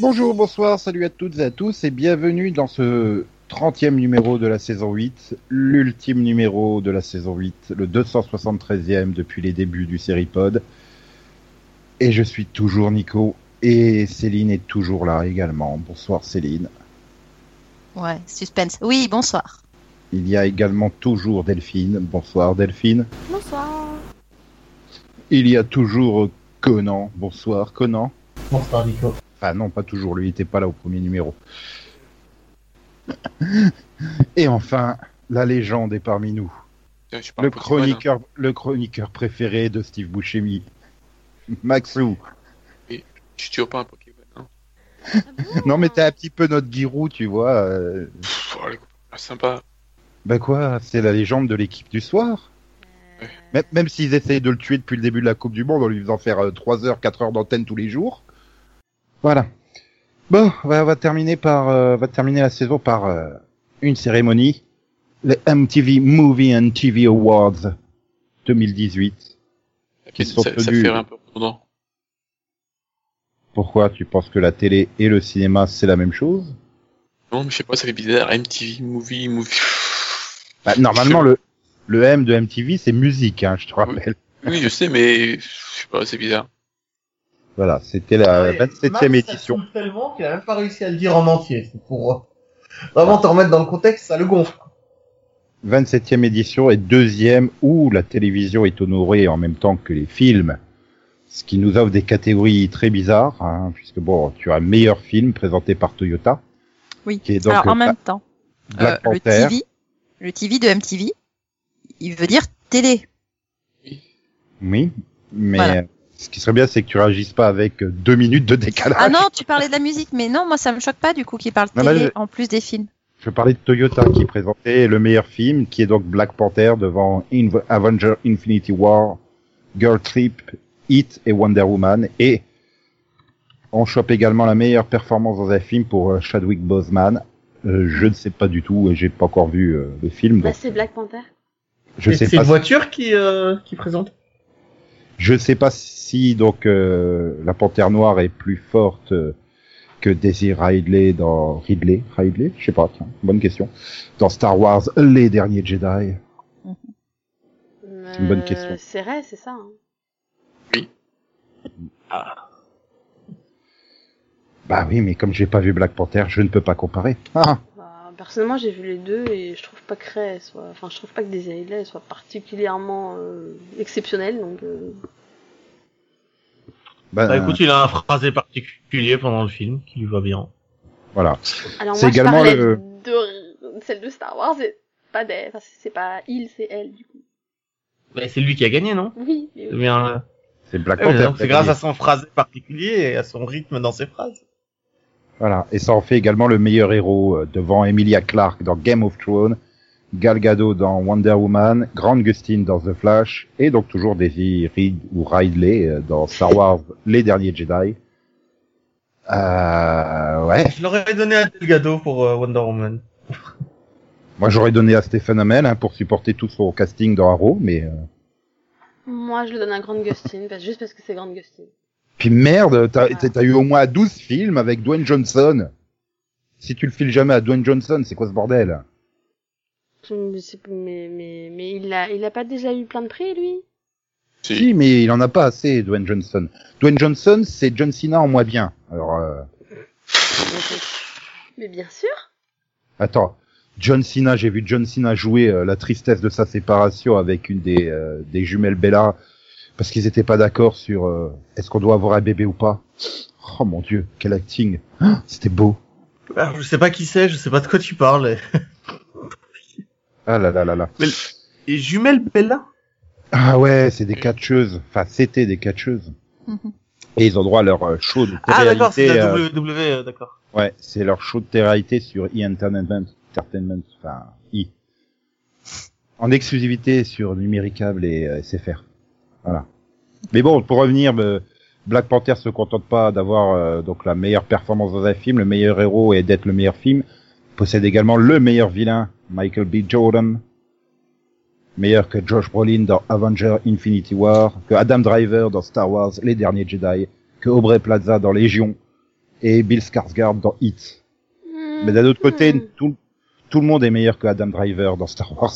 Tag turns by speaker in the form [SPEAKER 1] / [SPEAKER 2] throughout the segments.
[SPEAKER 1] Bonjour, bonsoir, salut à toutes et à tous et bienvenue dans ce 30e numéro de la saison 8, l'ultime numéro de la saison 8, le 273e depuis les débuts du Seripod. Et je suis toujours Nico et Céline est toujours là également. Bonsoir Céline.
[SPEAKER 2] Ouais, suspense. Oui, bonsoir.
[SPEAKER 1] Il y a également toujours Delphine. Bonsoir Delphine.
[SPEAKER 3] Bonsoir.
[SPEAKER 1] Il y a toujours Conan. Bonsoir Conan.
[SPEAKER 4] Bonsoir Nico.
[SPEAKER 1] Enfin Ah non, pas toujours, lui il était pas là au premier numéro. Et enfin, la légende est parmi nous.
[SPEAKER 5] Je suis pas
[SPEAKER 1] Le
[SPEAKER 5] un hein. petit bonhomme.
[SPEAKER 1] chroniqueur, le chroniqueur préféré de Steve Buscemi. Maxou.
[SPEAKER 5] Je suis toujours pas un Pokémon. hein.
[SPEAKER 1] Non mais t'es un petit peu notre Giroud, tu vois. euh.
[SPEAKER 5] Pff, oh, le coup, ah, sympa.
[SPEAKER 1] Bah quoi, c'est la légende de l'équipe du soir. Même, même s'ils essayent de le tuer depuis le début de la Coupe du Monde en lui faisant faire 3 heures, 4 heures d'antenne tous les jours. Voilà. Bon, on va, on va terminer par, euh, on va terminer la saison par euh, une cérémonie. Les MTV Movie and TV Awards 2018. Qui sont
[SPEAKER 5] ça, ça
[SPEAKER 1] tenus.
[SPEAKER 5] fait un peu redondant.
[SPEAKER 1] Pourquoi tu penses que la télé et le cinéma c'est la même chose
[SPEAKER 5] Non, mais je sais pas, ça fait bizarre. MTV, movie, movie.
[SPEAKER 1] Bah, Normalement le, le M de MTV c'est musique, hein, je te rappelle.
[SPEAKER 5] Oui, je sais, mais je sais pas, c'est bizarre.
[SPEAKER 1] Voilà, c'était la 27e Euh, édition.
[SPEAKER 4] Ça tellement qu'il a même pas réussi à le dire en entier. C'est pour euh, vraiment te remettre dans le contexte, ça le gonfle.
[SPEAKER 1] 27e édition et deuxième où la télévision est honorée en même temps que les films, ce qui nous offre des catégories très bizarres, hein, puisque bon, tu as meilleur film présenté par Toyota,
[SPEAKER 2] Oui.
[SPEAKER 1] qui est donc
[SPEAKER 2] Alors en
[SPEAKER 1] Bla-
[SPEAKER 2] même temps,
[SPEAKER 1] Black
[SPEAKER 2] euh, le
[SPEAKER 1] Panther.
[SPEAKER 2] TV, le TV de MTV, il veut dire télé.
[SPEAKER 1] Oui, mais
[SPEAKER 2] Voilà.
[SPEAKER 1] euh, ce qui serait bien, c'est que tu réagisses pas avec euh, deux minutes de décalage.
[SPEAKER 2] Ah non, tu parlais de la musique, mais non, moi ça me choque pas du coup qu'il parle
[SPEAKER 1] Non,
[SPEAKER 2] télé
[SPEAKER 1] mais
[SPEAKER 2] en plus des films.
[SPEAKER 1] Je parlais de Toyota qui présentait le meilleur film, qui est donc Black Panther devant Inv- Avenger Infinity War, Girl Trip, It et Wonder Woman. Et on chope également la meilleure performance dans un film pour euh, Chadwick Boseman. Euh, je ne sais pas du tout, et j'ai pas encore vu euh, le film,
[SPEAKER 3] Bah,
[SPEAKER 1] donc
[SPEAKER 3] c'est Black Panther.
[SPEAKER 1] je
[SPEAKER 4] Et
[SPEAKER 1] sais
[SPEAKER 4] c'est une
[SPEAKER 1] pas. si-
[SPEAKER 4] voiture qui, euh, qui présente.
[SPEAKER 1] Je sais pas si donc euh, la Panthère Noire est plus forte euh, que Daisy Ridley dans Ridley, Ridley, je sais pas, tiens, bonne question. Dans Star Wars, les derniers Jedi.
[SPEAKER 3] C'est
[SPEAKER 1] une bonne question.
[SPEAKER 3] Euh, C'est vrai, c'est ça. hein.
[SPEAKER 1] Bah oui, mais comme j'ai pas vu Black Panther, je ne peux pas comparer. Ah,
[SPEAKER 3] Bah, personnellement, j'ai vu les deux et je trouve pas que Ray soit. Enfin, je trouve pas que Daisy Ridley soit particulièrement euh, exceptionnelle. Donc, euh,
[SPEAKER 1] bah,
[SPEAKER 6] Bah, écoute, il a un phrasé particulier pendant le film qui lui va bien.
[SPEAKER 1] voilà.
[SPEAKER 3] alors
[SPEAKER 1] C'est
[SPEAKER 3] moi,
[SPEAKER 1] également
[SPEAKER 3] je parlais
[SPEAKER 1] le-
[SPEAKER 3] de celle de Star Wars. C'est pas des. Enfin, c'est pas il, c'est elle. Du coup.
[SPEAKER 6] Mais Bah, c'est lui qui a gagné, non
[SPEAKER 3] Oui. mais
[SPEAKER 6] C'est
[SPEAKER 3] oui.
[SPEAKER 6] bien.
[SPEAKER 1] C'est Black
[SPEAKER 6] Ouais,
[SPEAKER 1] Panther.
[SPEAKER 6] donc
[SPEAKER 1] qui
[SPEAKER 6] c'est
[SPEAKER 1] a
[SPEAKER 6] grâce
[SPEAKER 1] gagné.
[SPEAKER 6] à son phrasé particulier et à son rythme dans ses phrases.
[SPEAKER 1] Voilà. Et ça en fait également le meilleur héros euh, devant Emilia Clarke dans Game of Thrones, Gal Gadot dans Wonder Woman, Grant Gustin dans The Flash, et donc toujours Daisy Reed ou Ridley euh, dans Star Wars, les derniers Jedi. Euh, ouais.
[SPEAKER 6] Je l'aurais donné à Delgado pour euh, Wonder Woman.
[SPEAKER 1] Moi, j'aurais donné à Stephen Amell hein, pour supporter tout son casting dans Arrow, mais euh,
[SPEAKER 3] Moi, je le donne à Grande Gustin, parce- juste parce que c'est Grande Gustin.
[SPEAKER 1] Puis merde, t'as t'as- t'as eu au moins 12 films avec Dwayne Johnson. Si tu le files jamais à Dwayne Johnson, c'est quoi ce bordel
[SPEAKER 3] Mais, c'est- mais, mais, mais il, a, il a pas déjà eu plein de prix, lui
[SPEAKER 5] C'est
[SPEAKER 1] Si, mais il en a pas assez, Dwayne Johnson. Dwayne Johnson, c'est John Cena en moins bien. Alors, euh,
[SPEAKER 3] Mais bien sûr
[SPEAKER 1] attends. John Cena, j'ai vu John Cena jouer euh, la tristesse de sa séparation avec une des, euh, des jumelles Bella parce qu'ils étaient pas d'accord sur euh, est-ce qu'on doit avoir un bébé ou pas. Oh mon dieu, quel acting. Ah, C'était beau.
[SPEAKER 6] Alors, Ah, je sais pas qui c'est, je sais pas de quoi tu parles.
[SPEAKER 1] Ah là là là là.
[SPEAKER 6] Et jumelle Bella
[SPEAKER 1] Ah ouais, c'est des catcheuses. Enfin, c'était des catcheuses.
[SPEAKER 2] Mhm.
[SPEAKER 1] Et ils ont droit à leur euh, show de
[SPEAKER 6] Ah d'accord, c'est
[SPEAKER 1] télé-réalité,
[SPEAKER 6] la
[SPEAKER 1] euh,
[SPEAKER 6] WWE, euh, d'accord.
[SPEAKER 1] ouais, c'est leur show de télé-réalité sur e-entertainment, entertainment, enfin, e. En exclusivité sur Numéricable et euh, SFR. Voilà. Mais bon, pour revenir, euh, Black Panther se contente pas d'avoir euh, donc la meilleure performance dans un film, le meilleur héros et d'être le meilleur film. Il Possède également le meilleur vilain, Michael B. Jordan. Meilleur que Josh Brolin dans Avenger Infinity War, que Adam Driver dans Star Wars Les Derniers Jedi, que Aubrey Plaza dans Légion, et Bill Skarsgård dans Hit.
[SPEAKER 3] Hmm.
[SPEAKER 1] Mais d'un autre côté,
[SPEAKER 3] Hmm.
[SPEAKER 1] tout, tout le monde est meilleur que Adam Driver dans Star Wars.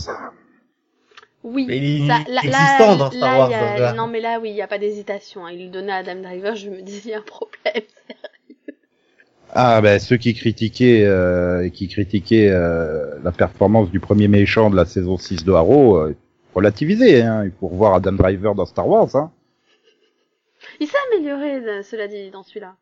[SPEAKER 3] Oui.
[SPEAKER 4] Mais il est
[SPEAKER 3] Ça, là,
[SPEAKER 4] existant dans
[SPEAKER 3] là,
[SPEAKER 4] Star
[SPEAKER 3] là,
[SPEAKER 4] Wars.
[SPEAKER 3] il y a-
[SPEAKER 4] donc, là.
[SPEAKER 3] Non, mais là, oui, il n'y a pas d'hésitation. hein. Il le donnait à Adam Driver, je me disais, il y a un problème.
[SPEAKER 1] Ah ben ceux qui critiquaient euh, qui critiquaient euh, la performance du premier méchant de la saison 6 de Arrow, euh, relativisé hein, il faut revoir Adam Driver dans Star Wars hein.
[SPEAKER 3] Il s'est amélioré, là, cela dit, dans celui-là.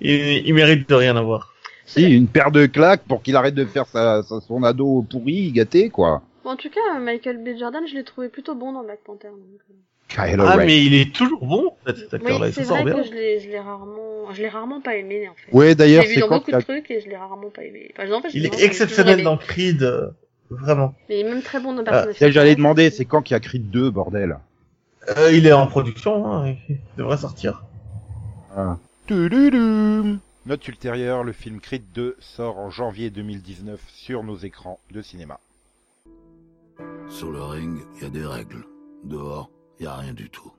[SPEAKER 6] Il, il mérite de rien avoir.
[SPEAKER 1] Si une paire de claques pour qu'il arrête de faire sa, sa- son ado pourri gâté quoi.
[SPEAKER 3] Bon, en tout cas, euh, Michael B. Jordan, je l'ai trouvé plutôt bon dans Black Panther. donc, euh.
[SPEAKER 1] Kyle
[SPEAKER 6] ah,
[SPEAKER 1] Ren.
[SPEAKER 6] mais il est toujours bon, en fait, cet acteur-là.
[SPEAKER 3] Oui,
[SPEAKER 6] il
[SPEAKER 3] c'est
[SPEAKER 6] s'en sort
[SPEAKER 3] vrai
[SPEAKER 6] bien.
[SPEAKER 3] que je l'ai je l'ai rarement... Je l'ai rarement pas aimé, en fait.
[SPEAKER 1] Ouais
[SPEAKER 3] je
[SPEAKER 1] d'ailleurs
[SPEAKER 3] l'ai vu
[SPEAKER 1] c'est
[SPEAKER 3] dans
[SPEAKER 1] quand
[SPEAKER 3] beaucoup de
[SPEAKER 1] qu'il a-
[SPEAKER 3] trucs et je l'ai rarement pas aimé. Enfin, en fait, je
[SPEAKER 4] Il
[SPEAKER 3] l'ai
[SPEAKER 4] est
[SPEAKER 3] vraiment- je l'ai
[SPEAKER 4] exceptionnel
[SPEAKER 3] toujours
[SPEAKER 4] dans
[SPEAKER 3] aimé.
[SPEAKER 4] Creed, euh, vraiment.
[SPEAKER 3] Mais il est même très bon dans Persona
[SPEAKER 1] Là, j'allais demander c'est quand qu'il y a Creed 2 bordel.
[SPEAKER 4] Euh,
[SPEAKER 6] Il est en production, hein, il
[SPEAKER 4] devrait sortir.
[SPEAKER 1] Tududum. Note ultérieure, le film Creed 2 sort en janvier 2019 sur nos écrans de cinéma.
[SPEAKER 7] Sur le ring, il y a des règles. Dehors, il y a rien du tout.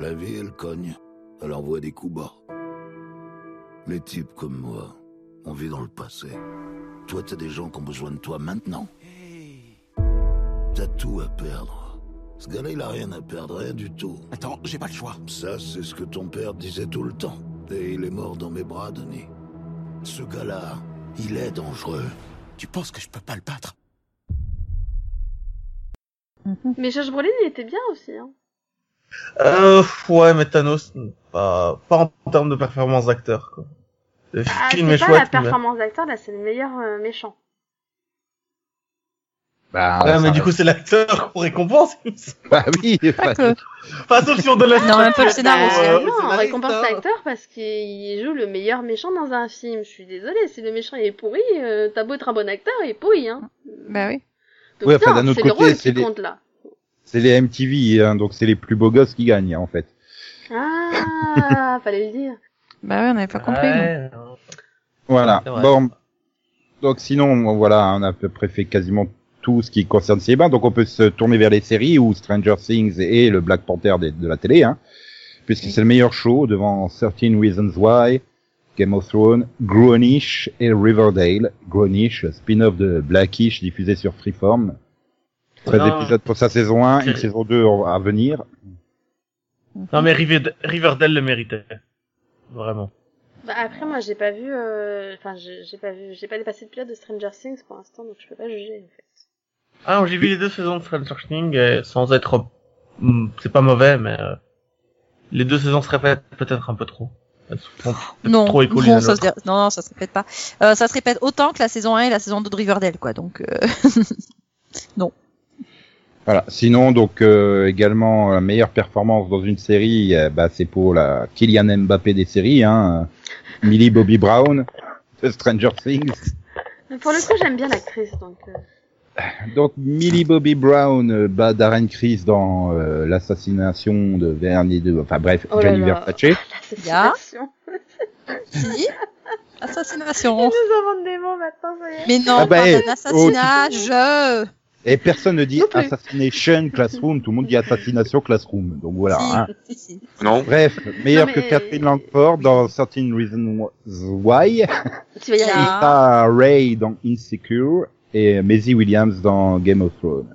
[SPEAKER 7] La vie, elle cogne. Elle envoie des coups bas. Les types comme moi, on vit dans le passé. Toi, t'as des gens qui ont besoin de toi maintenant. T'as tout à perdre. Ce gars-là, il a rien à perdre, rien du tout.
[SPEAKER 8] Attends, j'ai pas le choix.
[SPEAKER 7] Ça, c'est ce que ton père disait tout le temps. Et il est mort dans mes bras, Denis. Ce gars-là, il est dangereux.
[SPEAKER 8] Tu penses que je peux pas le battre
[SPEAKER 2] Mhm.
[SPEAKER 3] Mais Josh Brolin, il était bien aussi. Hein.
[SPEAKER 4] Euh, ouais, mais Thanos, hmm, pas, pas en termes de performance d'acteur, quoi. Le
[SPEAKER 3] Ah, c'est
[SPEAKER 4] film
[SPEAKER 3] pas
[SPEAKER 4] est chouette,
[SPEAKER 3] la
[SPEAKER 4] mais-
[SPEAKER 3] performance d'acteur, là, c'est le meilleur euh, méchant.
[SPEAKER 1] Bah,
[SPEAKER 4] Ah, Ouais, mais
[SPEAKER 1] ça-
[SPEAKER 4] du coup, c'est l'acteur qu'on récompense.
[SPEAKER 1] bah oui.
[SPEAKER 2] Pas que.
[SPEAKER 4] Enfin, sauf si on donne la
[SPEAKER 2] Non, Bah, un peu le scénario.
[SPEAKER 4] Euh,
[SPEAKER 2] aussi.
[SPEAKER 4] le
[SPEAKER 3] non, on
[SPEAKER 4] scénariste,
[SPEAKER 3] récompense
[SPEAKER 4] hein.
[SPEAKER 3] l'acteur parce qu'il joue le meilleur méchant dans un film. Je suis désolée, si le méchant il est pourri, euh, t'as beau être un bon acteur, il est pourri. Hein.
[SPEAKER 2] Bah oui.
[SPEAKER 3] Donc
[SPEAKER 1] Ouais, enfin,
[SPEAKER 3] non,
[SPEAKER 1] d'un autre
[SPEAKER 3] c'est le
[SPEAKER 1] côté,
[SPEAKER 3] rôle
[SPEAKER 1] c'est
[SPEAKER 3] qui
[SPEAKER 1] les-
[SPEAKER 3] compte là.
[SPEAKER 1] C'est les MTV, hein, donc c'est les plus beaux gosses qui gagnent en fait.
[SPEAKER 3] Ah, fallait le dire.
[SPEAKER 2] Bah oui, on n'avait pas compris. nous.
[SPEAKER 4] Ouais, non.
[SPEAKER 1] Voilà.
[SPEAKER 4] C'est vrai.
[SPEAKER 1] Bon. Donc sinon, voilà, on a à peu près fait quasiment tout ce qui concerne cinéma. Donc on peut se tourner vers les séries ou Stranger Things et le Black Panther des- de, la télé, hein, puisque c'est le meilleur show devant 13 Reasons Why, Game of Thrones, Grownish et Riverdale. Grownish, spin-off de Blackish diffusé sur Freeform. 13
[SPEAKER 6] Non.
[SPEAKER 1] épisodes pour sa saison 1, une
[SPEAKER 6] C'est-
[SPEAKER 1] saison 2 en- à venir.
[SPEAKER 6] Non, mais River- Riverdale le méritait. Vraiment.
[SPEAKER 3] Bah, après, moi, j'ai pas vu, euh, enfin, j'ai j'ai pas vu, j'ai pas dépassé le pilote de Stranger Things pour l'instant, donc je peux pas juger. En fait.
[SPEAKER 6] Ah, j'ai vu les deux saisons de Stranger Things et sans être, Hmm, c'est pas mauvais, mais euh, les deux saisons se répètent peut-être un peu trop. Elles se font peut-être
[SPEAKER 2] Non,
[SPEAKER 6] trop écoulées
[SPEAKER 2] non,
[SPEAKER 6] l'une à
[SPEAKER 2] ça se
[SPEAKER 6] l'autre.
[SPEAKER 2] dé- non, non, ça se répète pas. Euh, ça se répète autant que la saison 1 et la saison 2 de Riverdale, quoi. Donc, euh,
[SPEAKER 1] Voilà. Sinon, donc euh, également la meilleure performance dans une série, euh, bah, c'est pour la Kylian Mbappé des séries, hein, euh, Millie Bobby Brown de Stranger Things.
[SPEAKER 3] Mais pour le coup, j'aime bien l'actrice, donc. euh,
[SPEAKER 1] Donc Millie Bobby Brown euh, bat Darren Criss dans euh, l'assassination de Vernie de, enfin bref,
[SPEAKER 3] Oh là
[SPEAKER 1] Jennifer
[SPEAKER 3] là.
[SPEAKER 1] Thatcher.
[SPEAKER 3] L'association.
[SPEAKER 2] fini. Assassination.
[SPEAKER 3] Ils nous inventent des mots maintenant, ça y est.
[SPEAKER 2] Mais non,
[SPEAKER 1] Ah bah,
[SPEAKER 2] on parle
[SPEAKER 1] eh,
[SPEAKER 2] d'un assassinat, je.
[SPEAKER 1] Et personne ne dit
[SPEAKER 3] Non plus.
[SPEAKER 1] assassination classroom, tout le monde dit assassination classroom. Donc voilà. hein.
[SPEAKER 2] Si, si, si.
[SPEAKER 5] Non
[SPEAKER 1] Bref, meilleur
[SPEAKER 3] Non,
[SPEAKER 1] que
[SPEAKER 3] mais-
[SPEAKER 1] Catherine Langford dans Certain Reasons Why.
[SPEAKER 3] Tu vas y
[SPEAKER 2] Ah.
[SPEAKER 3] arriver.
[SPEAKER 1] Issa Ray dans Insecure et Maisie Williams dans Game of Thrones.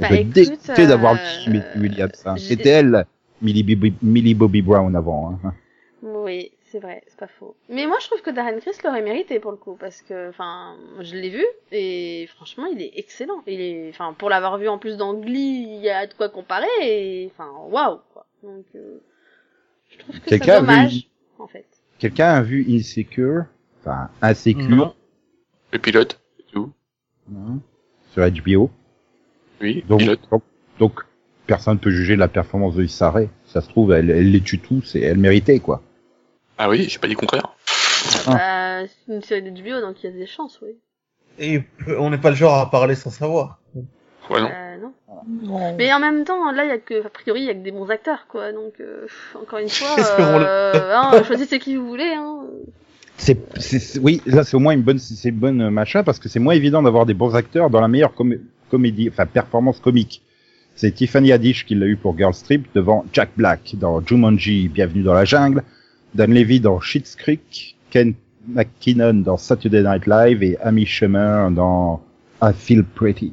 [SPEAKER 3] Bah,
[SPEAKER 1] je
[SPEAKER 3] écoute,
[SPEAKER 1] dégoûtais d'avoir
[SPEAKER 3] euh,
[SPEAKER 1] dit Maisie Williams. hein.
[SPEAKER 3] j'ai-
[SPEAKER 1] C'était elle, Millie, Bobby- Millie Bobby Brown avant. hein.
[SPEAKER 3] Oui, c'est vrai, c'est pas faux. Mais moi, je trouve que Darren Criss l'aurait mérité pour le coup, parce que, enfin, je l'ai vu et franchement, il est excellent. Il est, enfin, pour l'avoir vu en plus dans Glee, il y a de quoi comparer. Et, enfin, waouh. quoi. Donc, euh, je trouve que c'est
[SPEAKER 1] Quelqu'un a vu
[SPEAKER 3] dommage, en fait.
[SPEAKER 1] Quelqu'un a vu Insecure Enfin, Insecure
[SPEAKER 6] Non.
[SPEAKER 5] Le pilote
[SPEAKER 1] hein, sur HBO.
[SPEAKER 5] Oui,
[SPEAKER 1] Donc,
[SPEAKER 5] pilote.
[SPEAKER 1] donc, donc, personne ne peut juger la performance de Issa Rae. Ça se trouve, elle, elle les tue tous et elle méritait, quoi.
[SPEAKER 5] Ah oui, j'ai pas dit le contraire.
[SPEAKER 1] Ah.
[SPEAKER 3] Bah, c'est une série de bio, donc il y a des chances, oui.
[SPEAKER 4] Et on n'est pas le genre à parler sans savoir.
[SPEAKER 5] Ouais, non.
[SPEAKER 3] Euh, non.
[SPEAKER 2] Non.
[SPEAKER 3] Mais en même temps, là, il y a que, a priori, il y a que des bons acteurs, quoi. Donc, euh, pff, encore une fois,
[SPEAKER 4] Espérons-le.
[SPEAKER 3] euh, hein, choisissez qui vous voulez. Hein.
[SPEAKER 1] C'est, c'est- c'est- oui, là c'est au moins une bonne, c'est une bonne euh, machin parce que c'est moins évident d'avoir des bons acteurs dans la meilleure com- comédie, enfin performance comique. C'est Tiffany Haddish qui l'a eu pour Girl Strip devant Jack Black dans Jumanji, Bienvenue dans la jungle, Dan Levy dans Schitt's Creek, Ken McKinnon dans Saturday Night Live et Amy Schumer dans I Feel Pretty.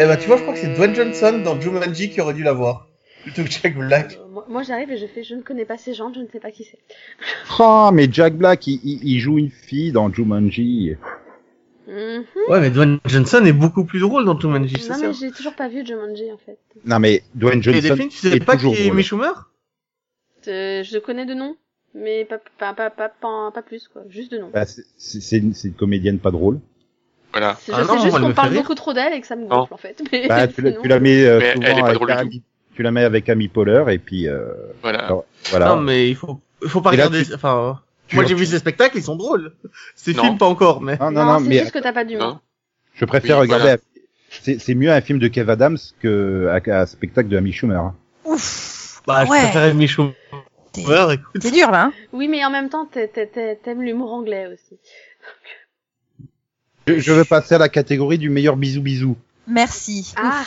[SPEAKER 4] Eh ben, tu vois, je crois que c'est Dwayne Johnson dans Jumanji qui aurait dû l'avoir. Plutôt que Jack Black.
[SPEAKER 3] Euh, moi, moi, j'arrive et je fais je ne connais pas ces gens, je ne sais pas qui c'est.
[SPEAKER 1] Oh, mais Jack Black, il, il- il joue une fille dans Jumanji.
[SPEAKER 3] Mhm.
[SPEAKER 6] Ouais, mais Dwayne Johnson est beaucoup plus drôle dans Jumanji, c'est
[SPEAKER 3] Non
[SPEAKER 6] ça.
[SPEAKER 3] mais j'ai toujours pas vu Jumanji en fait.
[SPEAKER 1] Non, mais Dwayne
[SPEAKER 6] Et des
[SPEAKER 1] Johnson
[SPEAKER 6] films, tu sais
[SPEAKER 1] est
[SPEAKER 6] pas qui
[SPEAKER 1] toujours
[SPEAKER 6] est
[SPEAKER 1] drôle.
[SPEAKER 6] Amy Schumer
[SPEAKER 3] Euh, je connais de nom, mais pas pas pas pas pas, pas plus quoi, juste de nom.
[SPEAKER 1] Bah, c'est- c'est c'est une, c'est une comédienne pas drôle.
[SPEAKER 5] Voilà.
[SPEAKER 3] C'est- je
[SPEAKER 6] Ah non,
[SPEAKER 3] sais
[SPEAKER 6] moi,
[SPEAKER 3] juste
[SPEAKER 6] elle me
[SPEAKER 3] qu'on
[SPEAKER 6] fait
[SPEAKER 3] parle
[SPEAKER 6] rire.
[SPEAKER 3] beaucoup trop d'elle et que ça me
[SPEAKER 5] Non.
[SPEAKER 3] gonfle en fait. Mais
[SPEAKER 1] Bah, tu, la-
[SPEAKER 3] sinon,
[SPEAKER 1] tu la mets euh,
[SPEAKER 5] Mais elle est
[SPEAKER 1] souvent
[SPEAKER 5] pas
[SPEAKER 1] avec
[SPEAKER 5] drôle du
[SPEAKER 1] Amy- tu la mets avec Amy Poehler et puis euh,
[SPEAKER 5] Voilà.
[SPEAKER 1] Alors, voilà.
[SPEAKER 6] Non, mais il faut, il faut pas
[SPEAKER 1] Et là,
[SPEAKER 6] regarder.
[SPEAKER 1] tu-
[SPEAKER 6] Enfin, euh,
[SPEAKER 1] tu-
[SPEAKER 6] moi j'ai vu ces spectacles, ils sont drôles. Ces
[SPEAKER 5] Non.
[SPEAKER 6] films pas encore, mais.
[SPEAKER 1] non,
[SPEAKER 3] non,
[SPEAKER 1] non, non,
[SPEAKER 3] c'est
[SPEAKER 1] mais
[SPEAKER 3] juste que t'as pas d'humour.
[SPEAKER 5] Non.
[SPEAKER 1] je préfère
[SPEAKER 5] Oui,
[SPEAKER 1] regarder.
[SPEAKER 5] voilà.
[SPEAKER 1] un- C'est c'est mieux un film de Kev Adams que à- qu'un spectacle de Amy Schumer. hein.
[SPEAKER 2] Ouf,
[SPEAKER 6] Bah, je
[SPEAKER 2] Ouais.
[SPEAKER 6] préfère Amy Schumer.
[SPEAKER 2] T'es-
[SPEAKER 6] écoute.
[SPEAKER 2] c'est dur là. hein.
[SPEAKER 3] Oui, mais en même temps, t'es- t'es- t'es- t'aimes l'humour anglais aussi.
[SPEAKER 1] Je, je veux passer à la catégorie du meilleur bisou bisou.
[SPEAKER 2] Merci.
[SPEAKER 3] Ah,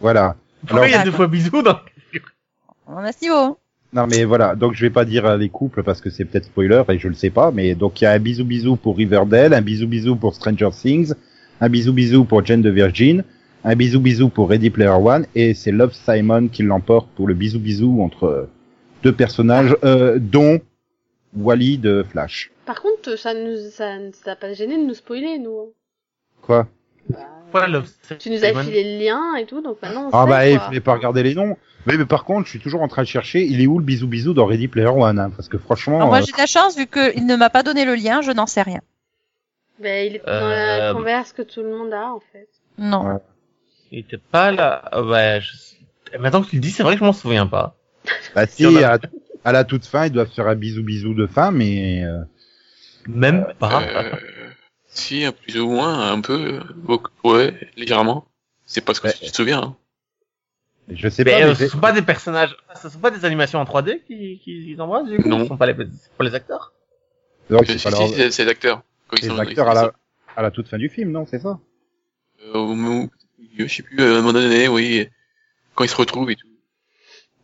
[SPEAKER 1] Voilà.
[SPEAKER 6] Pourquoi il y a
[SPEAKER 2] Alors-
[SPEAKER 6] deux fois bisous dans
[SPEAKER 2] On a ce niveau.
[SPEAKER 1] Non mais voilà, donc je vais pas dire euh, les couples parce que c'est peut-être spoiler et je le sais pas, mais donc il y a un bisou bisou pour Riverdale, un bisou bisou pour Stranger Things, un bisou bisou pour Jane de Virgin, un bisou bisou pour Ready Player One et c'est Love Simon qui l'emporte pour le bisou bisou entre euh, deux personnages, euh, dont Wally de Flash.
[SPEAKER 3] par contre, ça nous ça ne t'a pas gêné de nous spoiler nous. hein.
[SPEAKER 1] Quoi
[SPEAKER 6] Pourquoi Love
[SPEAKER 3] Tu
[SPEAKER 5] Eh
[SPEAKER 3] nous as
[SPEAKER 5] ben
[SPEAKER 6] Simon
[SPEAKER 3] filé le lien et tout, donc maintenant on
[SPEAKER 1] Ah
[SPEAKER 3] sait.
[SPEAKER 1] bah, il
[SPEAKER 3] quoi.
[SPEAKER 1] fallait pas regarder les noms. Mais, mais par contre, je suis toujours en train de chercher. Il est où le bisou bisou dans Ready Player One hein, Parce que franchement,
[SPEAKER 2] Alors, Ah, moi
[SPEAKER 1] euh,
[SPEAKER 2] j'ai de la chance vu qu'il ne m'a pas donné le lien, je n'en sais rien.
[SPEAKER 3] Bah, il est dans
[SPEAKER 6] Euh,
[SPEAKER 3] la converse que tout le monde a en fait.
[SPEAKER 2] Non.
[SPEAKER 1] Ouais.
[SPEAKER 6] Il était pas là. Ah, Ouais, je... Maintenant que tu le dis, c'est vrai que je m'en souviens pas.
[SPEAKER 1] bah, si,
[SPEAKER 6] il y en
[SPEAKER 1] à, à la toute fin, ils doivent faire un bisou bisou de fin, mais euh,
[SPEAKER 6] Même
[SPEAKER 1] Ah.
[SPEAKER 6] pas.
[SPEAKER 5] Euh, si, un plus ou moins, un peu, beaucoup, ouais, légèrement. C'est pas ce que
[SPEAKER 1] Ouais.
[SPEAKER 5] tu te souviens. Hein.
[SPEAKER 1] je sais
[SPEAKER 6] Mais
[SPEAKER 1] pas.
[SPEAKER 6] euh,
[SPEAKER 1] mais
[SPEAKER 6] ce
[SPEAKER 1] j'ai-
[SPEAKER 6] sont pas des personnages, ce sont pas des animations en 3D qui, qui, qui embrassent du coup.
[SPEAKER 5] Non.
[SPEAKER 6] Ce sont pas les, c'est pas les acteurs.
[SPEAKER 1] non,
[SPEAKER 5] Euh,
[SPEAKER 1] c'est
[SPEAKER 5] si,
[SPEAKER 1] pas
[SPEAKER 5] si,
[SPEAKER 1] leur-
[SPEAKER 5] c'est- c'est les acteurs. Quand ils
[SPEAKER 1] les
[SPEAKER 5] sont-
[SPEAKER 1] acteurs
[SPEAKER 5] ils
[SPEAKER 1] à
[SPEAKER 5] sont-
[SPEAKER 1] la à la toute fin du film, non, c'est ça
[SPEAKER 5] euh, au moment où- je sais plus, euh, à un moment donné, oui, quand ils se retrouvent et tout.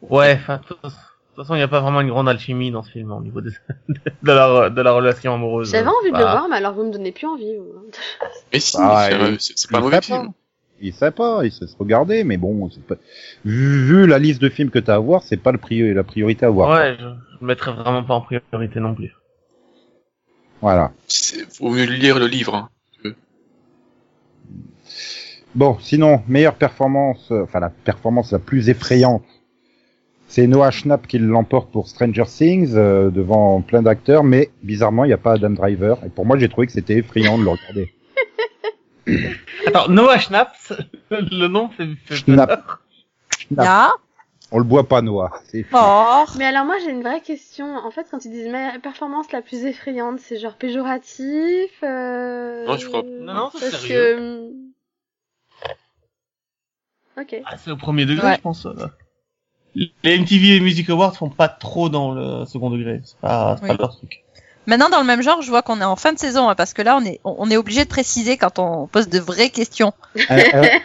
[SPEAKER 6] Ouais, enfin, de toute façon- de toute façon, il n'y a pas vraiment une grande alchimie dans ce film hein, au niveau des- de, la, de la relation amoureuse.
[SPEAKER 3] J'avais envie de le
[SPEAKER 6] Bah,
[SPEAKER 3] voir, mais alors vous me donnez plus envie. vous. hein.
[SPEAKER 5] Mais si,
[SPEAKER 1] Ah,
[SPEAKER 5] c'est,
[SPEAKER 1] et-
[SPEAKER 5] un- c'est- c'est pas un
[SPEAKER 1] Il
[SPEAKER 5] mauvais
[SPEAKER 1] sait pas.
[SPEAKER 5] film.
[SPEAKER 1] Il sait pas, il sait se regarder, mais bon, c'est pas... vu, vu la liste de films que t'as à voir, c'est pas le priori- la priorité à voir.
[SPEAKER 6] Ouais, je ne mettrais vraiment pas en priorité non plus.
[SPEAKER 1] Voilà.
[SPEAKER 5] C'est- Faut mieux lire le livre. hein.
[SPEAKER 1] Bon, sinon, meilleure performance, euh, enfin la performance la plus effrayante, c'est Noah Schnapp qui l'emporte pour Stranger Things euh, devant plein d'acteurs, mais bizarrement, il n'y a pas Adam Driver. Et pour moi, j'ai trouvé que c'était effrayant de le regarder.
[SPEAKER 6] Attends, Noah Schnapp, le nom fait, fait
[SPEAKER 1] Schnapp.
[SPEAKER 6] peur.
[SPEAKER 1] Non.
[SPEAKER 2] Là,
[SPEAKER 1] On le boit pas, Noah. C'est
[SPEAKER 2] Oh, mort.
[SPEAKER 3] Mais alors moi j'ai une vraie question. En fait, quand ils disent ma performance la plus effrayante, c'est genre péjoratif. euh,
[SPEAKER 5] Non, je crois-
[SPEAKER 6] Non, non, c'est
[SPEAKER 3] parce
[SPEAKER 6] sérieux.
[SPEAKER 3] que- euh, Ok.
[SPEAKER 6] Ah, c'est au premier degré,
[SPEAKER 2] Ouais.
[SPEAKER 6] je pense. euh. Les MTV et Music Awards font pas trop dans le second degré. C'est pas, c'est
[SPEAKER 2] Oui.
[SPEAKER 6] pas leur truc.
[SPEAKER 2] Maintenant, dans le même genre, je vois qu'on est en fin de saison, hein, parce que là, on est, on on est obligé de préciser quand on pose de vraies questions.
[SPEAKER 1] Elle, elle-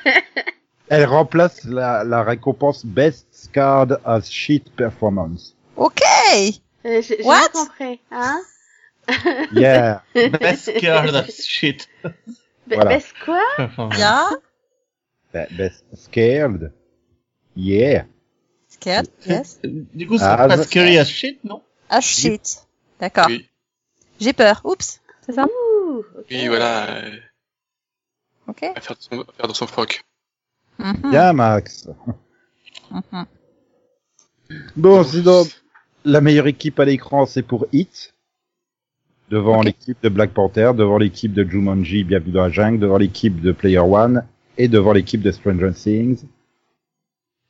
[SPEAKER 1] elle remplace la, la récompense Best Scarred as Shit Performance.
[SPEAKER 2] Ok
[SPEAKER 3] Euh, J'ai j'ai
[SPEAKER 2] What
[SPEAKER 3] pas compris. Hein
[SPEAKER 1] Yeah.
[SPEAKER 6] Best girl that shit.
[SPEAKER 3] Be-
[SPEAKER 1] Voilà.
[SPEAKER 3] Bess quoi
[SPEAKER 6] Enfin, voilà.
[SPEAKER 2] Bien
[SPEAKER 1] Be- Best Scared. Yeah.
[SPEAKER 2] Scared, yes.
[SPEAKER 6] Du coup, c'est
[SPEAKER 1] Ah,
[SPEAKER 6] pas
[SPEAKER 1] bah-
[SPEAKER 6] scary as shit, non
[SPEAKER 2] Ah shit D'accord.
[SPEAKER 5] Oui,
[SPEAKER 2] J'ai peur. Oups C'est ça
[SPEAKER 3] Ouh, ok.
[SPEAKER 5] oui, voilà, euh,
[SPEAKER 2] Ok
[SPEAKER 5] à faire, de son, à faire de son froc.
[SPEAKER 2] Mhm,
[SPEAKER 1] Bien, Max.
[SPEAKER 2] mhm.
[SPEAKER 1] Bon, sinon, la meilleure équipe à l'écran, c'est pour Hit. Devant l'équipe de Black Panther, devant l'équipe de Jumanji, Bienvenue dans la jungle, devant l'équipe de Player One et devant l'équipe de Stranger Things.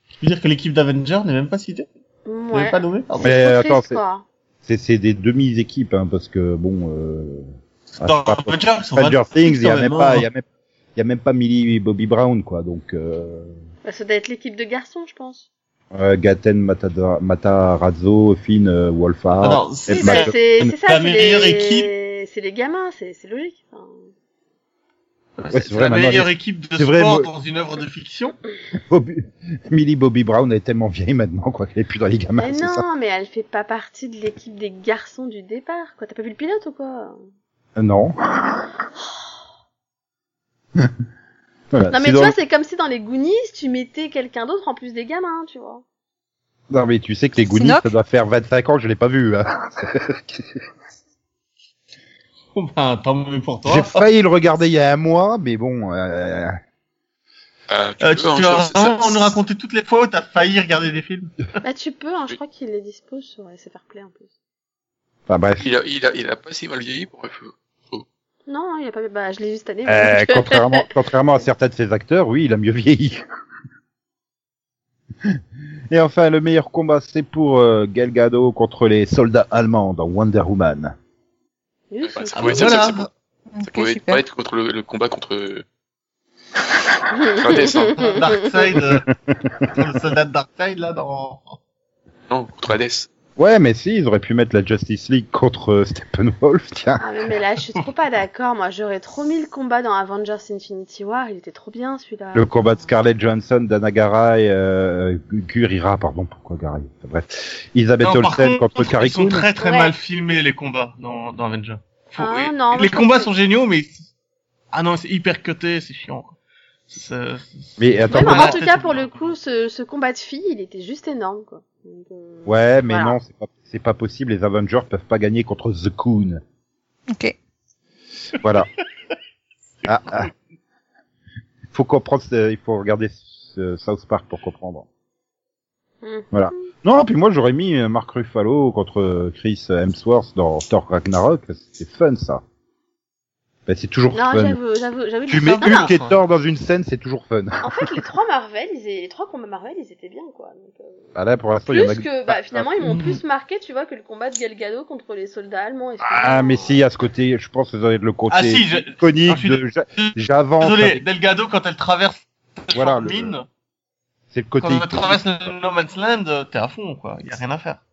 [SPEAKER 6] Tu veux dire que l'équipe d'Avengers n'est même pas citée Vous l'avez
[SPEAKER 3] Ouais.
[SPEAKER 6] pas nommée Pardon.
[SPEAKER 1] Mais,
[SPEAKER 3] C'est trop
[SPEAKER 1] attends,
[SPEAKER 3] triste,
[SPEAKER 1] c'est-
[SPEAKER 3] quoi.
[SPEAKER 1] C'est, c'est des demi-équipes, hein, parce que bon, euh, ah,
[SPEAKER 6] Dans
[SPEAKER 1] je sais pas,
[SPEAKER 6] Avengers, ils sont
[SPEAKER 1] Stranger
[SPEAKER 6] 26,
[SPEAKER 1] Things, il y a
[SPEAKER 6] quand
[SPEAKER 1] même
[SPEAKER 6] hein.
[SPEAKER 1] pas, il y a même, il y a même pas Millie et Bobby Brown, quoi, donc, euh,
[SPEAKER 3] Bah, ça doit être l'équipe de garçons, je pense.
[SPEAKER 1] euh, Gaten Matada- Matarazzo, Finn euh, Wolfhard.
[SPEAKER 6] Ah non,
[SPEAKER 1] Et
[SPEAKER 3] Oui,
[SPEAKER 6] c'est
[SPEAKER 3] bah,
[SPEAKER 1] Matt-
[SPEAKER 3] c'est c'est ça.
[SPEAKER 6] La
[SPEAKER 3] c'est
[SPEAKER 6] meilleure
[SPEAKER 3] les-
[SPEAKER 6] équipe.
[SPEAKER 3] C'est les gamins, c'est c'est logique. Enfin,
[SPEAKER 1] Ouais, c'est
[SPEAKER 6] C'est
[SPEAKER 1] vrai,
[SPEAKER 6] la
[SPEAKER 1] maintenant,
[SPEAKER 6] meilleure
[SPEAKER 1] les-
[SPEAKER 6] équipe de
[SPEAKER 1] c'est
[SPEAKER 6] sport
[SPEAKER 1] vrai, moi-
[SPEAKER 6] dans une œuvre de fiction.
[SPEAKER 1] Bobby- Millie Bobby Brown est tellement vieille maintenant, quoi, qu'elle est plus dans les gamins,
[SPEAKER 3] mais
[SPEAKER 1] Bah, c'est
[SPEAKER 3] non,
[SPEAKER 1] ça
[SPEAKER 3] mais elle fait pas partie de l'équipe des garçons du départ, quoi. T'as pas vu le pilote ou quoi
[SPEAKER 1] Euh, Non. Voilà, Bah,
[SPEAKER 3] Non,
[SPEAKER 1] c'est
[SPEAKER 3] mais tu
[SPEAKER 1] dans-
[SPEAKER 3] vois, c'est comme si dans les Goonies, tu mettais quelqu'un d'autre en plus des gamins, tu vois.
[SPEAKER 1] Non, mais tu sais que les
[SPEAKER 2] C'est
[SPEAKER 1] Goonies,
[SPEAKER 2] Noc
[SPEAKER 1] ça doit faire 25 ans que je l'ai pas vu. hein.
[SPEAKER 6] bah, tant mieux pour toi.
[SPEAKER 1] J'ai failli le regarder il y a un mois, mais bon. euh,
[SPEAKER 5] Ah, tu
[SPEAKER 6] Euh, tu
[SPEAKER 5] peux, hein,
[SPEAKER 6] tu
[SPEAKER 5] ça-
[SPEAKER 6] vas
[SPEAKER 5] ça-
[SPEAKER 6] vraiment nous raconter toutes les fois où t'as failli regarder des films.
[SPEAKER 3] bah, tu peux, hein, je crois qu'il les dispose sur SFR Play en plus.
[SPEAKER 1] Enfin bref.
[SPEAKER 5] Il a, il a, il a pas si mal vieilli pour un feu.
[SPEAKER 3] Non, il a pas. Bah, je l'ai vu cette année.
[SPEAKER 1] Euh,
[SPEAKER 3] donc-
[SPEAKER 1] contrairement, contrairement à certains de ses acteurs, oui, il a mieux vieilli. Et enfin, le meilleur combat, c'est pour euh, Galgado contre les soldats allemands dans Wonder Woman. Ah,
[SPEAKER 3] Oui,
[SPEAKER 5] Bah,
[SPEAKER 3] c'est-
[SPEAKER 5] ça pouvait,
[SPEAKER 6] bah
[SPEAKER 5] ça-
[SPEAKER 6] voilà.
[SPEAKER 5] ça- ça- ça
[SPEAKER 2] Ok,
[SPEAKER 5] pouvait
[SPEAKER 2] super.
[SPEAKER 5] pas être contre le, le combat contre Hades, hein.
[SPEAKER 6] Darkseid, euh, le soldat de Darkseid là dans.
[SPEAKER 5] non, contre Hades.
[SPEAKER 1] Ouais, mais si, ils auraient pu mettre la Justice League contre euh, Steppenwolf, tiens.
[SPEAKER 3] Ah, mais, mais là, je suis trop pas d'accord. Moi, j'aurais trop mis le combat dans Avengers Infinity War. Il était trop bien, celui-là.
[SPEAKER 1] Le combat de Scarlett Johansson, Dana Garay, euh, Gurira, pardon, pourquoi Garay Enfin, Bref. Isabelle
[SPEAKER 6] Non, par
[SPEAKER 1] Olsen
[SPEAKER 6] contre,
[SPEAKER 1] contre Carrie
[SPEAKER 6] ils sont
[SPEAKER 1] Coon.
[SPEAKER 6] très très
[SPEAKER 3] Ouais.
[SPEAKER 6] mal filmés les combats dans, dans Avenger. Faut-
[SPEAKER 3] Ah,
[SPEAKER 6] et-
[SPEAKER 3] non, moi,
[SPEAKER 6] les
[SPEAKER 3] je
[SPEAKER 6] combats
[SPEAKER 3] pense que-
[SPEAKER 6] sont géniaux, mais ah non, c'est hyper cuté, c'est chiant. quoi. C'est-
[SPEAKER 1] Mais attends,
[SPEAKER 3] Ouais, mais
[SPEAKER 1] comment-
[SPEAKER 3] en tout cas, pour le coup, ce, ce combat de filles, il était juste énorme, quoi. Donc, euh,
[SPEAKER 1] Ouais, mais
[SPEAKER 3] Voilà.
[SPEAKER 1] non, c'est pas, c'est pas possible. Les Avengers peuvent pas gagner contre The Coon.
[SPEAKER 2] Ok.
[SPEAKER 1] Voilà. ah, ah. Faut comprendre, ce- il faut regarder ce- South Park pour comprendre.
[SPEAKER 3] hmm.
[SPEAKER 1] Voilà. Non, puis moi j'aurais mis euh, Mark Ruffalo contre euh, Chris Hemsworth dans Thor Ragnarok. C'est fun ça. Ben, c'est toujours
[SPEAKER 3] Non,
[SPEAKER 1] fun.
[SPEAKER 3] j'avoue, j'avoue, j'avoue.
[SPEAKER 1] Tu
[SPEAKER 3] les-
[SPEAKER 1] mets
[SPEAKER 3] Non, non,
[SPEAKER 1] Hulk et
[SPEAKER 6] ça.
[SPEAKER 1] Thor dans une scène, c'est toujours fun.
[SPEAKER 3] En fait, les trois Marvel, ils étaient- les trois combats Marvel, ils étaient bien, quoi. Donc, euh,
[SPEAKER 1] Ah là, pour l'instant, il y en a
[SPEAKER 3] Plus que, bah, finalement, ils m'ont plus marqué, tu vois, que le combat de Galgado contre les soldats allemands.
[SPEAKER 1] Ah, mais si, à ce côté, je pense que vous avez le côté
[SPEAKER 6] Ah si, je...
[SPEAKER 1] iconique
[SPEAKER 6] Ah, je suis
[SPEAKER 1] de j'a-
[SPEAKER 6] je-
[SPEAKER 1] j'avance.
[SPEAKER 6] désolé,
[SPEAKER 1] avec-
[SPEAKER 6] Delgado quand elle traverse
[SPEAKER 1] Voilà,
[SPEAKER 6] voilà,
[SPEAKER 1] le-
[SPEAKER 6] mine,
[SPEAKER 1] C'est le côté.
[SPEAKER 6] quand elle
[SPEAKER 1] iconique.
[SPEAKER 6] traverse le No Man's Land, euh, t'es à fond quoi, y a rien à faire.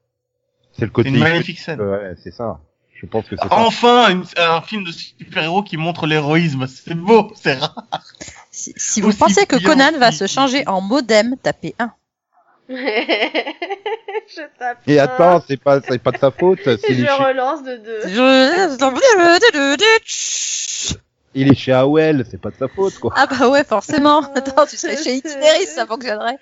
[SPEAKER 1] C'est le
[SPEAKER 6] C'est
[SPEAKER 1] côté.
[SPEAKER 6] une
[SPEAKER 1] iconique.
[SPEAKER 6] magnifique scène.
[SPEAKER 1] Ouais, c'est ça. Je pense que
[SPEAKER 6] euh,
[SPEAKER 1] c'est ça.
[SPEAKER 6] Enfin, une- un film de super-héros qui montre l'héroïsme, c'est beau, c'est rare.
[SPEAKER 2] Si, si vous
[SPEAKER 6] Aussi
[SPEAKER 2] pensez que
[SPEAKER 6] bien
[SPEAKER 2] Conan va
[SPEAKER 6] si-
[SPEAKER 2] se changer en modem, tapez 1.
[SPEAKER 3] je tape.
[SPEAKER 1] Et
[SPEAKER 3] un,
[SPEAKER 1] attends, c'est pas, c'est pas de sa faute.
[SPEAKER 3] et
[SPEAKER 1] Il
[SPEAKER 3] je
[SPEAKER 1] est, chez,
[SPEAKER 3] relance de deux.
[SPEAKER 1] il est chez AOL, c'est pas de sa faute, quoi.
[SPEAKER 2] Ah bah ouais, forcément. Attends, tu serais chez Itineris, ça fonctionnerait.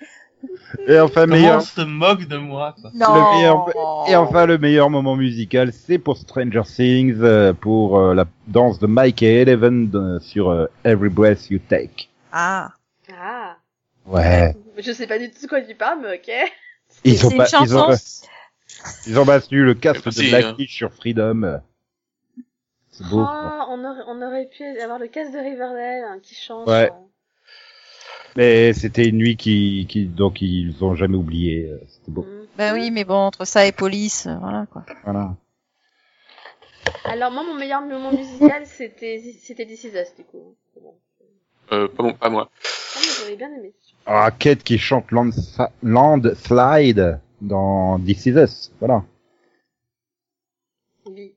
[SPEAKER 1] Et enfin,
[SPEAKER 6] Comment
[SPEAKER 1] meilleur,
[SPEAKER 6] on se moque de moi quoi.
[SPEAKER 2] Non.
[SPEAKER 1] meilleur- et enfin, le meilleur moment musical, c'est pour Stranger Things, euh, pour euh, la danse de Mike et Eleven de- sur euh, Every Breath You Take.
[SPEAKER 2] Ah.
[SPEAKER 3] Ah.
[SPEAKER 1] Ouais.
[SPEAKER 3] Je sais pas du tout de quoi tu parles, mais ok.
[SPEAKER 1] Ils
[SPEAKER 2] C'est
[SPEAKER 1] ont,
[SPEAKER 2] une
[SPEAKER 1] pas, ils,
[SPEAKER 2] chanson.
[SPEAKER 1] ont, ils ont battu le casque
[SPEAKER 5] Merci,
[SPEAKER 1] de Black
[SPEAKER 5] hein.
[SPEAKER 1] Keys sur Freedom. euh. C'est beau. quoi.
[SPEAKER 3] Ah, on, aurait, on aurait pu avoir le casse de Riverdale hein, qui change.
[SPEAKER 1] Ouais.
[SPEAKER 3] hein.
[SPEAKER 1] Mais c'était une nuit qui, qui, donc ils ont jamais oublié. euh, C'était beau.
[SPEAKER 3] Mm.
[SPEAKER 2] Bah oui, mais bon, entre ça et police, euh, voilà quoi.
[SPEAKER 1] Voilà.
[SPEAKER 3] Alors moi, mon meilleur moment musical, c'était c'était This Is Us, du coup. C'est bon.
[SPEAKER 5] Euh, pas, bon, pas moi.
[SPEAKER 3] Ah, mais j'aurais bien aimé.
[SPEAKER 1] Ah, Kate qui chante Lands- Landslide dans This Is Us, voilà.
[SPEAKER 3] Oui.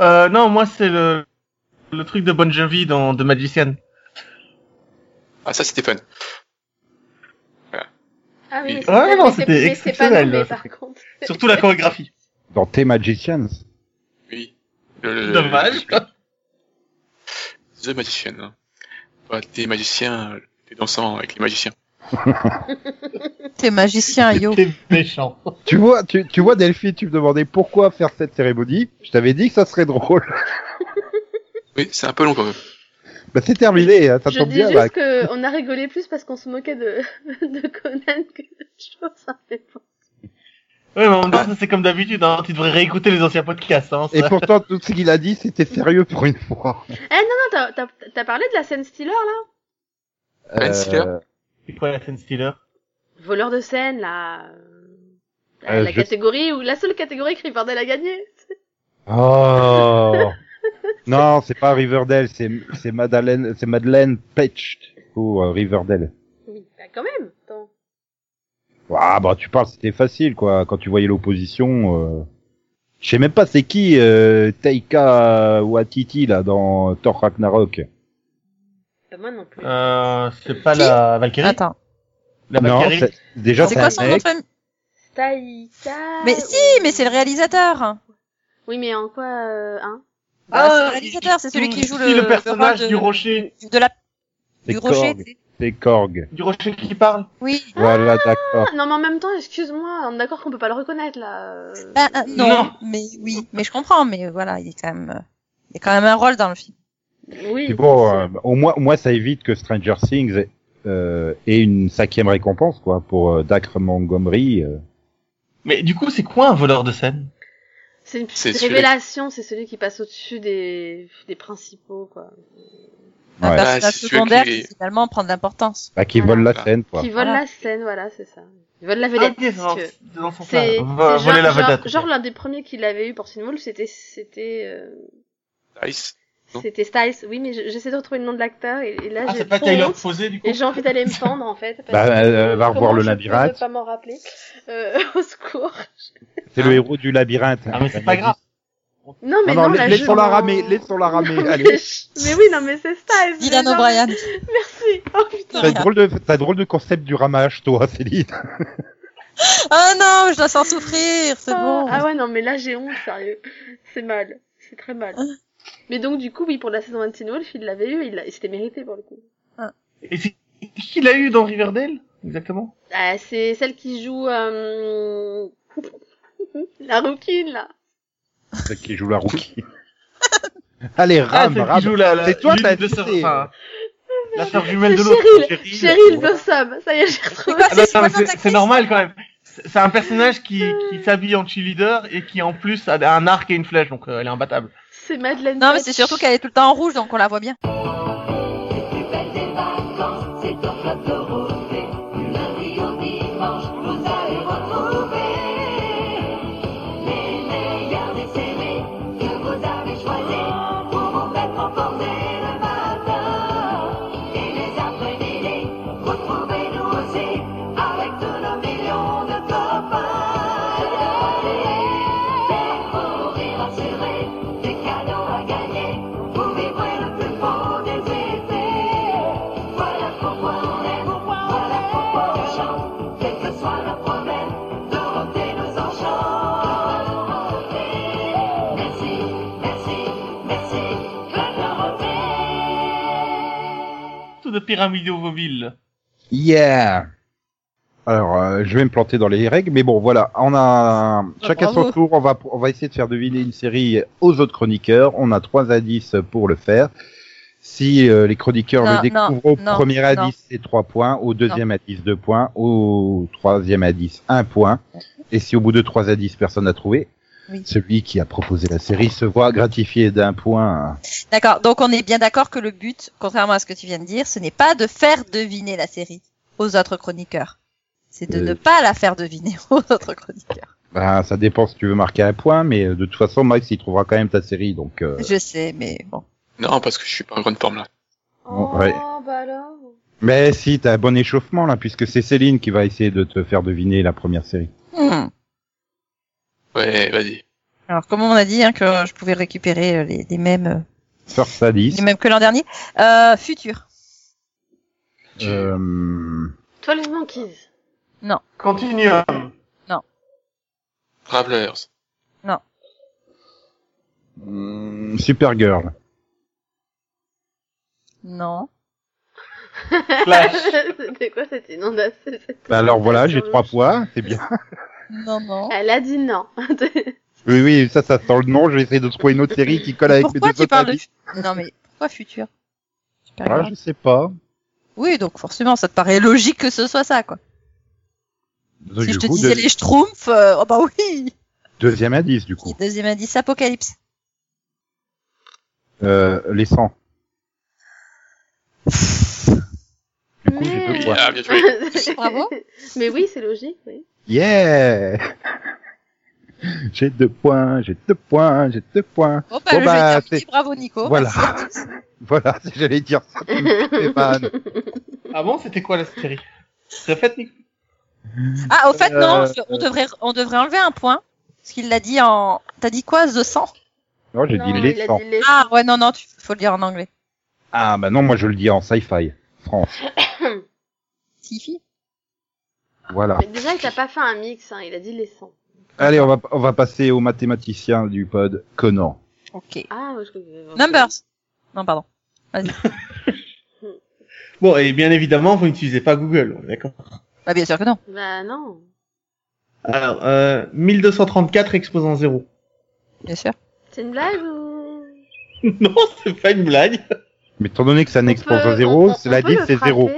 [SPEAKER 6] Euh, non, moi c'est le le truc de Bon Jovi dans The Magician.
[SPEAKER 5] Ah, ça, c'était fun.
[SPEAKER 3] Ah oui, mais c'est
[SPEAKER 6] Ouais,
[SPEAKER 3] vrai,
[SPEAKER 6] non,
[SPEAKER 3] mais
[SPEAKER 6] c'était
[SPEAKER 3] c'est- mais c'est pas
[SPEAKER 6] exceptionnel,
[SPEAKER 1] hein.
[SPEAKER 3] nommé
[SPEAKER 6] ça.
[SPEAKER 3] par contre.
[SPEAKER 6] Surtout la chorégraphie.
[SPEAKER 1] Dans The Magicians.
[SPEAKER 5] Oui. Le- le-
[SPEAKER 6] Dommage.
[SPEAKER 5] The Magician. Hein. Bah, t'es magicien, euh, t'es dansant avec les magiciens.
[SPEAKER 2] T'es magicien, yo.
[SPEAKER 6] T'es méchant.
[SPEAKER 1] Tu vois, tu, tu vois Delphine, tu me demandais pourquoi faire cette cérémonie. Je t'avais dit que ça serait drôle.
[SPEAKER 5] Oui, c'est un peu long quand même.
[SPEAKER 1] Bah c'est terminé, hein, ça
[SPEAKER 3] Je
[SPEAKER 1] tombe
[SPEAKER 3] dis
[SPEAKER 1] bien.
[SPEAKER 3] juste
[SPEAKER 1] là.
[SPEAKER 3] qu'on a rigolé plus parce qu'on se moquait de, de Conan que de choses. hein, mais bon.
[SPEAKER 6] Ouais, mais en même temps, ça, c'est comme d'habitude, hein. Tu devrais réécouter les anciens podcasts, hein. ça.
[SPEAKER 1] Et pourtant, tout ce qu'il a dit, c'était sérieux pour une fois.
[SPEAKER 3] Non, t'as- t'as t'as parlé de la scène Steeler là
[SPEAKER 5] Ben Stiller
[SPEAKER 3] Euh,
[SPEAKER 6] C'est quoi la scène Steeler?
[SPEAKER 3] Voleur de scène là. euh,
[SPEAKER 1] Euh,
[SPEAKER 3] la
[SPEAKER 1] je-
[SPEAKER 3] catégorie ou la seule catégorie que Riverdale a gagnée.
[SPEAKER 1] Oh Non, c'est pas Riverdale, c'est c'est Madeleine, c'est Madeleine Petch pour euh, Riverdale.
[SPEAKER 3] Oui, bah, quand même. Attends.
[SPEAKER 1] Ah bah tu parles, c'était facile quoi. Quand tu voyais l'opposition, euh... je sais même pas c'est qui euh, Taika Waititi là dans Thor Ragnarok.
[SPEAKER 3] Bah, moi non plus.
[SPEAKER 6] Euh, c'est pas
[SPEAKER 2] Qui
[SPEAKER 6] la Valkyrie
[SPEAKER 2] Attends.
[SPEAKER 6] La
[SPEAKER 1] non,
[SPEAKER 6] Valkyrie
[SPEAKER 1] c'est- déjà
[SPEAKER 2] C'est
[SPEAKER 1] c'est
[SPEAKER 2] quoi son
[SPEAKER 1] un
[SPEAKER 2] nom de
[SPEAKER 1] mec.
[SPEAKER 2] famille
[SPEAKER 3] Taika.
[SPEAKER 2] Mais si, mais c'est le réalisateur.
[SPEAKER 3] Oui, mais en quoi, euh, hein
[SPEAKER 2] Bah, c'est le
[SPEAKER 6] euh,
[SPEAKER 2] réalisateur, c'est celui qui joue
[SPEAKER 6] si,
[SPEAKER 2] le-
[SPEAKER 6] le
[SPEAKER 2] le rôle
[SPEAKER 6] personnage
[SPEAKER 2] de-
[SPEAKER 6] du rocher,
[SPEAKER 2] De la...
[SPEAKER 1] C'est
[SPEAKER 2] Du rocher.
[SPEAKER 1] Korg.
[SPEAKER 2] tu sais.
[SPEAKER 1] C'est Korg.
[SPEAKER 6] du rocher qui parle.
[SPEAKER 2] Oui.
[SPEAKER 1] Voilà, d'accord.
[SPEAKER 3] Non, mais en même temps, excuse-moi, on est d'accord qu'on peut pas le reconnaître, là. euh.
[SPEAKER 2] Bah, euh, non,
[SPEAKER 6] Non.
[SPEAKER 2] mais oui, mais je comprends, mais voilà, il est quand même, euh, il y a quand même un rôle dans le film.
[SPEAKER 3] Oui.
[SPEAKER 1] C'est bon, euh, au moins, au moins, ça évite que Stranger Things ait, euh, ait une cinquième récompense, quoi, pour euh, Dacre Montgomery. euh.
[SPEAKER 6] Mais du coup, c'est quoi un voleur de scène
[SPEAKER 3] C'est une
[SPEAKER 5] C'est
[SPEAKER 3] petite
[SPEAKER 5] celui-
[SPEAKER 3] révélation, c'est celui qui passe au-dessus des... des principaux, quoi.
[SPEAKER 2] Un
[SPEAKER 1] Ouais.
[SPEAKER 5] Bah,
[SPEAKER 2] personnage
[SPEAKER 5] c'est celui
[SPEAKER 2] secondaire
[SPEAKER 5] qui-
[SPEAKER 2] qui finalement prend de l'importance.
[SPEAKER 1] Bah, qui
[SPEAKER 3] Voilà.
[SPEAKER 1] vole la
[SPEAKER 5] Voilà.
[SPEAKER 1] scène, quoi.
[SPEAKER 3] Qui vole
[SPEAKER 2] Voilà.
[SPEAKER 3] la scène, voilà, c'est ça. Ils volent la
[SPEAKER 6] Ah,
[SPEAKER 3] vedette,
[SPEAKER 6] ok, c'est
[SPEAKER 3] si
[SPEAKER 6] dans,
[SPEAKER 3] tu veux.
[SPEAKER 6] c'est dans son
[SPEAKER 3] C'est c'est
[SPEAKER 6] plan. Vo-
[SPEAKER 3] genre,
[SPEAKER 6] Voler la
[SPEAKER 3] genre-
[SPEAKER 6] vedette. ok.
[SPEAKER 3] genre l'un des premiers qu'il avait eu pour Sinwolf, c'était c'était euh,
[SPEAKER 5] Nice. Non.
[SPEAKER 3] c'était Styles. Oui, mais je- j'essaie de retrouver le nom de l'acteur et, et là
[SPEAKER 6] Ah,
[SPEAKER 3] j'ai
[SPEAKER 6] c'est pas
[SPEAKER 3] trop
[SPEAKER 6] Tyler
[SPEAKER 3] honte.
[SPEAKER 6] Posé du coup
[SPEAKER 3] Et j'ai envie d'aller me pendre en fait. parce
[SPEAKER 1] Bah,
[SPEAKER 3] que
[SPEAKER 1] euh, va
[SPEAKER 3] comment
[SPEAKER 1] revoir le
[SPEAKER 3] je peux
[SPEAKER 1] labyrinthe.
[SPEAKER 3] ne pas m'en rappeler. Euh, au secours.
[SPEAKER 1] C'est le héros du labyrinthe. hein.
[SPEAKER 6] Ah, mais c'est pas grave.
[SPEAKER 3] Non mais
[SPEAKER 1] Non, non,
[SPEAKER 3] non, là,
[SPEAKER 1] la-
[SPEAKER 3] je-
[SPEAKER 1] laissons la ramer,
[SPEAKER 3] Non,
[SPEAKER 1] laissons la ramer,
[SPEAKER 3] mais
[SPEAKER 1] allez.
[SPEAKER 3] je- Mais oui, non mais c'est Styles.
[SPEAKER 2] Dylan
[SPEAKER 3] mais non,
[SPEAKER 2] O'Brien.
[SPEAKER 3] mais- Merci. Oh putain.
[SPEAKER 1] T'as drôle de, t'as drôle de concept du ramage, toi, Céline.
[SPEAKER 2] Oh non, je dois s'en souffrir, c'est bon.
[SPEAKER 3] Ah ouais non mais là j'ai honte sérieux. C'est mal. C'est très mal. Mais donc du coup oui pour la saison 1 de Teen Wolf il l'avait eu, il l'a- et c'était mérité pour le coup.
[SPEAKER 6] Et c'est qui l'a eu dans Riverdale Exactement.
[SPEAKER 3] Ah, c'est celle qui joue euh, la rouquine là.
[SPEAKER 1] Celle qui joue la rookie. Allez, rame,
[SPEAKER 6] ah, c'est
[SPEAKER 1] rame.
[SPEAKER 6] qui joue la, la
[SPEAKER 1] C'est toi,
[SPEAKER 6] l'une
[SPEAKER 1] t'as
[SPEAKER 6] de sœurs-
[SPEAKER 1] dit,
[SPEAKER 6] enfin, la sœur jumelle
[SPEAKER 3] C'est
[SPEAKER 6] de l'autre.
[SPEAKER 3] Cheryl, Cheryl Bossam. Ça y est, j'ai
[SPEAKER 1] bah,
[SPEAKER 3] retrouvé.
[SPEAKER 2] quoi
[SPEAKER 6] Ah, non,
[SPEAKER 2] C'est
[SPEAKER 6] non, mais
[SPEAKER 2] pas
[SPEAKER 6] c'est-
[SPEAKER 2] notre
[SPEAKER 6] c'est normal quand même. C'est c'est un personnage qui, qui s'habille en cheerleader et qui en plus a un arc et une flèche, donc euh, elle est imbattable.
[SPEAKER 3] C'est Madeleine.
[SPEAKER 2] Non, mais c'est surtout qu'elle est tout le temps en rouge, donc on la voit bien.
[SPEAKER 6] Tout de pyramidoville.
[SPEAKER 1] Yeah. Alors, euh, je vais me planter dans les règles, mais bon, voilà. On a chacun
[SPEAKER 2] Ah, bravo.
[SPEAKER 1] son tour. On va on va essayer de faire deviner une série aux autres chroniqueurs. On a trois indices pour le faire. Si euh, les chroniqueurs
[SPEAKER 2] Non,
[SPEAKER 1] le découvrent
[SPEAKER 2] non,
[SPEAKER 1] au
[SPEAKER 2] non,
[SPEAKER 1] premier
[SPEAKER 2] non.
[SPEAKER 1] indice, c'est trois points. Au deuxième indice, deux points. Au troisième indice, un point. Et si au bout de trois indices, personne n'a trouvé,
[SPEAKER 2] Oui.
[SPEAKER 1] celui qui a proposé la série se voit gratifié d'un point.
[SPEAKER 2] D'accord. Donc on est bien d'accord que le but, contrairement à ce que tu viens de dire, ce n'est pas de faire deviner la série aux autres chroniqueurs. C'est de
[SPEAKER 1] Euh.
[SPEAKER 2] ne pas la faire deviner aux autres chroniqueurs.
[SPEAKER 1] Ben, ça dépend si tu veux marquer un point, mais euh, de toute façon, Max, il trouvera quand même ta série, donc. euh,
[SPEAKER 2] Je sais, mais bon.
[SPEAKER 5] Non, parce que je suis pas en grande forme là.
[SPEAKER 3] Oh,
[SPEAKER 1] Ouais.
[SPEAKER 3] bah alors.
[SPEAKER 1] Mais si, t'as un bon échauffement là, puisque c'est Céline qui va essayer de te faire deviner la première série.
[SPEAKER 2] Hmm.
[SPEAKER 5] Ouais, vas-y.
[SPEAKER 2] Alors comme on a dit hein, que je pouvais récupérer euh, les, les mêmes, euh,
[SPEAKER 1] First Alice.
[SPEAKER 2] les mêmes que l'an dernier, euh, futur.
[SPEAKER 1] Euh...
[SPEAKER 3] Twelve Monkeys.
[SPEAKER 6] Continuum.
[SPEAKER 5] Travelers.
[SPEAKER 1] hmm, Supergirl.
[SPEAKER 2] Non.
[SPEAKER 6] Flash.
[SPEAKER 3] C'était quoi cette inondation cette-
[SPEAKER 1] Bah alors voilà, j'ai trois points, c'est bien.
[SPEAKER 2] Non, non.
[SPEAKER 3] Elle a dit non.
[SPEAKER 1] Oui, oui, ça, ça sent le nom. Je vais essayer de trouver une autre série qui colle avec
[SPEAKER 2] Pourquoi
[SPEAKER 1] les deux
[SPEAKER 2] tu
[SPEAKER 1] autres
[SPEAKER 2] parles de...
[SPEAKER 1] indices.
[SPEAKER 2] fu- Non mais pourquoi futur Super
[SPEAKER 1] Ah,
[SPEAKER 2] grave.
[SPEAKER 1] je sais pas.
[SPEAKER 2] Oui, donc forcément, ça te paraît logique que ce soit ça, quoi.
[SPEAKER 1] Donc,
[SPEAKER 2] si
[SPEAKER 1] du
[SPEAKER 2] je te
[SPEAKER 1] coup,
[SPEAKER 2] disais
[SPEAKER 1] deux-
[SPEAKER 2] les Schtroumpfs, euh, oh bah oui
[SPEAKER 1] Deuxième indice, du coup.
[SPEAKER 2] Deuxième indice, Apocalypse.
[SPEAKER 1] Euh, les 100. Du coup, j'ai deux
[SPEAKER 3] Merde.
[SPEAKER 5] Oui,
[SPEAKER 1] points.
[SPEAKER 5] ah, bien joué.
[SPEAKER 2] Bravo.
[SPEAKER 3] Mais oui, c'est logique, oui.
[SPEAKER 1] Yeah J'ai deux points, j'ai deux points, j'ai deux points.
[SPEAKER 2] Bon, bah,
[SPEAKER 1] Bon,
[SPEAKER 2] le
[SPEAKER 1] bah,
[SPEAKER 2] jeu est terminé.
[SPEAKER 1] c'est-
[SPEAKER 2] bravo Nico.
[SPEAKER 1] Voilà.
[SPEAKER 2] Merci à tous.
[SPEAKER 1] Voilà, si j'allais dire ça. tu me fais ban.
[SPEAKER 6] Ah bon, c'était quoi la série Répète, Nick.
[SPEAKER 2] Ah, au fait, non,
[SPEAKER 1] Euh,
[SPEAKER 2] je- on devrait, on devrait enlever un point. Parce qu'il l'a dit en, t'as dit quoi, The 100
[SPEAKER 1] Non, j'ai dit
[SPEAKER 3] Non,
[SPEAKER 1] les
[SPEAKER 3] il a
[SPEAKER 1] 100.
[SPEAKER 3] dit les-
[SPEAKER 2] Ah, ouais, non, non, tu, faut le dire en anglais.
[SPEAKER 1] Ah bah non, moi je le dis en sci-fi, France.
[SPEAKER 2] Sci-fi. Ah.
[SPEAKER 1] Voilà.
[SPEAKER 3] Mais déjà, il t'a pas fait un mix, hein, il a dit les 100.
[SPEAKER 1] Allez, on va, on va passer au mathématicien du pod, Conan.
[SPEAKER 2] Ok.
[SPEAKER 3] Ah, je crois
[SPEAKER 2] Numbers. Non, pardon.
[SPEAKER 6] Bon, et bien évidemment, vous n'utilisez pas Google, on est d'accord
[SPEAKER 2] Bah, bien sûr que non.
[SPEAKER 3] Bah non.
[SPEAKER 6] Alors, euh, 1234 exposant 0.
[SPEAKER 2] Bien sûr.
[SPEAKER 3] C'est une blague ou...
[SPEAKER 6] non, c'est pas une blague.
[SPEAKER 1] Mais étant donné que ça n'expose
[SPEAKER 3] On peut-
[SPEAKER 1] à zéro,
[SPEAKER 3] on- on-
[SPEAKER 1] cela
[SPEAKER 3] on peut
[SPEAKER 1] dit,
[SPEAKER 3] le
[SPEAKER 1] c'est zéro.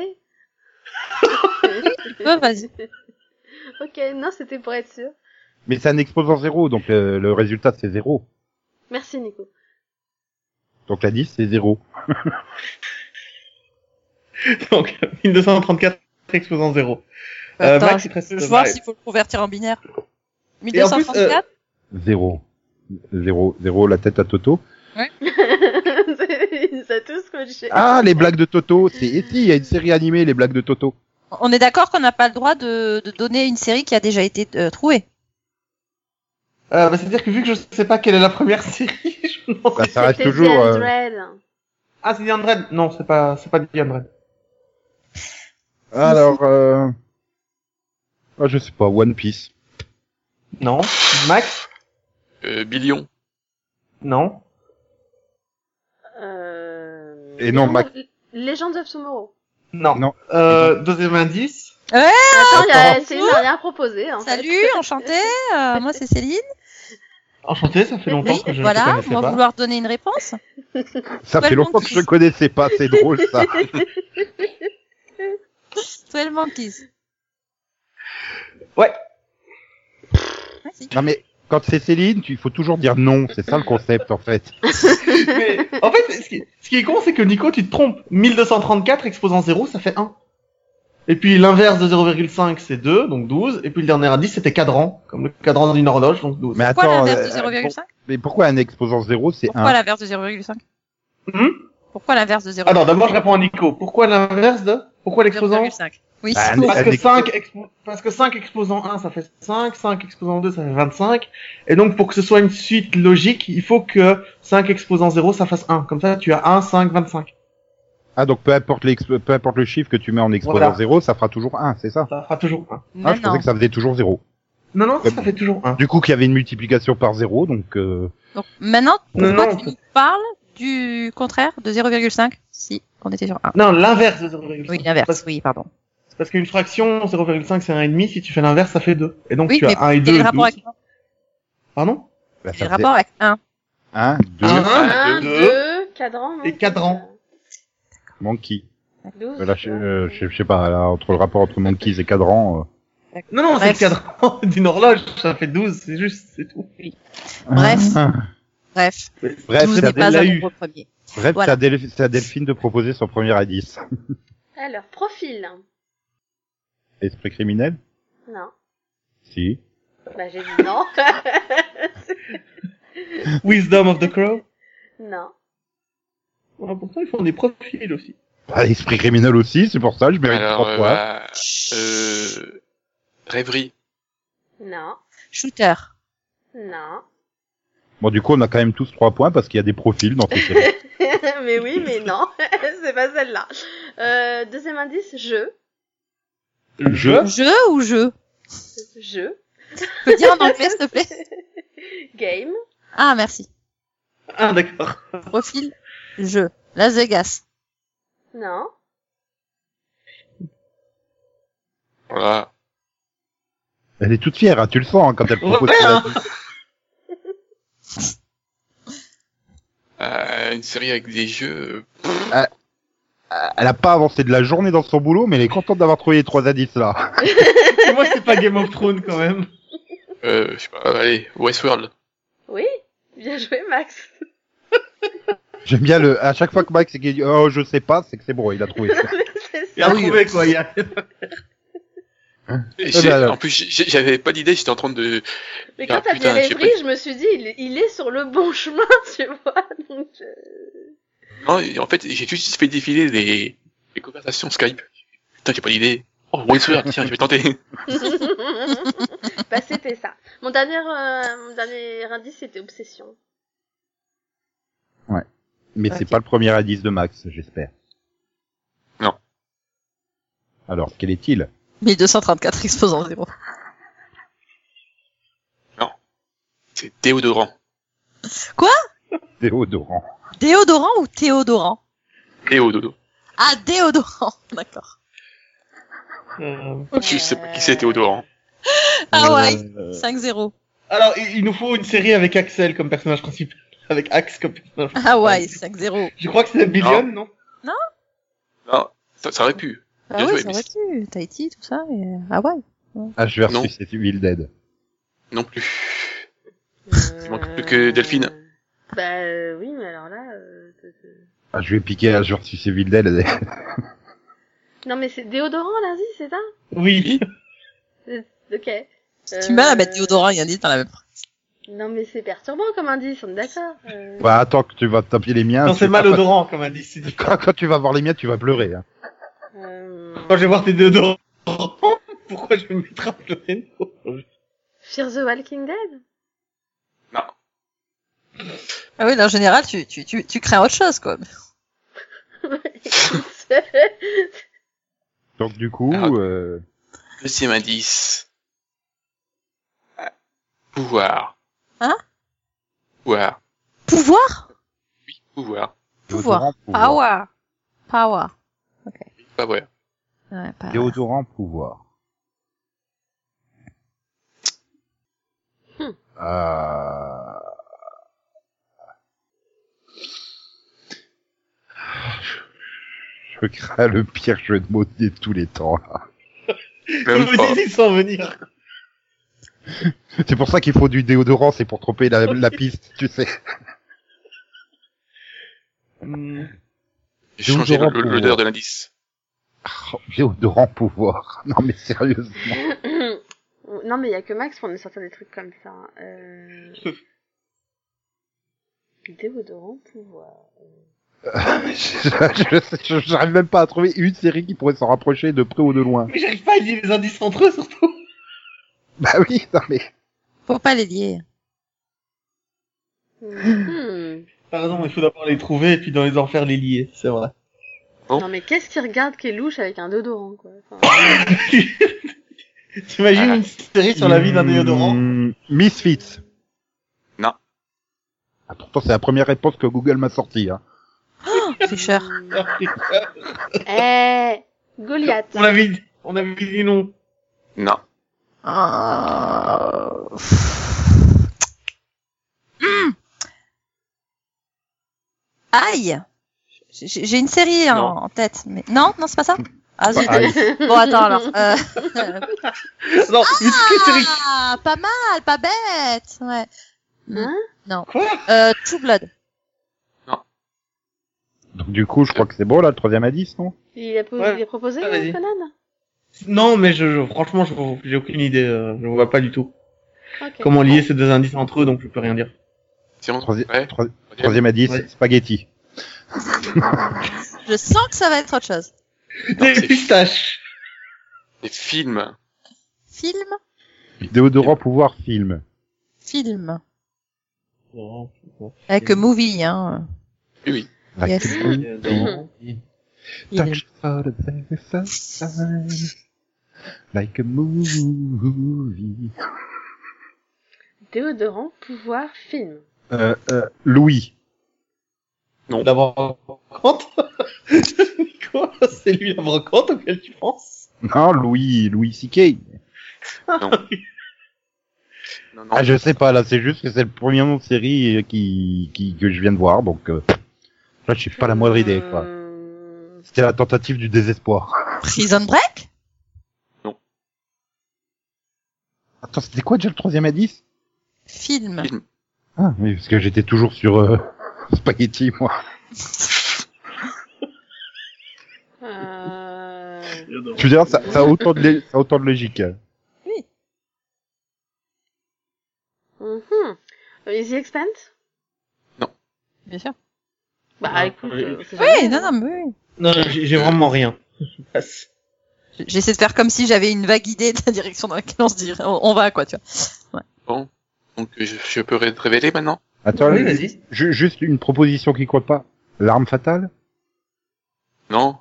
[SPEAKER 3] frapper
[SPEAKER 6] Euh,
[SPEAKER 2] peux, vas-y.
[SPEAKER 3] Ok, non, c'était pour être sûr.
[SPEAKER 1] Mais ça n'expose en zéro, donc euh, le résultat c'est zéro.
[SPEAKER 3] Merci, Nico.
[SPEAKER 1] Donc la 10 c'est zéro.
[SPEAKER 6] Donc, 1234 exposant 0. Euh,
[SPEAKER 2] Attends,
[SPEAKER 6] Max,
[SPEAKER 2] je,
[SPEAKER 6] presque
[SPEAKER 2] je vois
[SPEAKER 6] mal.
[SPEAKER 2] s'il faut le convertir en binaire.
[SPEAKER 6] Et euh, en plus,
[SPEAKER 2] 1234
[SPEAKER 1] Zéro. Zéro, zéro, la tête à Toto.
[SPEAKER 3] Ils nous a tous coaché.
[SPEAKER 1] Ah, les blagues de Toto, c'est et si, il y a une série animée, les blagues de Toto.
[SPEAKER 2] On est d'accord qu'on n'a pas le droit de, de donner une série qui a déjà été euh, trouée.
[SPEAKER 6] Euh, bah, C'est-à-dire que vu que je sais pas quelle est la première série, je n'en
[SPEAKER 1] Bah,
[SPEAKER 6] sais
[SPEAKER 1] ça reste
[SPEAKER 3] C'était
[SPEAKER 1] toujours.
[SPEAKER 3] The
[SPEAKER 1] euh,
[SPEAKER 3] Andred.
[SPEAKER 6] Ah, c'est Diandred Non, c'est pas, c'est pas Diandred.
[SPEAKER 1] Alors, euh... ah, je sais pas, One Piece.
[SPEAKER 6] Non. Max
[SPEAKER 5] Euh, Billion.
[SPEAKER 6] Non.
[SPEAKER 3] Euh...
[SPEAKER 1] Et non,
[SPEAKER 3] Légende
[SPEAKER 1] Mac-
[SPEAKER 3] of- Legends of Tomorrow.
[SPEAKER 6] Non.
[SPEAKER 1] Non.
[SPEAKER 6] Euh, deuxième indice.
[SPEAKER 3] Attends, il y a... c'est- j'ai rien proposé. Hein.
[SPEAKER 2] Ah, Salut, enchanté. euh, moi, c'est Céline.
[SPEAKER 6] Enchanté, ça fait longtemps
[SPEAKER 2] Oui,
[SPEAKER 6] que je ne te
[SPEAKER 2] voilà.
[SPEAKER 6] connaissais
[SPEAKER 2] On va
[SPEAKER 6] pas.
[SPEAKER 2] vouloir donner une réponse.
[SPEAKER 1] Ça
[SPEAKER 2] One
[SPEAKER 1] fait longtemps que
[SPEAKER 2] Piece.
[SPEAKER 1] je connaissais pas, c'est drôle ça.
[SPEAKER 2] Twelve Monkeys.
[SPEAKER 6] Ouais.
[SPEAKER 2] Merci.
[SPEAKER 1] Non mais quand c'est Céline, tu- il faut toujours dire non, c'est ça le concept en fait.
[SPEAKER 6] Mais, en fait, ce qui, ce qui est con, c'est que Nico, tu te trompes. 1234 exposant 0, ça fait 1. Et puis l'inverse de 0,5, c'est 2, donc 12. Et puis le dernier indice, c'était cadran, comme le cadran d'une horloge, donc 12.
[SPEAKER 1] Mais
[SPEAKER 2] Pourquoi
[SPEAKER 1] attends,
[SPEAKER 2] l'inverse de
[SPEAKER 1] euh,
[SPEAKER 2] 0,5
[SPEAKER 1] mais pourquoi un exposant zéro c'est
[SPEAKER 2] Pourquoi
[SPEAKER 1] 1
[SPEAKER 2] l'inverse de 0,5
[SPEAKER 6] Hmm
[SPEAKER 2] Pourquoi l'inverse de 0,5
[SPEAKER 6] Ah non, d'abord je réponds à Nico. Pourquoi l'inverse de Pourquoi l'exposant
[SPEAKER 2] 0,5. Oui.
[SPEAKER 1] Bah,
[SPEAKER 2] c'est pour-
[SPEAKER 1] mais-
[SPEAKER 6] parce que,
[SPEAKER 1] Avec-
[SPEAKER 6] 5 expo- parce que 5 exposant 1, ça fait 5, 5 exposant 2, ça fait 25. Et donc, pour que ce soit une suite logique, il faut que 5 exposant 0, ça fasse 1. Comme ça, tu as 1, 5, 25.
[SPEAKER 1] Ah donc peu importe, l'expo- peu importe le chiffre que tu mets en exposant
[SPEAKER 6] Voilà.
[SPEAKER 1] zéro, ça fera toujours 1, c'est ça
[SPEAKER 6] Ça fera toujours 1.
[SPEAKER 1] Ah,
[SPEAKER 2] Mais
[SPEAKER 1] je pensais
[SPEAKER 2] non.
[SPEAKER 1] que ça faisait toujours zéro.
[SPEAKER 6] Non, non, ça,
[SPEAKER 1] Ouais.
[SPEAKER 6] ça fait toujours 1.
[SPEAKER 1] Du coup qu'il y avait une multiplication par zéro, donc euh,
[SPEAKER 2] Donc, maintenant,
[SPEAKER 6] Non,
[SPEAKER 2] pourquoi
[SPEAKER 6] non,
[SPEAKER 2] tu nous parles du contraire de 0,5 Si, on était sur 1.
[SPEAKER 6] Non, l'inverse de 0,5.
[SPEAKER 2] Oui, l'inverse.
[SPEAKER 6] Parce,
[SPEAKER 2] Oui, pardon.
[SPEAKER 6] parce qu'une fraction, 0,5, c'est 1,5. Si tu fais l'inverse, ça fait 2. Et donc,
[SPEAKER 2] Oui,
[SPEAKER 6] tu
[SPEAKER 2] mais
[SPEAKER 6] as 1 et 2.
[SPEAKER 2] Quel est le rapport
[SPEAKER 6] 12.
[SPEAKER 2] avec,
[SPEAKER 6] Pardon
[SPEAKER 1] bah,
[SPEAKER 2] quel est
[SPEAKER 1] ça
[SPEAKER 2] le rapport avec 1
[SPEAKER 1] 1, 2,
[SPEAKER 2] Ah.
[SPEAKER 6] Un,
[SPEAKER 3] 1,
[SPEAKER 6] deux,
[SPEAKER 3] 2, cadran.
[SPEAKER 6] et cadran.
[SPEAKER 1] Monkey.
[SPEAKER 3] Douze,
[SPEAKER 1] Là, je, euh, je- je sais pas, là, entre le rapport entre Monkeys et Cadran... euh,
[SPEAKER 6] Non, non, c'est le
[SPEAKER 2] Bref.
[SPEAKER 6] cadran d'une horloge, ça fait 12, c'est juste, c'est tout.
[SPEAKER 2] Bref. Bref,
[SPEAKER 1] Ah. Bref,
[SPEAKER 2] 12
[SPEAKER 1] c'est à,
[SPEAKER 2] n'est
[SPEAKER 1] Del-
[SPEAKER 2] pas
[SPEAKER 6] l'a
[SPEAKER 2] un
[SPEAKER 6] eu.
[SPEAKER 2] nombre premier.
[SPEAKER 1] bref,
[SPEAKER 2] Voilà.
[SPEAKER 1] c'est à Del- c'est à Delphine de proposer son premier indice.
[SPEAKER 3] Alors, profil.
[SPEAKER 1] Esprit criminel
[SPEAKER 3] Non.
[SPEAKER 1] Si.
[SPEAKER 3] Bah, j'ai dit non.
[SPEAKER 6] Wisdom of the Crow.
[SPEAKER 3] non.
[SPEAKER 6] Ouais, pourtant, ils font des profils aussi.
[SPEAKER 1] Bah, esprit criminel aussi, c'est pour ça, je mérite
[SPEAKER 5] Alors,
[SPEAKER 1] trois
[SPEAKER 5] euh,
[SPEAKER 1] points.
[SPEAKER 5] bah, euh, Rêverie.
[SPEAKER 3] Non.
[SPEAKER 2] Shooter.
[SPEAKER 3] Non.
[SPEAKER 1] Bon, du coup, on a quand même tous trois points parce qu'il y a des profils dans ces séries.
[SPEAKER 3] mais oui, mais non. c'est pas celle-là. Euh, deuxième indice, jeu.
[SPEAKER 1] Je
[SPEAKER 2] Jeu ou jeu
[SPEAKER 3] Jeu.
[SPEAKER 2] Tu peux dire en anglais, s'il te plaît
[SPEAKER 3] Game.
[SPEAKER 2] Ah, merci.
[SPEAKER 6] Ah, d'accord.
[SPEAKER 2] Profil, jeu. Las Vegas.
[SPEAKER 3] Non.
[SPEAKER 5] Voilà.
[SPEAKER 1] Elle est toute fière, hein, tu le sens hein, quand elle propose.
[SPEAKER 6] Ouais,
[SPEAKER 1] son
[SPEAKER 6] hein.
[SPEAKER 1] indice.
[SPEAKER 5] Euh, une série avec des jeux.
[SPEAKER 1] Elle a pas avancé de la journée dans son boulot, mais elle est contente d'avoir trouvé les trois indices là.
[SPEAKER 6] Pour moi, c'est pas Game of Thrones, quand même.
[SPEAKER 5] Euh, je sais pas, allez, Westworld.
[SPEAKER 3] Oui. Bien joué, Max.
[SPEAKER 1] J'aime bien le. À chaque fois que Max dit oh je sais pas, c'est que c'est bon, il a trouvé.
[SPEAKER 3] C'est
[SPEAKER 6] Il a
[SPEAKER 3] ça.
[SPEAKER 6] trouvé, quoi, il y a...
[SPEAKER 5] Et j'ai-
[SPEAKER 1] ben alors.
[SPEAKER 5] en plus, j'ai- j'avais pas d'idée, j'étais en train de.
[SPEAKER 3] Mais
[SPEAKER 5] Ah,
[SPEAKER 3] quand t'as dit
[SPEAKER 5] putain, j'ai
[SPEAKER 3] rêverie,
[SPEAKER 5] pas-
[SPEAKER 3] je me suis dit, il est, il est sur le bon chemin, tu vois. Donc, euh,
[SPEAKER 5] Non, et en fait, j'ai juste fait défiler les, les conversations Skype. Putain, j'ai pas d'idée. Oh, Westworld, tiens, je vais tenter.
[SPEAKER 3] bah, c'était ça. Mon dernier, euh, mon dernier indice, c'était obsession.
[SPEAKER 1] Mais c'est
[SPEAKER 3] Ok.
[SPEAKER 1] pas le premier indice de Max, j'espère.
[SPEAKER 5] Non.
[SPEAKER 1] Alors, quel est-il
[SPEAKER 2] 1234 exposants zéro.
[SPEAKER 5] C'est déodorant.
[SPEAKER 1] Déodorant.
[SPEAKER 2] Déodorant ou théodorant
[SPEAKER 5] Déodorant.
[SPEAKER 2] Ah, déodorant, d'accord.
[SPEAKER 5] Je sais pas qui c'est Théodorant.
[SPEAKER 2] Ah ouais,
[SPEAKER 6] Euh,
[SPEAKER 2] 5-0.
[SPEAKER 6] Alors, il il nous faut une série avec Axel comme personnage principal. Avec Axe comme personnage principal.
[SPEAKER 2] Ah ouais, 5-0.
[SPEAKER 6] Je crois que c'est Billion, non
[SPEAKER 5] Non, ça, ça aurait pu.
[SPEAKER 2] Ah
[SPEAKER 5] Bien
[SPEAKER 2] ouais,
[SPEAKER 5] joué,
[SPEAKER 2] ça
[SPEAKER 5] mais
[SPEAKER 2] aurait pu. Tahiti, tout ça, et... euh, Ah ouais.
[SPEAKER 1] Ash versus
[SPEAKER 5] Non.
[SPEAKER 1] Evil Dead.
[SPEAKER 5] Non plus.
[SPEAKER 3] Il
[SPEAKER 5] manque plus que Delphine.
[SPEAKER 3] Euh, Bah euh, oui, mais alors là. euh, c'est- c'est-
[SPEAKER 1] Ah, je vais piquer Ash versus Evil Dead.
[SPEAKER 3] Non, mais c'est déodorant lundi, c'est ça
[SPEAKER 6] Oui.
[SPEAKER 3] Ok. Euh,
[SPEAKER 2] Tu m'as à mettre déodorant et indice dans la même phrase.
[SPEAKER 3] Non, mais c'est perturbant comme indice, on est d'accord. Euh,
[SPEAKER 1] bah, attends que tu vas taper les miens.
[SPEAKER 6] Non,
[SPEAKER 1] tu
[SPEAKER 6] Ah, c'est
[SPEAKER 1] vas-
[SPEAKER 6] malodorant comme indice.
[SPEAKER 1] Quand, quand tu vas voir les miens, tu vas pleurer. Hein.
[SPEAKER 3] euh,
[SPEAKER 6] Quand je vais voir tes déodorants, pourquoi je vais me mettre à pleurer
[SPEAKER 3] Fear the Walking Dead
[SPEAKER 2] Ah oui, mais en général, tu, tu, tu, tu crées autre chose, quoi.
[SPEAKER 1] Donc, du coup,
[SPEAKER 5] Ah, ok.
[SPEAKER 1] euh,
[SPEAKER 5] Deuxième indice. Ah, Pouvoir.
[SPEAKER 2] Hein
[SPEAKER 5] Pouvoir.
[SPEAKER 2] Pouvoir
[SPEAKER 5] Oui, pouvoir.
[SPEAKER 2] Pouvoir.
[SPEAKER 1] déodorant, pouvoir.
[SPEAKER 2] Power. Power.
[SPEAKER 5] Oui, Pas vrai.
[SPEAKER 2] Ouais, pas...
[SPEAKER 1] Déodorant, pouvoir.
[SPEAKER 3] Hmm.
[SPEAKER 1] Euh... Je crains le pire jeu de mots de tous les temps. là.
[SPEAKER 5] Même pas.
[SPEAKER 6] Ils sont venir.
[SPEAKER 1] C'est pour ça qu'il faut du déodorant, c'est pour tromper la, la piste, tu sais.
[SPEAKER 5] J'ai changé
[SPEAKER 1] Déodorant,
[SPEAKER 5] le- le-
[SPEAKER 1] pouvoir.
[SPEAKER 5] l'odeur de l'indice.
[SPEAKER 1] Oh, déodorant, pouvoir. Non mais sérieusement.
[SPEAKER 3] Non, mais il y a que Max pour nous sortir des trucs comme ça. Euh... Déodorant pouvoir.
[SPEAKER 1] Je- je- je- je- J'arrive même pas à trouver une série qui pourrait s'en rapprocher de près ou de loin.
[SPEAKER 6] Mais j'arrive pas à lier les indices entre eux, surtout.
[SPEAKER 1] Bah oui, non mais...
[SPEAKER 2] Faut pas les lier.
[SPEAKER 3] Hmm.
[SPEAKER 6] T'as raison, il faut d'abord les trouver et puis dans les enfers les lier, c'est vrai.
[SPEAKER 5] Bon.
[SPEAKER 3] Non, mais qu'est-ce qu'il regarde qui est louche avec un déodorant, quoi Enfin,
[SPEAKER 6] T'imagines une série sur la vie d'un déodorant
[SPEAKER 1] Hmm, Misfits.
[SPEAKER 5] Non.
[SPEAKER 1] Ah, pourtant, c'est la première réponse que Google m'a sortie. Hein.
[SPEAKER 2] C'est cher.
[SPEAKER 3] Eh Goliath
[SPEAKER 6] On avait dit, on avait dit non.
[SPEAKER 5] Non.
[SPEAKER 2] Ah. Hmm. Aïe J'ai j'ai une série en,
[SPEAKER 5] Non.
[SPEAKER 2] en tête, mais non, non, c'est pas ça. Ah zut.
[SPEAKER 1] Aïe.
[SPEAKER 2] Bon, attends alors. Euh,
[SPEAKER 6] Non, une série.
[SPEAKER 2] Ah, pas mal, pas bête. Ouais.
[SPEAKER 3] Hein
[SPEAKER 2] non.
[SPEAKER 6] Quoi
[SPEAKER 2] Euh, True Blood.
[SPEAKER 1] Donc, du coup, je crois que c'est bon, là, le troisième à 10, non
[SPEAKER 3] Il a, po-
[SPEAKER 6] Ouais.
[SPEAKER 3] il a proposé
[SPEAKER 6] Ah, vas-y.
[SPEAKER 3] Conan
[SPEAKER 6] Non, mais je, je- franchement, je, j'ai aucune idée, euh, je vois pas du tout
[SPEAKER 3] Ok.
[SPEAKER 6] comment lier ces deux indices entre eux, donc je peux rien dire.
[SPEAKER 5] C'est bon
[SPEAKER 1] Troisième-
[SPEAKER 5] Ouais.
[SPEAKER 1] troi-
[SPEAKER 5] troisième.
[SPEAKER 1] Troisième à 10,
[SPEAKER 6] Ouais.
[SPEAKER 1] spaghetti.
[SPEAKER 2] Je sens que ça va être autre chose.
[SPEAKER 5] Non,
[SPEAKER 6] Des
[SPEAKER 5] c'est-
[SPEAKER 6] pistaches.
[SPEAKER 5] Les films.
[SPEAKER 2] Film,
[SPEAKER 1] Déodorant, pouvoir, film.
[SPEAKER 2] film. Avec movie, hein.
[SPEAKER 5] Oui, oui.
[SPEAKER 1] La
[SPEAKER 2] Yes.
[SPEAKER 1] cuisine.
[SPEAKER 2] Il
[SPEAKER 1] Touch for the very first time. Like a movie.
[SPEAKER 3] Déodorant, pouvoir, film.
[SPEAKER 1] Euh, euh, Louis.
[SPEAKER 6] D'abord, brocante. Quoi C'est lui la brocante auquel tu penses
[SPEAKER 1] Non, Louis, Louis C.K.
[SPEAKER 5] Non, non.
[SPEAKER 1] Ah, je sais pas, là, c'est juste que c'est le premier nom de série euh, qui, qui, que je viens de voir, donc, euh, là, je sais pas la moindre idée, quoi.
[SPEAKER 3] Euh,
[SPEAKER 1] C'était la tentative du désespoir.
[SPEAKER 2] Prison Break
[SPEAKER 1] Attends, c'était quoi déjà le troisième à 10
[SPEAKER 2] Film.
[SPEAKER 5] Film.
[SPEAKER 1] Ah, oui, parce que j'étais toujours sur euh, Spaghetti, moi.
[SPEAKER 3] euh,
[SPEAKER 1] Je veux dire, ça, ça a, autant de lé- ça a autant de logique.
[SPEAKER 3] mhm. Euh, The Expanse
[SPEAKER 2] Bien sûr.
[SPEAKER 3] Bah
[SPEAKER 6] Non,
[SPEAKER 3] écoute,
[SPEAKER 6] oui.
[SPEAKER 3] euh, c'est
[SPEAKER 2] Oui,
[SPEAKER 3] jamais,
[SPEAKER 2] non,
[SPEAKER 3] hein.
[SPEAKER 2] non, mais oui.
[SPEAKER 6] Non, j'ai j'ai vraiment rien. Je passe.
[SPEAKER 2] J- J'essaie de faire comme si j'avais une vague idée de la direction dans laquelle on se dirait. On, on va, quoi, tu vois.
[SPEAKER 5] Donc, je, je peux ré- révéler maintenant
[SPEAKER 1] Attends,
[SPEAKER 6] Oui, vas-y.
[SPEAKER 1] ju- juste une proposition qui compte pas. L'arme fatale
[SPEAKER 5] Non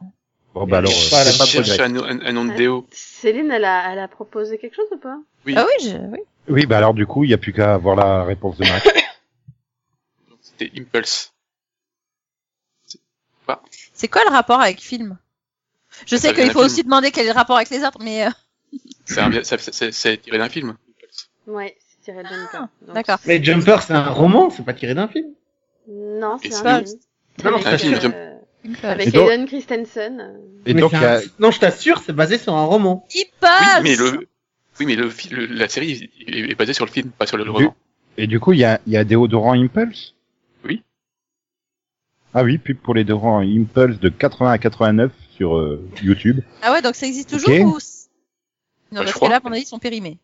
[SPEAKER 1] Bon, bah alors,
[SPEAKER 5] Je
[SPEAKER 1] euh, c'est pas de
[SPEAKER 5] cherche
[SPEAKER 1] regret.
[SPEAKER 5] un, un, un nom de déo.
[SPEAKER 3] Céline, elle a, elle a proposé quelque chose ou pas
[SPEAKER 5] Oui.
[SPEAKER 2] Ah oui, je... oui.
[SPEAKER 1] Oui, bah alors, du coup, il n'y a plus qu'à avoir la réponse de Max.
[SPEAKER 5] C'était Impulse.
[SPEAKER 2] C'est quoi le rapport avec film Je sais
[SPEAKER 5] Ça
[SPEAKER 2] qu'il
[SPEAKER 5] vient
[SPEAKER 2] faut
[SPEAKER 5] d'un
[SPEAKER 2] aussi demander quel est le rapport avec les autres, mais euh,
[SPEAKER 5] C'est un- ça- ça- ça- C'est tiré d'un film. Impulse.
[SPEAKER 3] Ouais, c'est tiré de Jumper. Donc-
[SPEAKER 2] Ah, d'accord.
[SPEAKER 6] Mais Jumper, c'est un roman, c'est pas tiré d'un film.
[SPEAKER 3] Non,
[SPEAKER 5] Et
[SPEAKER 3] c'est
[SPEAKER 5] c'est
[SPEAKER 3] un
[SPEAKER 5] un-
[SPEAKER 3] film.
[SPEAKER 6] Non, non,
[SPEAKER 3] Avec,
[SPEAKER 5] c'est un film,
[SPEAKER 3] euh,
[SPEAKER 1] Et
[SPEAKER 3] Avec
[SPEAKER 1] donc-
[SPEAKER 3] Hayden Christensen. euh,
[SPEAKER 1] Et
[SPEAKER 6] Mais
[SPEAKER 1] donc,
[SPEAKER 6] c'est
[SPEAKER 1] il
[SPEAKER 6] un-
[SPEAKER 1] y a-
[SPEAKER 6] Non, je t'assure, c'est basé sur un roman.
[SPEAKER 2] Qui
[SPEAKER 5] Oui,
[SPEAKER 2] passe
[SPEAKER 5] mais le, oui, mais le, fi- le- la série est, est basée sur le film, pas sur le
[SPEAKER 1] Du-
[SPEAKER 5] roman.
[SPEAKER 1] et du coup, il y a, il y a déodorant Impulse
[SPEAKER 5] Oui.
[SPEAKER 1] Ah oui, pub pour les déodorants Impulse de 80 à 89 sur euh, YouTube.
[SPEAKER 2] Ah ouais, donc ça existe toujours
[SPEAKER 1] Ok.
[SPEAKER 2] ou c- Non,
[SPEAKER 5] Bah, je
[SPEAKER 2] parce que
[SPEAKER 5] crois.
[SPEAKER 2] là, pour mon avis, ils sont périmés.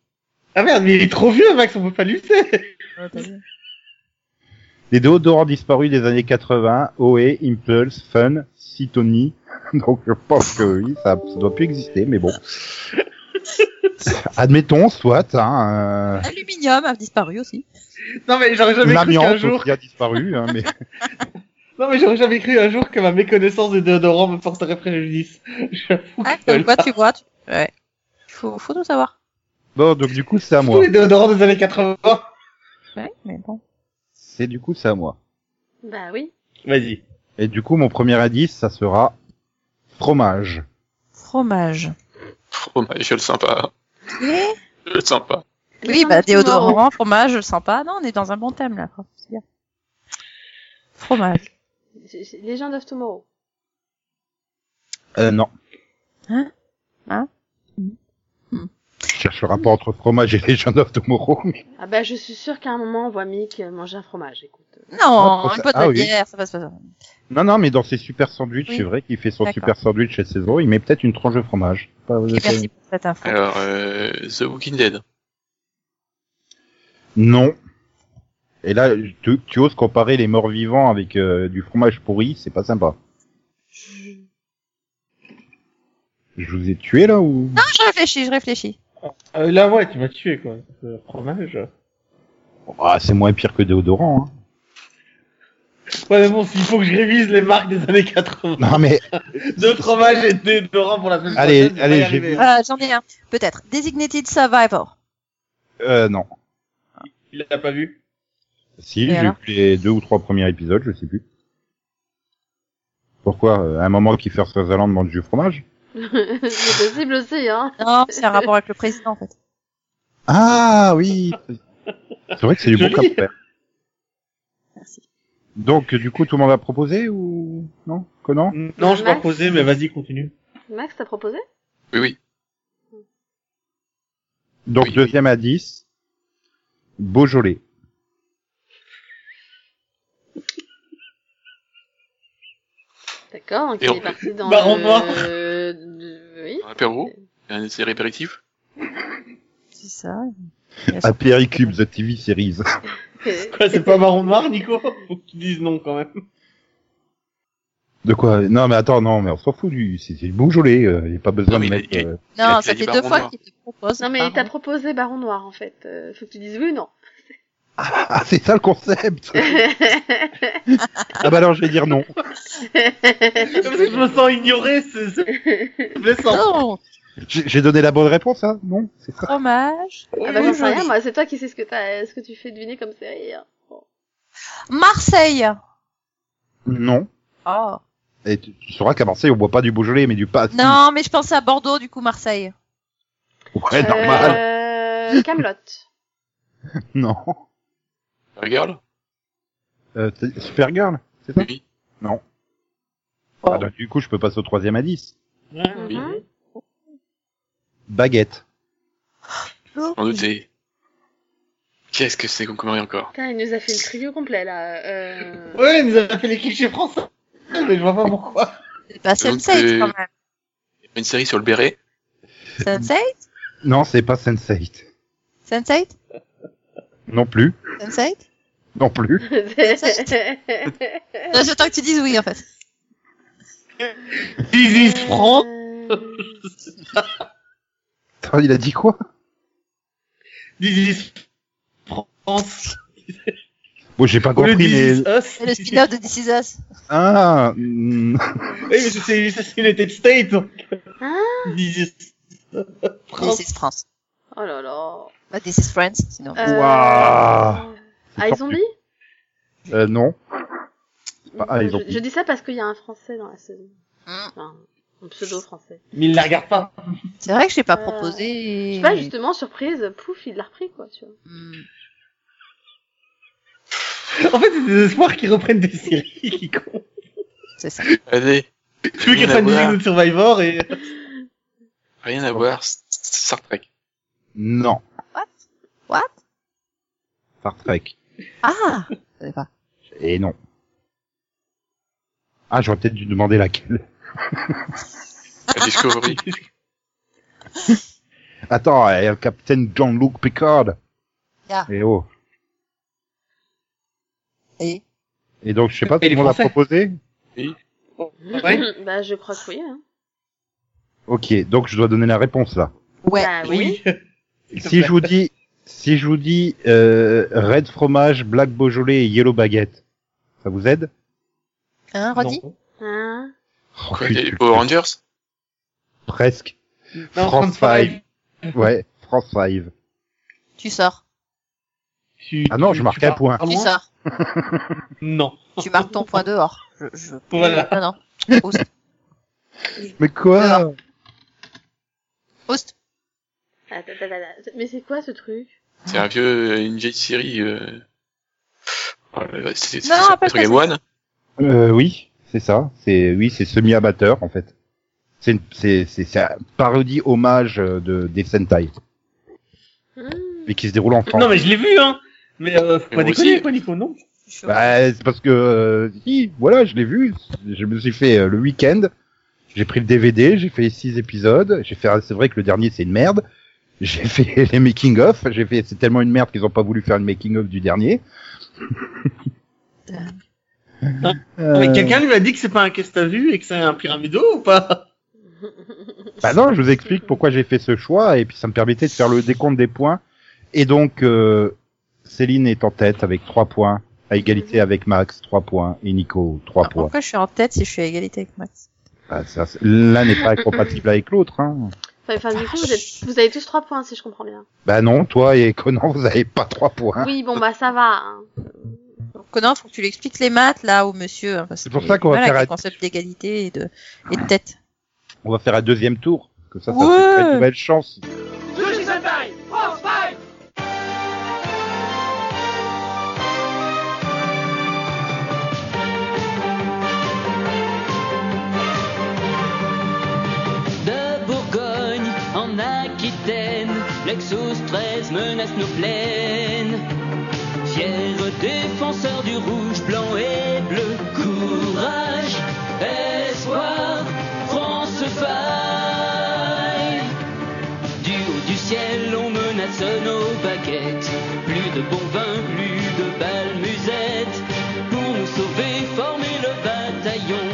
[SPEAKER 6] Ah merde, mais il est trop vieux, Max, on peut pas l'user.
[SPEAKER 1] Les déodorants disparus des années 80, OE, Impulse, Fun, Citoni. Donc je pense que oui, ça, ça doit plus exister, mais bon. Admettons, soit. Hein, euh,
[SPEAKER 2] Aluminium a disparu aussi.
[SPEAKER 6] Non, mais j'aurais jamais cru qu'un
[SPEAKER 1] L'amiante
[SPEAKER 6] jour.
[SPEAKER 1] aussi a disparu, hein, mais
[SPEAKER 6] Non, mais j'aurais jamais cru un jour que ma méconnaissance des déodorants me porterait préjudice. J'avoue
[SPEAKER 2] Ah,
[SPEAKER 6] que
[SPEAKER 2] comme quoi
[SPEAKER 6] là,
[SPEAKER 2] tu vois. tu- Ouais. Faut, faut tout savoir.
[SPEAKER 1] bon, donc du coup c'est à
[SPEAKER 6] tous
[SPEAKER 1] moi.
[SPEAKER 6] les déodorants des années 80.
[SPEAKER 2] Ouais, mais bon.
[SPEAKER 1] C'est du coup c'est à moi.
[SPEAKER 3] Bah oui.
[SPEAKER 6] Vas-y.
[SPEAKER 1] Et du coup mon premier indice, ça sera fromage.
[SPEAKER 2] Fromage.
[SPEAKER 5] Oh, bah, je le sens pas.
[SPEAKER 2] Oui,
[SPEAKER 5] Je le sens pas.
[SPEAKER 2] oui
[SPEAKER 3] Alexandre
[SPEAKER 2] bah
[SPEAKER 3] Timorou.
[SPEAKER 2] déodorant, fromage, sympa. Non, on est dans un bon thème là. quoi. C'est bien. Fromage.
[SPEAKER 3] J- j- Legend of Tomorrow.
[SPEAKER 1] Euh non.
[SPEAKER 2] Hein Hein Hmm.
[SPEAKER 1] Je cherche le rapport entre fromage et Legend of Tomorrow. mais-
[SPEAKER 3] Ah bah je suis sûre qu'à un moment on voit Mick manger un fromage, écoute.
[SPEAKER 2] Non,
[SPEAKER 1] Ah,
[SPEAKER 2] une boîte
[SPEAKER 1] ah
[SPEAKER 2] de
[SPEAKER 1] oui.
[SPEAKER 2] bière, ça passe pas.
[SPEAKER 1] Non non, mais dans ses super sandwichs,
[SPEAKER 2] Oui.
[SPEAKER 1] c'est vrai qu'il fait son
[SPEAKER 2] D'accord.
[SPEAKER 1] super sandwich chez saison, il met peut-être une tranche de fromage. Pas-
[SPEAKER 2] Ok, merci pour cette info.
[SPEAKER 5] Alors, euh, The Walking Dead.
[SPEAKER 1] Non. Et là, tu, tu oses comparer les morts vivants avec euh, du fromage pourri, c'est pas sympa. Je vous ai tué là ou
[SPEAKER 2] Non, Ah, je réfléchis, je réfléchis.
[SPEAKER 6] Euh, là, ouais, tu m'as tué, quoi. Euh, fromage.
[SPEAKER 1] Ah, c'est moins pire que déodorant. Hein.
[SPEAKER 6] Ouais, mais bon, s'il faut que je révise les marques des années 80.
[SPEAKER 1] Non mais
[SPEAKER 6] De fromage et de déodorant pour la semaine
[SPEAKER 1] Allez,
[SPEAKER 6] prochaine. je vais
[SPEAKER 1] allez,
[SPEAKER 6] y
[SPEAKER 1] j'ai
[SPEAKER 6] arriver.
[SPEAKER 1] vu.
[SPEAKER 2] Euh, J'en ai un. Peut-être. Designated Survivor.
[SPEAKER 1] euh, non.
[SPEAKER 6] Il l'a pas vu.
[SPEAKER 1] Si,
[SPEAKER 2] Et
[SPEAKER 1] j'ai
[SPEAKER 2] alors
[SPEAKER 1] vu les deux ou trois premiers épisodes, je sais plus. Pourquoi euh, À un moment, Kiefer Sutherland mange du fromage
[SPEAKER 3] C'est possible aussi, hein.
[SPEAKER 2] Non, c'est un rapport avec le président en fait.
[SPEAKER 1] Ah oui. C'est vrai que c'est du bon
[SPEAKER 6] Joli.
[SPEAKER 1] comme père.
[SPEAKER 2] Merci.
[SPEAKER 1] Donc, du coup, tout le monde a proposé ou non Conan
[SPEAKER 6] Non, je vais poser, mais vas-y, continue.
[SPEAKER 3] Max, t'as proposé
[SPEAKER 5] Oui, oui.
[SPEAKER 1] Donc,
[SPEAKER 5] Oui.
[SPEAKER 1] deuxième à 10. Beaujolais.
[SPEAKER 3] D'accord, donc
[SPEAKER 5] Et
[SPEAKER 3] il
[SPEAKER 5] on-
[SPEAKER 3] est parti dans
[SPEAKER 6] Baron
[SPEAKER 3] le...
[SPEAKER 6] noir.
[SPEAKER 3] de- Oui.
[SPEAKER 5] Un apéro. Un série apéritif.
[SPEAKER 2] C'est ça.
[SPEAKER 5] Ah,
[SPEAKER 1] Apéricube, The TV Series.
[SPEAKER 3] Ok.
[SPEAKER 6] Quoi, c'est pas marron noir, Nico Faut que tu dises non, quand même.
[SPEAKER 1] De quoi Non, mais attends, non, mais on s'en fout du. C'est c'est le Beaujolais, euh, il n'y a pas besoin
[SPEAKER 5] Non, mais
[SPEAKER 1] de
[SPEAKER 5] il a-
[SPEAKER 1] mettre.
[SPEAKER 5] il-
[SPEAKER 1] euh,
[SPEAKER 2] Non,
[SPEAKER 5] a
[SPEAKER 2] ça
[SPEAKER 5] dit
[SPEAKER 2] fait
[SPEAKER 5] Baron
[SPEAKER 2] deux fois
[SPEAKER 5] Noir.
[SPEAKER 2] qu'il te propose.
[SPEAKER 3] Non mais
[SPEAKER 2] Baron.
[SPEAKER 3] il t'a proposé Baron Noir en fait. Euh, faut que tu dises oui ou non.
[SPEAKER 1] Ah, c'est ça le concept Ah, bah alors, je vais dire non.
[SPEAKER 6] Parce que je me sens ignoré, c'est c'est blessant.
[SPEAKER 2] Non,
[SPEAKER 1] J'ai j'ai donné la bonne réponse, hein Non C'est
[SPEAKER 2] Oh,
[SPEAKER 1] ça.
[SPEAKER 2] fromage.
[SPEAKER 3] Ah bah j'en sais
[SPEAKER 2] Beaujolais.
[SPEAKER 3] rien, moi c'est toi qui sais ce que t'as, ce que tu fais deviner comme série. hein. Bon.
[SPEAKER 2] Marseille.
[SPEAKER 1] Non.
[SPEAKER 2] Oh.
[SPEAKER 1] Et tu, tu sauras qu'à Marseille, on boit pas du Beaujolais, mais du pas.
[SPEAKER 2] Non, mais je pensais à Bordeaux, du coup Marseille.
[SPEAKER 1] Ouais, normal.
[SPEAKER 3] Euh, Camelot.
[SPEAKER 1] Non.
[SPEAKER 5] Regarde.
[SPEAKER 1] Euh, t'as- Supergirl C'est ça
[SPEAKER 5] Oui.
[SPEAKER 1] Non. Ah, donc, du coup, je peux passer au troisième à 10.
[SPEAKER 5] Oui.
[SPEAKER 3] Mhm.
[SPEAKER 1] Baguette.
[SPEAKER 5] En douté. Qu'est-ce que c'est qu'on commerie encore
[SPEAKER 3] Putain, il nous a fait le trio complet là. Euh...
[SPEAKER 6] Ouais, il nous a fait les clichés français. Mais je vois pas pourquoi.
[SPEAKER 2] C'est pas
[SPEAKER 5] Donc,
[SPEAKER 2] Sense8
[SPEAKER 5] euh,
[SPEAKER 2] Bah, quand même.
[SPEAKER 5] Il y a Une série sur le béret.
[SPEAKER 2] Sense8
[SPEAKER 1] Non, c'est pas Sense8.
[SPEAKER 2] Sense8
[SPEAKER 1] Non plus.
[SPEAKER 2] Sense8
[SPEAKER 1] Non plus.
[SPEAKER 3] Euh.
[SPEAKER 2] Non, J'attends que tu dises oui en fait.
[SPEAKER 6] Isis France.
[SPEAKER 3] Euh,
[SPEAKER 1] Attends, il a dit quoi
[SPEAKER 6] Isis France.
[SPEAKER 1] Bon, j'ai pas
[SPEAKER 6] Au lieu
[SPEAKER 1] compris,
[SPEAKER 6] de
[SPEAKER 1] mais...
[SPEAKER 6] This Is Us,
[SPEAKER 2] C'est le spin-off de This Is Us.
[SPEAKER 1] Ah hmm.
[SPEAKER 6] Oui, mais c'est c'est United States. donc.
[SPEAKER 3] Ah.
[SPEAKER 6] This is-
[SPEAKER 2] This is France.
[SPEAKER 3] Oh là là.
[SPEAKER 2] Bah, This is France, sinon.
[SPEAKER 3] Euh,
[SPEAKER 1] Ouah.
[SPEAKER 3] Ah, ils ont dit
[SPEAKER 1] Euh, non. pas Ah, ils ont
[SPEAKER 3] je,
[SPEAKER 1] dit.
[SPEAKER 3] je dis ça parce qu'il y a un français dans la saison.
[SPEAKER 2] Hmm.
[SPEAKER 3] Enfin, un pseudo-français.
[SPEAKER 6] Mais il la regarde pas.
[SPEAKER 2] C'est vrai que je l'ai pas
[SPEAKER 3] Euh, Je
[SPEAKER 2] proposé.
[SPEAKER 3] sais pas, justement, surprise, pouf, il l'a repris, quoi, tu vois.
[SPEAKER 2] Hmm.
[SPEAKER 6] En fait, c'est des espoirs qui reprennent des séries qui comptent.
[SPEAKER 2] C'est ça.
[SPEAKER 5] Allez.
[SPEAKER 6] Tu veux qu'ils
[SPEAKER 5] Rien à
[SPEAKER 6] reprennent des
[SPEAKER 5] voir.
[SPEAKER 6] séries de Survivor et...
[SPEAKER 5] Rien à voir, c'est- c'est Star Trek.
[SPEAKER 1] Non.
[SPEAKER 2] What What
[SPEAKER 1] Star Trek.
[SPEAKER 2] Ah Je sais pas.
[SPEAKER 1] Et non. Ah, j'aurais peut-être dû demander laquelle.
[SPEAKER 5] La Discovery.
[SPEAKER 1] Attends, euh, Captain Jean-Luc Picard.
[SPEAKER 2] Ah.
[SPEAKER 1] Et oh.
[SPEAKER 2] Et
[SPEAKER 1] Et donc, je sais pas, tout
[SPEAKER 6] Il est
[SPEAKER 1] le monde l'a
[SPEAKER 6] français.
[SPEAKER 1] proposé
[SPEAKER 6] Ouais.
[SPEAKER 3] bah, je crois que oui. Hein.
[SPEAKER 1] Ok, donc je dois donner la réponse là.
[SPEAKER 2] ouais.
[SPEAKER 3] Bah,
[SPEAKER 6] Oui. S'il
[SPEAKER 1] Si
[SPEAKER 6] te plaît.
[SPEAKER 1] je vous dis, si je vous dis euh, Red Fromage, Black Beaujolais et Yellow Baguette, ça vous aide
[SPEAKER 2] Hein, Roddy
[SPEAKER 6] Non.
[SPEAKER 3] Hein
[SPEAKER 1] Oh,
[SPEAKER 5] Quoi,
[SPEAKER 1] putain,
[SPEAKER 5] les Power Rangers
[SPEAKER 1] Presque.
[SPEAKER 6] Non,
[SPEAKER 1] France
[SPEAKER 6] France Five.
[SPEAKER 1] 5. Ouais, France 5.
[SPEAKER 2] Tu sors.
[SPEAKER 6] Tu-
[SPEAKER 1] Ah non,
[SPEAKER 6] tu-
[SPEAKER 1] je
[SPEAKER 6] tu
[SPEAKER 1] marque
[SPEAKER 6] pars
[SPEAKER 1] un point.
[SPEAKER 6] pas
[SPEAKER 2] Tu
[SPEAKER 6] loin.
[SPEAKER 2] sors.
[SPEAKER 6] Non.
[SPEAKER 2] Tu marques ton point dehors. Je, je...
[SPEAKER 6] Voilà.
[SPEAKER 2] Non, non. Oust.
[SPEAKER 1] Mais quoi
[SPEAKER 2] Alors. Oust.
[SPEAKER 3] Attends, attends, attends. Mais c'est quoi ce truc
[SPEAKER 5] C'est un vieux, une vieille série. Euh... oh là là, C'est c'est
[SPEAKER 2] Non,
[SPEAKER 5] sur-
[SPEAKER 2] pas
[SPEAKER 5] sur Game
[SPEAKER 2] ça.
[SPEAKER 5] One.
[SPEAKER 1] euh, Oui, c'est ça. C'est oui, c'est semi-amateur en fait. C'est une- c'est c'est c'est un parodie hommage euh, de des Sentai,
[SPEAKER 3] Hmm.
[SPEAKER 1] mais qui se déroule en France.
[SPEAKER 6] Non, mais je l'ai vu, hein. Mais euh, faut
[SPEAKER 5] Mais
[SPEAKER 6] pas
[SPEAKER 5] moi
[SPEAKER 6] déconner,
[SPEAKER 5] aussi.
[SPEAKER 6] quoi, Nico, non
[SPEAKER 1] Bah, c'est parce que euh, si, voilà, je l'ai vu. Je me suis fait euh, le week-end. J'ai pris le DVD, j'ai fait six épisodes. J'ai fait, c'est vrai que le dernier c'est une merde. J'ai fait les making of. J'ai fait, c'est tellement une merde qu'ils ont pas voulu faire le making of du dernier.
[SPEAKER 6] Non, Mais
[SPEAKER 1] Euh,
[SPEAKER 6] quelqu'un lui a dit que c'est pas un qu'est-ce que t'as vu et que c'est un pyramido ou pas
[SPEAKER 1] Bah non, je vous explique pourquoi j'ai fait ce choix et puis ça me permettait de faire le décompte des points. Et donc euh, Céline est en tête avec trois points, à égalité avec Max trois points et Nico trois points.
[SPEAKER 2] Pourquoi je suis en tête si je suis à égalité avec Max
[SPEAKER 1] Bah, ça, c'est- L'un n'est pas compatible avec l'autre. Hein.
[SPEAKER 3] Enfin, enfin, du coup, vous, êtes... vous avez tous trois points, si je comprends bien.
[SPEAKER 1] Bah non, toi et Conan, vous avez pas trois points.
[SPEAKER 3] Oui, bon, bah, ça va. hein.
[SPEAKER 2] Donc, Conan, faut que tu lui expliques les maths, là, au monsieur. hein, parce
[SPEAKER 1] C'est pour
[SPEAKER 2] que
[SPEAKER 1] ça qu'on va
[SPEAKER 2] voilà,
[SPEAKER 1] faire
[SPEAKER 2] avec
[SPEAKER 1] un-
[SPEAKER 2] le concept d'égalité et de... et de tête.
[SPEAKER 1] On va faire un deuxième tour. Que ça, ça
[SPEAKER 2] Ouais.
[SPEAKER 1] fait une nouvelle chance.
[SPEAKER 9] De Bourgogne en Aquitaine, l'Exos 13 menace nos plaines. Fiers défenseurs du rouge, blanc et bleu, courage, espoir, France faille. Du haut du ciel, on menace nos baguettes. Plus de bon vin, plus de balles musettes. Pour nous sauver, former le bataillon.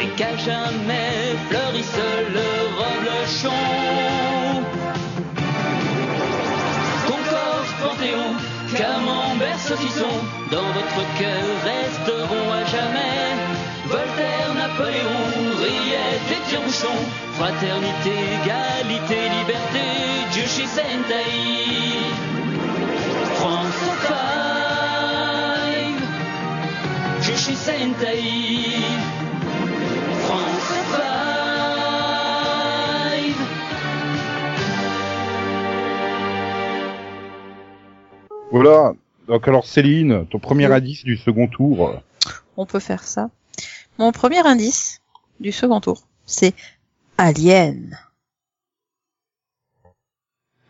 [SPEAKER 9] Et qu'à jamais fleurisse le reblochon. Concorde, Panthéon, Camembert, Saucisson, dans votre cœur resteront à jamais. Voltaire, Napoléon, Riette et Pierre-Bouchon, fraternité, égalité, liberté, Dieu chez Sentai. France Five, Dieu chez Sentai. France Five.
[SPEAKER 1] Voilà. Donc alors Céline, ton premier indice du second tour.
[SPEAKER 2] On peut faire ça. Mon premier indice du second tour, c'est Alien.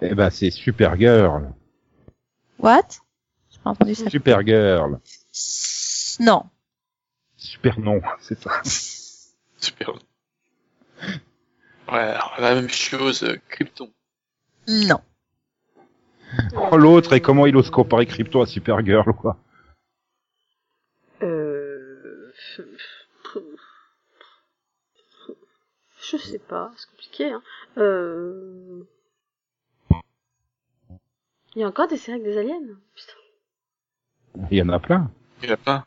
[SPEAKER 1] Eh ben c'est Supergirl.
[SPEAKER 2] What J'ai pas entendu ça.
[SPEAKER 1] Supergirl.
[SPEAKER 2] Non.
[SPEAKER 1] Super nom, c'est ça.
[SPEAKER 5] Super. Ouais, alors, la même chose, euh, Krypton.
[SPEAKER 2] Non.
[SPEAKER 1] Oh, l'autre et comment il ose comparer Krypton à Supergirl quoi.
[SPEAKER 3] Euh... Je sais pas, c'est compliqué. Hein. Euh... Il y a encore des séries avec des aliens Putain.
[SPEAKER 1] Il y en a plein.
[SPEAKER 5] Il y en a plein.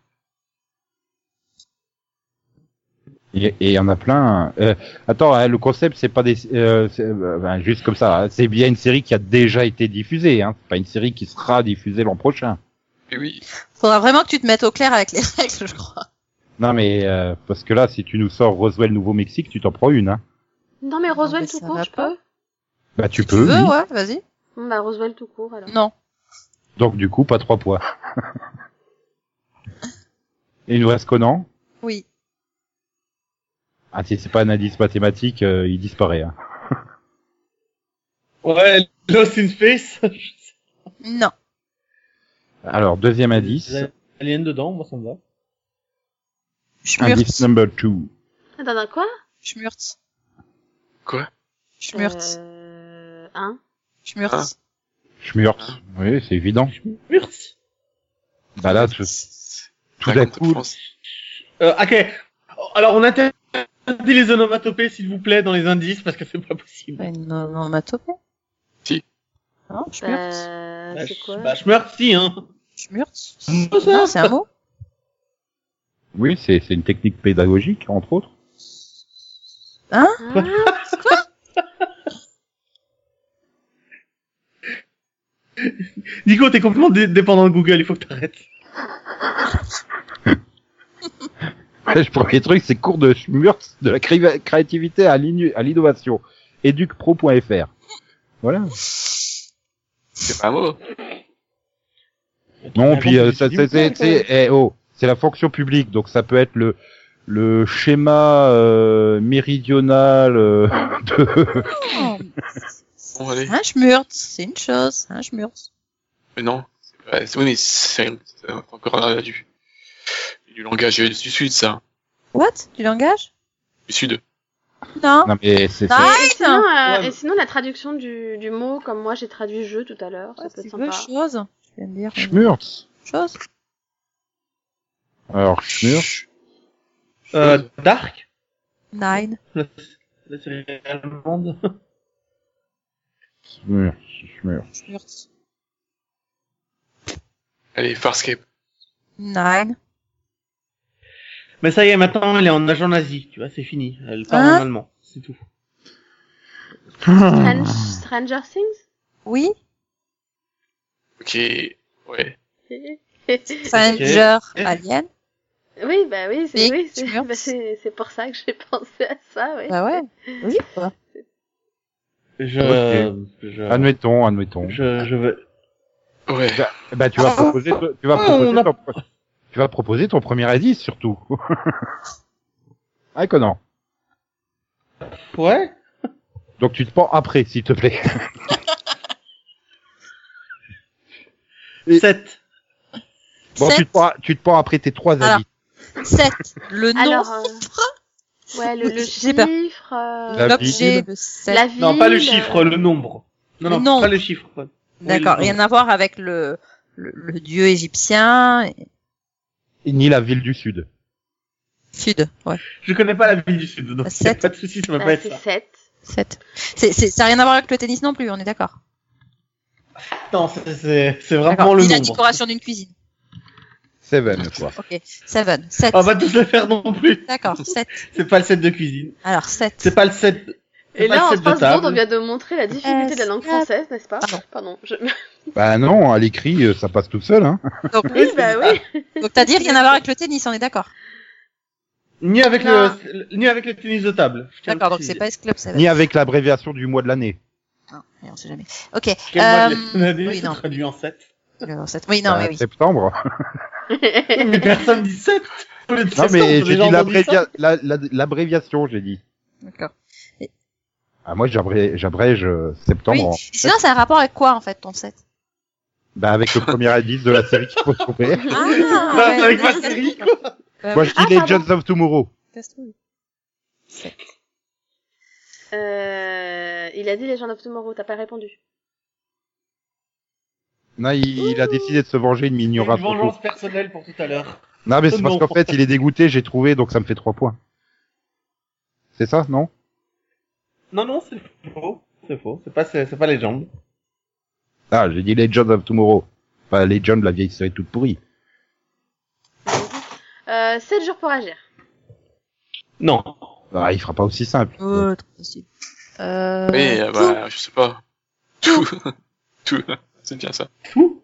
[SPEAKER 1] Et et il y en a plein. Euh, attends, hein, le concept, c'est pas des, euh, c'est- euh, ben, juste comme ça. hein. C'est bien une série qui a déjà été diffusée. Hein. C'est pas une série qui sera diffusée l'an prochain.
[SPEAKER 5] Et oui.
[SPEAKER 2] Faudra vraiment que tu te mettes au clair avec les règles, je crois.
[SPEAKER 1] Non, mais euh, parce que là, si tu nous sors Roswell Nouveau-Mexique, tu t'en prends une. Hein.
[SPEAKER 3] Non, mais Roswell
[SPEAKER 2] mais
[SPEAKER 3] tout
[SPEAKER 2] ça
[SPEAKER 3] court,
[SPEAKER 2] va
[SPEAKER 3] je
[SPEAKER 2] pas.
[SPEAKER 3] peux
[SPEAKER 1] Bah, tu
[SPEAKER 2] Tu
[SPEAKER 1] peux.
[SPEAKER 2] veux,
[SPEAKER 1] oui.
[SPEAKER 2] ouais, vas-y.
[SPEAKER 3] Bon, Bah, Roswell tout court, alors.
[SPEAKER 2] Non.
[SPEAKER 1] Donc du coup, pas trois points. Et il nous reste Conan.
[SPEAKER 2] Oui.
[SPEAKER 1] Ah, si c'est pas un indice mathématique, euh, il disparaît. Hein.
[SPEAKER 6] Ouais, Lost in Space.
[SPEAKER 2] Non.
[SPEAKER 1] Alors, deuxième indice.
[SPEAKER 6] Alien dedans, moi ça me va.
[SPEAKER 2] Schmurtz.
[SPEAKER 1] Indice number two.
[SPEAKER 3] Attends, attends, Ah, quoi
[SPEAKER 2] Schmurtz.
[SPEAKER 5] Quoi
[SPEAKER 2] Schmurtz.
[SPEAKER 3] Euh... Hein
[SPEAKER 5] Ah.
[SPEAKER 2] Schmurtz.
[SPEAKER 1] Schmurtz. Oui, c'est évident.
[SPEAKER 6] Murtz.
[SPEAKER 1] Bah là, tout, tout d'un coup,
[SPEAKER 6] Euh, ok. Alors on interdit les onomatopées s'il vous plaît dans les indices parce que c'est pas possible.
[SPEAKER 2] Ouais, Non, non, ma topée.
[SPEAKER 5] Si.
[SPEAKER 2] Non, Schmurtz.
[SPEAKER 3] Euh...
[SPEAKER 6] Bah,
[SPEAKER 3] c'est
[SPEAKER 6] je-
[SPEAKER 3] quoi
[SPEAKER 6] bah, je meurs si, hein.
[SPEAKER 2] Schmurtz.
[SPEAKER 6] Non, ça.
[SPEAKER 2] Non, c'est un mot.
[SPEAKER 1] oui, c'est c'est une technique pédagogique, entre autres.
[SPEAKER 3] Hein
[SPEAKER 6] Nico, t'es complètement dé- dépendant de Google, il faut que t'arrêtes.
[SPEAKER 1] Le premier truc, c'est cours de Schmurtz de la cré- créativité à l'innu- à l'innovation. Educpro.fr. Voilà.
[SPEAKER 5] C'est pas un mot.
[SPEAKER 1] Non, puis euh, ça-
[SPEAKER 6] Du
[SPEAKER 1] ça-
[SPEAKER 6] coup,
[SPEAKER 1] c'est c'est-
[SPEAKER 6] euh,
[SPEAKER 1] eh, oh, c'est la fonction publique, donc ça peut être le le schéma euh, méridional euh, de
[SPEAKER 5] Bon, allez.
[SPEAKER 2] Un Schmurtz, c'est une chose. Un Schmurtz.
[SPEAKER 5] Mais non. C'est pas- c'est- Oui, mais c'est c'est encore euh, du... du langage du sud, ça.
[SPEAKER 2] What Du langage
[SPEAKER 5] Du sud.
[SPEAKER 2] Non.
[SPEAKER 1] non mais c'est
[SPEAKER 6] Ah.
[SPEAKER 2] Non,
[SPEAKER 1] c'est-
[SPEAKER 3] Et sinon, euh,
[SPEAKER 6] Ouais,
[SPEAKER 3] et
[SPEAKER 6] mais-
[SPEAKER 3] sinon, la traduction du, du mot, comme moi j'ai traduit jeu tout à l'heure, ça peut
[SPEAKER 2] c'est
[SPEAKER 3] être
[SPEAKER 2] une
[SPEAKER 3] sympa.
[SPEAKER 2] chose. Tu viens de dire une
[SPEAKER 1] Schmurtz.
[SPEAKER 2] chose.
[SPEAKER 1] Alors Schmurtz,
[SPEAKER 6] Euh, Dark,
[SPEAKER 2] Nine.
[SPEAKER 6] la série allemande.
[SPEAKER 1] Schmurtz, Schmurtz.
[SPEAKER 2] Schmurtz.
[SPEAKER 5] Allez, Farscape.
[SPEAKER 2] Nine.
[SPEAKER 6] Mais ça y est, maintenant elle est en agent nazi, tu vois, c'est fini. Elle parle
[SPEAKER 2] Hein
[SPEAKER 6] en allemand, c'est tout.
[SPEAKER 3] Strange, Stranger Things
[SPEAKER 2] Oui.
[SPEAKER 5] Ok. Ouais.
[SPEAKER 2] Stranger. Alien.
[SPEAKER 3] Oui, bah oui, c'est
[SPEAKER 2] Oui,
[SPEAKER 3] oui, c'est-
[SPEAKER 2] Schmurtz.
[SPEAKER 3] bah, c'est c'est pour ça que j'ai pensé à ça, oui.
[SPEAKER 2] Bah ouais. Oui.
[SPEAKER 6] Je,
[SPEAKER 1] Ok.
[SPEAKER 6] je,
[SPEAKER 1] Admettons, admettons.
[SPEAKER 6] je, je veux.
[SPEAKER 5] Ouais.
[SPEAKER 1] Eh ben, tu vas proposer, tu vas
[SPEAKER 6] Ah,
[SPEAKER 1] proposer
[SPEAKER 6] on a-
[SPEAKER 1] ton, pro- tu vas proposer ton premier indice surtout. ah Conan.
[SPEAKER 6] Ouais.
[SPEAKER 1] Donc tu te prends après, s'il te plaît.
[SPEAKER 6] 7.
[SPEAKER 1] Bon, tu
[SPEAKER 2] Sept.
[SPEAKER 1] te prends, tu te prends après tes trois
[SPEAKER 2] Alors,
[SPEAKER 1] indices.
[SPEAKER 2] Sept. Le nom.
[SPEAKER 3] Alors, euh, ouais, le, le
[SPEAKER 2] J'ai peur.
[SPEAKER 3] chiffre, euh,
[SPEAKER 1] La
[SPEAKER 2] L'objet.
[SPEAKER 1] ville.
[SPEAKER 2] Le sept.
[SPEAKER 3] la ville. euh,
[SPEAKER 6] Non, pas le chiffre, le nombre. Non,
[SPEAKER 2] Le
[SPEAKER 6] non,
[SPEAKER 2] nombre.
[SPEAKER 6] pas le chiffre. Oui,
[SPEAKER 2] D'accord,
[SPEAKER 6] le nombre.
[SPEAKER 2] rien à voir avec le, le, le dieu égyptien. et-
[SPEAKER 1] Et Ni la ville du sud.
[SPEAKER 2] Sud, ouais.
[SPEAKER 6] Je connais pas la ville du sud, donc
[SPEAKER 2] Sept.
[SPEAKER 6] y a pas de soucis, ça va
[SPEAKER 3] Bah,
[SPEAKER 6] pas être
[SPEAKER 3] c'est
[SPEAKER 6] ça.
[SPEAKER 3] 7.
[SPEAKER 2] Sept. C'est, c'est, ça n'a rien à voir avec le tennis non plus, on est d'accord.
[SPEAKER 6] Non, c'est- c'est c'est
[SPEAKER 2] D'accord.
[SPEAKER 6] vraiment le
[SPEAKER 2] Ni la
[SPEAKER 6] nombre.
[SPEAKER 2] décoration d'une cuisine.
[SPEAKER 1] Seven, quoi.
[SPEAKER 2] Ok. Seven. Sept.
[SPEAKER 6] On va pas tous le faire non plus.
[SPEAKER 2] D'accord. Sept.
[SPEAKER 6] C'est pas le 7 de cuisine.
[SPEAKER 2] Alors, sept.
[SPEAKER 6] C'est pas le 7.
[SPEAKER 3] Et là, en 3
[SPEAKER 6] de
[SPEAKER 3] secondes,
[SPEAKER 6] table.
[SPEAKER 3] on vient de montrer la difficulté de la langue
[SPEAKER 2] Est-ce que-
[SPEAKER 3] française, n'est-ce pas
[SPEAKER 2] Pardon.
[SPEAKER 3] Pardon. Je...
[SPEAKER 1] Bah non, à l'écrit, euh, ça passe tout seul. Hein.
[SPEAKER 2] Donc,
[SPEAKER 3] Oui, bah oui.
[SPEAKER 2] donc t'as dit rien à voir avec le tennis, on est d'accord.
[SPEAKER 6] Ni avec
[SPEAKER 3] Non.
[SPEAKER 6] le ni avec le tennis de table. Je tiens à le
[SPEAKER 2] D'accord, donc c'est
[SPEAKER 6] préciser.
[SPEAKER 2] pas ce club, Seven.
[SPEAKER 1] Ni avec l'abréviation du mois de l'année.
[SPEAKER 2] Non, mais on sait jamais. Ok.
[SPEAKER 6] Quel mois de
[SPEAKER 2] euh,
[SPEAKER 6] l'année,
[SPEAKER 2] oui,
[SPEAKER 6] c'est
[SPEAKER 2] non.
[SPEAKER 6] traduit en 7.
[SPEAKER 2] le sept. Oui, non,
[SPEAKER 1] Bah,
[SPEAKER 2] mais oui.
[SPEAKER 1] Septembre.
[SPEAKER 6] Mais personne dit 7.
[SPEAKER 1] Non mais j'ai dit l'abrévia- la- la- l'abréviation, j'ai dit.
[SPEAKER 2] D'accord.
[SPEAKER 1] Ah moi j'abré- j'abrège euh, septembre.
[SPEAKER 2] Oui.
[SPEAKER 1] en-
[SPEAKER 2] Sinon, c'est un rapport avec quoi, en fait, ton sept?
[SPEAKER 1] Bah avec le premier indice de la série qu'il faut trouver.
[SPEAKER 2] Ah, ouais.
[SPEAKER 6] Avec ma série, quoi.
[SPEAKER 2] Bah
[SPEAKER 1] Moi
[SPEAKER 2] oui,
[SPEAKER 1] je dis les Jones of Tomorrow.
[SPEAKER 2] Castro.
[SPEAKER 3] Euh, il a dit les gens of Tomorrow, t'as pas répondu.
[SPEAKER 1] Non, il, il a décidé de se venger, il
[SPEAKER 6] Une
[SPEAKER 1] m'ignorera trop tôt.
[SPEAKER 6] vengeance personnelle pour tout à l'heure.
[SPEAKER 1] Non mais c'est parce
[SPEAKER 6] Non.
[SPEAKER 1] qu'en fait il est dégoûté, j'ai trouvé donc ça me fait trois points. C'est ça, non
[SPEAKER 6] Non, non, c'est faux. C'est faux. C'est pas, c'est c'est pas les jambes.
[SPEAKER 1] Bah, Ah j'ai dit les Jones of Tomorrow. Pas les Jones de la vieille série toute pourrie.
[SPEAKER 3] Euh, 7 jours pour agir.
[SPEAKER 6] Non.
[SPEAKER 1] Bah, il fera pas aussi simple.
[SPEAKER 2] Oh, trop facile. Euh,
[SPEAKER 5] Mais, euh, bah, je sais pas. Tout. tout. C'est bien ça.
[SPEAKER 2] Tout.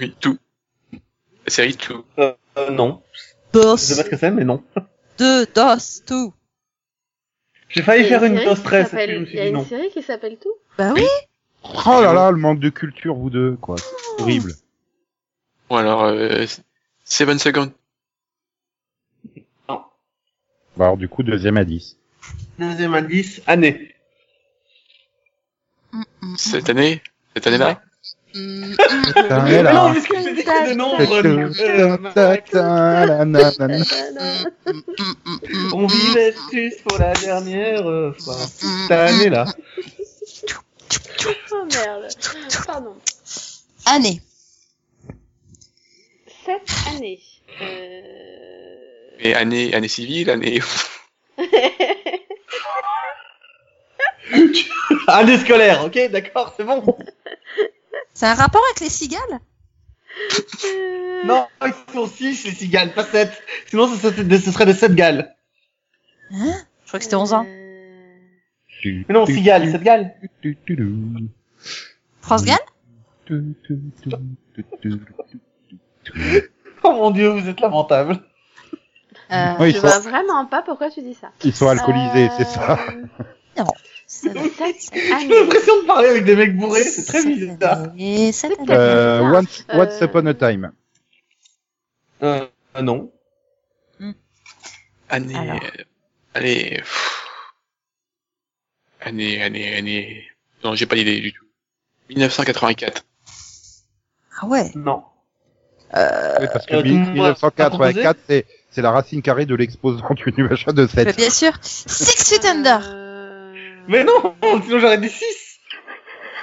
[SPEAKER 5] Oui, tout. La série tout.
[SPEAKER 6] Euh, non. Je sais
[SPEAKER 2] Dos.
[SPEAKER 6] pas ce que c'est, mais non.
[SPEAKER 2] Deux. Dos. Tout.
[SPEAKER 6] J'ai failli faire une
[SPEAKER 3] série
[SPEAKER 6] dose
[SPEAKER 3] qui
[SPEAKER 6] 13 et
[SPEAKER 3] s'appelle-
[SPEAKER 6] puis je
[SPEAKER 3] Il
[SPEAKER 6] me
[SPEAKER 3] y
[SPEAKER 6] suis
[SPEAKER 3] a
[SPEAKER 6] dit
[SPEAKER 3] une
[SPEAKER 6] non.
[SPEAKER 3] série qui s'appelle Tout
[SPEAKER 2] Bah oui.
[SPEAKER 1] Oh là là, le manque de culture, vous deux, quoi. C'est horrible.
[SPEAKER 5] Ou alors, euh, Seven Seconds.
[SPEAKER 1] Bah, alors, du coup, deuxième à 10.
[SPEAKER 6] Deuxième indice, année.
[SPEAKER 5] Cette année, cette année-là.
[SPEAKER 2] Mm,
[SPEAKER 3] Ah,
[SPEAKER 1] Putain, elle
[SPEAKER 6] Ah, Mais non,
[SPEAKER 1] a-
[SPEAKER 6] mais ce que je t'ai dit, c'est des nombres.
[SPEAKER 1] Putain,
[SPEAKER 3] Ah, Tadam.
[SPEAKER 2] mm, mm, mm,
[SPEAKER 6] On vivait juste pour la dernière euh, fois. Cette année là.
[SPEAKER 3] Oh merde. Pardon.
[SPEAKER 2] Année.
[SPEAKER 3] 7 années. Euh...
[SPEAKER 5] Mais année, année civile, année.
[SPEAKER 6] Année scolaire, ok, d'accord, c'est bon.
[SPEAKER 3] Mm.
[SPEAKER 2] C'est un rapport avec les cigales
[SPEAKER 3] Euh,
[SPEAKER 6] Non, ils sont 6 les cigales, pas 7. Sinon, ce serait des, ce serait des 7 galles.
[SPEAKER 2] Hein Je crois que c'était 11 ans.
[SPEAKER 3] Euh,
[SPEAKER 6] Mais non, cigales, 7 galles.
[SPEAKER 2] France Gall
[SPEAKER 6] Oh mon dieu, vous êtes lamentable.
[SPEAKER 2] euh,
[SPEAKER 1] Oui,
[SPEAKER 3] je
[SPEAKER 1] ils
[SPEAKER 3] vois
[SPEAKER 1] sont,
[SPEAKER 3] vraiment pas pourquoi tu dis ça.
[SPEAKER 1] ils sont alcoolisés,
[SPEAKER 3] Euh,
[SPEAKER 1] c'est ça.
[SPEAKER 2] c'est-
[SPEAKER 3] Sept
[SPEAKER 6] J'ai
[SPEAKER 3] années.
[SPEAKER 6] l'impression de parler avec des mecs bourrés, c'est très
[SPEAKER 2] cette
[SPEAKER 6] bizarre.
[SPEAKER 2] année, cette année.
[SPEAKER 1] Euh, once,
[SPEAKER 3] Euh,
[SPEAKER 1] once upon a time.
[SPEAKER 6] Euh, non.
[SPEAKER 5] Année.
[SPEAKER 2] Alors.
[SPEAKER 5] euh, Année. pff. Année, année, année. Non, j'ai pas d'idée du tout. 1984.
[SPEAKER 2] Ah ouais.
[SPEAKER 6] Non.
[SPEAKER 1] Oui, parce que
[SPEAKER 6] euh,
[SPEAKER 1] mi-
[SPEAKER 6] moi,
[SPEAKER 1] 1984, c'est, c'est la racine carrée de l'exposante du achat de
[SPEAKER 2] Bah,
[SPEAKER 1] 7.
[SPEAKER 2] bien sûr. Six Feet Under.
[SPEAKER 3] Euh,
[SPEAKER 6] Mais non, sinon j'aurais dit 6.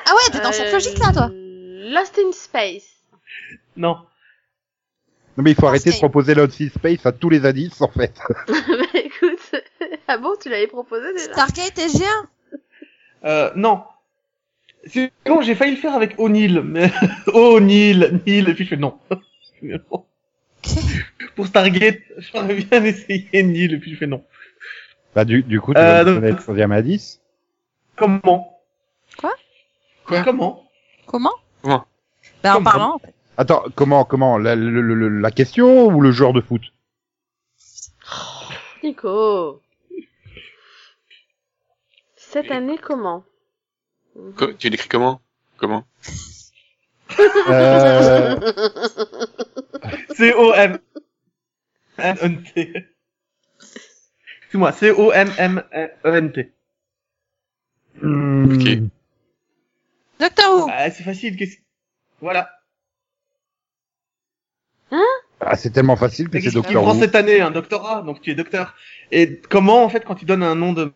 [SPEAKER 2] Ah ouais, t'es dans cette
[SPEAKER 3] euh,
[SPEAKER 2] logique là, toi.
[SPEAKER 3] Lost in Space.
[SPEAKER 6] Non.
[SPEAKER 1] Non, mais il faut arrêter de
[SPEAKER 2] Sky.
[SPEAKER 1] proposer l'Odyssey Space à tous les indices, en fait.
[SPEAKER 3] bah écoute, ah bon, tu l'avais proposé déjà
[SPEAKER 2] Stargate SG1.
[SPEAKER 6] Euh, non. Sinon, j'ai failli le faire avec O'Neill, mais O'Neill, Neil, et puis je fais non. Pour Stargate, j'aurais bien essayé Neil, et puis je fais non.
[SPEAKER 1] Bah, du, du coup, tu
[SPEAKER 6] Euh,
[SPEAKER 1] vas
[SPEAKER 6] donc-
[SPEAKER 1] me donner le troisième indice.
[SPEAKER 6] Comment
[SPEAKER 2] Quoi
[SPEAKER 5] Quoi
[SPEAKER 6] Comment
[SPEAKER 2] Comment
[SPEAKER 5] Comment
[SPEAKER 2] Bah en
[SPEAKER 6] Comment
[SPEAKER 2] parlant.
[SPEAKER 1] Attends, comment, comment, la, le- le- le- la question ou le joueur de foot?
[SPEAKER 3] Nico. Cette
[SPEAKER 5] Et-
[SPEAKER 3] année, comment
[SPEAKER 5] Co- tu l'écris comment Comment
[SPEAKER 1] Euh,
[SPEAKER 6] C-O-M. N-T. Excuse-moi, E C-O-M-M-E-N-T.
[SPEAKER 5] Ok.
[SPEAKER 6] Hmm.
[SPEAKER 2] Doctor Who.
[SPEAKER 6] Ah, c'est facile, qu'est-ce Voilà.
[SPEAKER 1] ah, c'est tellement facile que
[SPEAKER 6] Mais
[SPEAKER 1] c'est
[SPEAKER 6] qu'est-ce que Tu
[SPEAKER 1] Docteur
[SPEAKER 6] prends
[SPEAKER 1] Who.
[SPEAKER 6] cette année un doctorat, donc tu es docteur. Et comment, en fait, quand tu donnes un nom de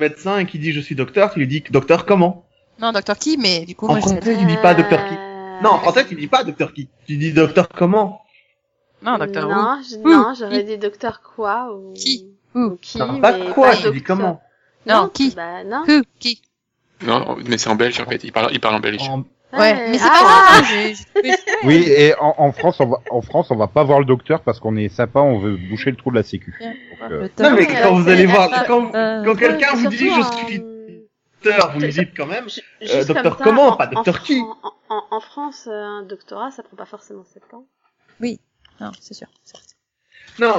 [SPEAKER 6] médecin et qui dit je suis docteur, tu lui dis docteur comment
[SPEAKER 2] Non, Doctor qui, mais du coup,
[SPEAKER 6] En
[SPEAKER 2] moi je
[SPEAKER 6] français,
[SPEAKER 2] sais.
[SPEAKER 6] tu dis pas docteur qui.
[SPEAKER 3] Euh,
[SPEAKER 6] Non, en français, tu dis pas docteur qui. Tu dis docteur comment
[SPEAKER 2] Non, Doctor Who.
[SPEAKER 3] Non, je- non, j'aurais dit docteur quoi ou
[SPEAKER 2] Qui
[SPEAKER 3] ou
[SPEAKER 2] Who.
[SPEAKER 3] qui,
[SPEAKER 6] Non, Pas
[SPEAKER 3] mais
[SPEAKER 6] quoi,
[SPEAKER 3] pas
[SPEAKER 6] tu dis
[SPEAKER 3] docteur.
[SPEAKER 6] comment
[SPEAKER 2] Non, qui
[SPEAKER 3] Bah non.
[SPEAKER 2] Who, qui
[SPEAKER 5] Non, mais c'est en belge en fait. Il parle, il parle en belge.
[SPEAKER 6] En-
[SPEAKER 2] Ouais,
[SPEAKER 3] Ah,
[SPEAKER 2] mais c'est
[SPEAKER 3] ah,
[SPEAKER 2] pas grave. hein. j'ai- j'ai trouvé-
[SPEAKER 1] Oui, et en, en France, on va, en France, on va pas voir le docteur parce qu'on est sympa, on veut boucher le trou de la sécu. Donc, euh,
[SPEAKER 2] Le
[SPEAKER 6] Non, mais
[SPEAKER 3] Ouais,
[SPEAKER 6] quand vous
[SPEAKER 3] c'est-
[SPEAKER 6] allez voir,
[SPEAKER 3] euh,
[SPEAKER 6] quand,
[SPEAKER 2] euh,
[SPEAKER 6] quand quelqu'un
[SPEAKER 3] Ouais,
[SPEAKER 6] vous dit
[SPEAKER 3] surtout
[SPEAKER 6] je suis
[SPEAKER 3] en-
[SPEAKER 6] docteur, vous lui
[SPEAKER 3] c'est-
[SPEAKER 6] dites quand même.
[SPEAKER 3] ju- juste
[SPEAKER 6] docteur
[SPEAKER 3] comme ça,
[SPEAKER 6] comment,
[SPEAKER 3] en-
[SPEAKER 6] pas docteur
[SPEAKER 3] en-
[SPEAKER 6] qui
[SPEAKER 3] en, en- en France, euh, un doctorat, ça prend pas forcément sept ans.
[SPEAKER 2] Non, c'est sûr. c'est sûr.
[SPEAKER 6] Non,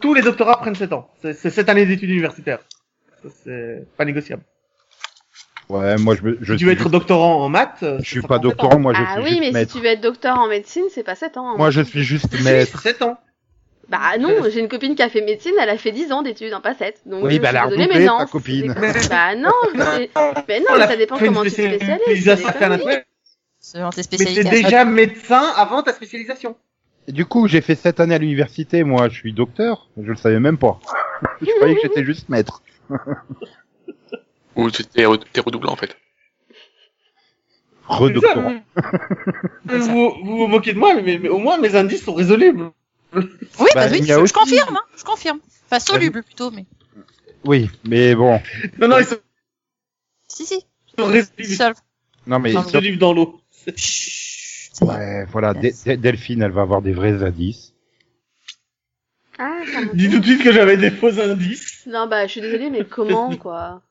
[SPEAKER 6] tous les doctorats prennent 7 ans. C'est c'est 7 années d'études universitaires. Ça, C'est pas négociable.
[SPEAKER 1] ouais, moi, je, me- je
[SPEAKER 6] Si tu
[SPEAKER 1] suis
[SPEAKER 6] veux
[SPEAKER 1] juste-
[SPEAKER 6] être doctorant en maths, euh,
[SPEAKER 1] je suis
[SPEAKER 6] ça
[SPEAKER 1] pas
[SPEAKER 6] prend sept
[SPEAKER 1] doctorant, moi, je
[SPEAKER 3] ah
[SPEAKER 1] suis
[SPEAKER 3] oui,
[SPEAKER 1] juste
[SPEAKER 3] mais
[SPEAKER 1] maître.
[SPEAKER 3] si tu veux être docteur en médecine, c'est pas sept ans. hein.
[SPEAKER 1] Moi, je suis juste
[SPEAKER 6] ans.
[SPEAKER 1] maître.
[SPEAKER 6] C'est 7 ans.
[SPEAKER 3] Bah non, j'ai une copine qui a fait médecine, elle a fait 10 ans d'études, hein, pas 7. Donc
[SPEAKER 1] Oui,
[SPEAKER 3] je
[SPEAKER 1] bah,
[SPEAKER 3] suis
[SPEAKER 1] elle a
[SPEAKER 3] désolée,
[SPEAKER 1] redoublé,
[SPEAKER 3] mais non.
[SPEAKER 1] ta copine.
[SPEAKER 3] c'est- Bah non, mais, mais non,
[SPEAKER 6] On
[SPEAKER 3] mais
[SPEAKER 6] l'a
[SPEAKER 3] ça dépend
[SPEAKER 6] fait une
[SPEAKER 3] comment tu te spécialises.
[SPEAKER 6] spécialisation
[SPEAKER 3] c'est des
[SPEAKER 6] à notre
[SPEAKER 3] conneries.
[SPEAKER 2] Selon tes
[SPEAKER 6] Mais t'es
[SPEAKER 2] spécialités.
[SPEAKER 6] déjà médecin avant ta spécialisation.
[SPEAKER 1] Et Du coup, j'ai fait sept années à l'université, moi, je suis docteur, je le savais même pas. je croyais que j'étais juste maître.
[SPEAKER 5] Ou tu- t'es re- t'es redoublant en fait.
[SPEAKER 1] Redoctorant.
[SPEAKER 6] Vous, vous vous moquez de moi, mais, mais au moins mes indices sont résolubles.
[SPEAKER 2] Oui,
[SPEAKER 1] Bah,
[SPEAKER 2] bah, oui,
[SPEAKER 1] il y a
[SPEAKER 2] je, je
[SPEAKER 1] aussi-
[SPEAKER 2] confirme, hein, je confirme. Enfin, soluble plutôt, mais.
[SPEAKER 1] Oui, mais bon.
[SPEAKER 6] Non, non, ils sont
[SPEAKER 2] Si, si.
[SPEAKER 6] résolubles.
[SPEAKER 2] Solve.
[SPEAKER 1] Non, mais,
[SPEAKER 6] Ils sont résolubles dans l'eau.
[SPEAKER 2] Chut. ça y est.
[SPEAKER 1] ouais, voilà, Del- Del- Delphine, elle va avoir des vrais indices.
[SPEAKER 3] Ah, ça me-
[SPEAKER 6] Dis tout de suite que j'avais des faux indices.
[SPEAKER 3] Non, bah, je suis désolée, mais comment, quoi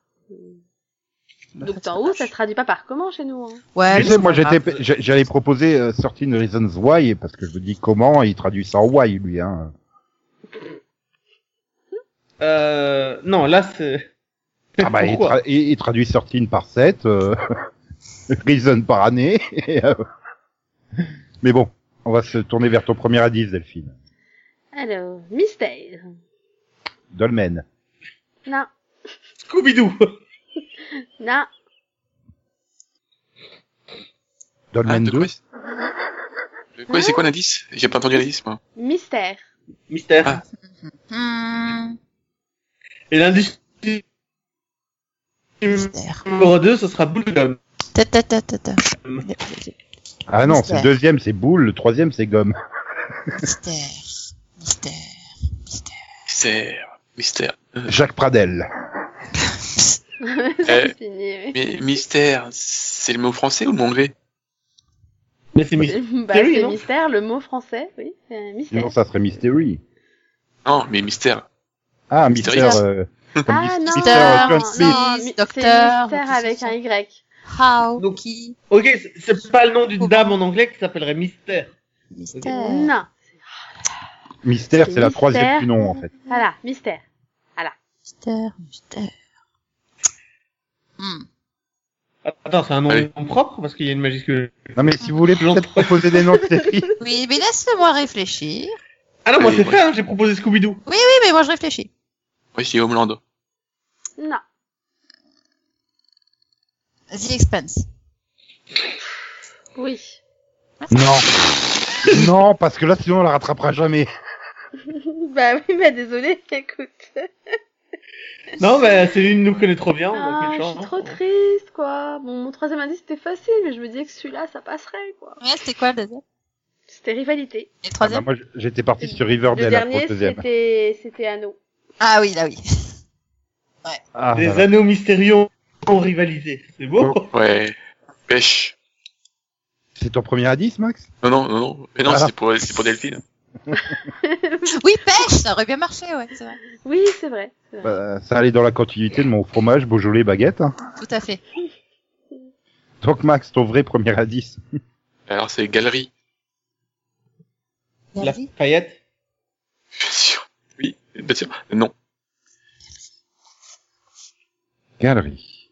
[SPEAKER 3] Donc, t'en haut, ça se traduit pas par comment chez nous, hein.
[SPEAKER 2] Ouais,
[SPEAKER 1] Tu sais, moi j'étais, j'a- j'allais proposer euh, Sorting the Reasons Why parce que je me dis comment il traduit ça en why lui hein.
[SPEAKER 6] Euh, non, là c'est.
[SPEAKER 1] Ah bah il,
[SPEAKER 6] Pourquoi
[SPEAKER 1] tra- il- il traduit Sorting par 7 euh, Reason par année. et, euh, Mais bon, on va se tourner vers ton premier indice Delphine.
[SPEAKER 3] Alors, mystère.
[SPEAKER 1] Dolmen.
[SPEAKER 3] Non,
[SPEAKER 6] Scooby-Doo.
[SPEAKER 3] non,
[SPEAKER 5] Ah,
[SPEAKER 1] Dolmen
[SPEAKER 5] de
[SPEAKER 1] 2.
[SPEAKER 5] quoi De quoi, c'est quoi l'indice J'ai pas entendu l'indice, moi.
[SPEAKER 3] mystère.
[SPEAKER 6] Mystère.
[SPEAKER 5] Ah.
[SPEAKER 2] Hmm,
[SPEAKER 6] Et l'indice
[SPEAKER 2] mystère.
[SPEAKER 6] numéro 2, ce sera Bubblegum.
[SPEAKER 2] Ta, ta, ta, ta, ta.
[SPEAKER 1] Ah non, c'est
[SPEAKER 2] Mystère.
[SPEAKER 1] le deuxième c'est boule, le troisième c'est gomme.
[SPEAKER 2] Mystère. Mystère. Mystère.
[SPEAKER 5] Mystère. Mystère. Euh,
[SPEAKER 1] Jacques Pradel.
[SPEAKER 3] Ça, c'est fini, oui.
[SPEAKER 5] mais mystère, c'est le mot français ou le mot anglais
[SPEAKER 6] Mais c'est mystère.
[SPEAKER 3] Bah,
[SPEAKER 6] Mystery,
[SPEAKER 3] c'est
[SPEAKER 6] non
[SPEAKER 3] mystère, le mot français, oui, c'est mystère.
[SPEAKER 1] Sinon ça serait Mystery.
[SPEAKER 5] Non, mais mystère.
[SPEAKER 1] Ah
[SPEAKER 5] Mystery.
[SPEAKER 1] Mister. euh, comme
[SPEAKER 3] Ah
[SPEAKER 1] Mister-
[SPEAKER 3] non,
[SPEAKER 1] Mister
[SPEAKER 2] Mystère,
[SPEAKER 1] John Smith.
[SPEAKER 2] non.
[SPEAKER 3] mi-
[SPEAKER 2] Docteur,
[SPEAKER 3] c'est mystère
[SPEAKER 2] tout
[SPEAKER 3] avec
[SPEAKER 2] ça.
[SPEAKER 3] un Y.
[SPEAKER 2] How.
[SPEAKER 6] Donc-
[SPEAKER 2] Qui.
[SPEAKER 6] Ok, c'est- c'est pas le nom d'une dame en anglais qui s'appellerait Mystère.
[SPEAKER 2] Mystère.
[SPEAKER 3] Non,
[SPEAKER 1] Mystère, c'est la
[SPEAKER 3] Mystère.
[SPEAKER 1] troisième du nom en fait.
[SPEAKER 3] voilà, mystère.
[SPEAKER 2] Mystère. Mystère. Hmm.
[SPEAKER 6] Attends, c'est un nom
[SPEAKER 5] Allez.
[SPEAKER 6] propre parce qu'il y a une majuscule.
[SPEAKER 1] Non mais si vous voulez
[SPEAKER 6] J'en-
[SPEAKER 1] peut-être proposer des noms de séries.
[SPEAKER 2] Oui, mais laisse-moi réfléchir.
[SPEAKER 6] Ah non, moi
[SPEAKER 5] Allez,
[SPEAKER 6] c'est
[SPEAKER 5] ouais.
[SPEAKER 6] fait, hein, j'ai proposé Scooby-Doo.
[SPEAKER 2] Oui, mais moi je réfléchis.
[SPEAKER 5] Oui, c'est Homeland.
[SPEAKER 3] Non,
[SPEAKER 2] The Expanse.
[SPEAKER 3] oui.
[SPEAKER 1] Non. non, parce que là, sinon, on la rattrapera jamais.
[SPEAKER 3] bah oui, bah désolé, écoute.
[SPEAKER 6] Non, mais Céline nous connaît trop bien. on a
[SPEAKER 3] Ah,
[SPEAKER 6] aucune
[SPEAKER 3] je
[SPEAKER 6] chance.
[SPEAKER 3] suis trop triste, quoi. Bon, mon troisième indice, c'était facile, mais je me disais que celui-là, ça passerait, quoi.
[SPEAKER 2] Ouais, c'était quoi le deuxième
[SPEAKER 3] C'était rivalité.
[SPEAKER 2] Et le
[SPEAKER 1] Ah bah,
[SPEAKER 2] troisième
[SPEAKER 1] moi, j'étais parti sur
[SPEAKER 3] Le
[SPEAKER 1] Riverdale là, pour
[SPEAKER 3] dernier,
[SPEAKER 1] le deuxième.
[SPEAKER 3] c'était, c'était Anneau.
[SPEAKER 2] Ah oui, là oui.
[SPEAKER 1] Ah,
[SPEAKER 6] Des
[SPEAKER 1] voilà.
[SPEAKER 6] anneaux mystérieux ont rivalisé. C'est beau.
[SPEAKER 5] Ouais. Pêche.
[SPEAKER 1] C'est ton premier indice, Max
[SPEAKER 5] Non, non, non, non. Mais non,
[SPEAKER 1] Ah.
[SPEAKER 5] c'est pour, c'est pour Delphine.
[SPEAKER 2] Oui, pêche, ça aurait bien marché, ouais, c'est vrai.
[SPEAKER 3] Oui, c'est vrai. c'est vrai.
[SPEAKER 1] Bah, Ça allait dans la continuité de mon fromage Beaujolais baguette. hein.
[SPEAKER 2] Tout à fait.
[SPEAKER 1] Donc, Max, ton vrai premier indice.
[SPEAKER 5] Alors, c'est Galerie.
[SPEAKER 6] La Fayette.
[SPEAKER 5] Bien sûr. Oui, bien sûr. Non.
[SPEAKER 1] Galerie.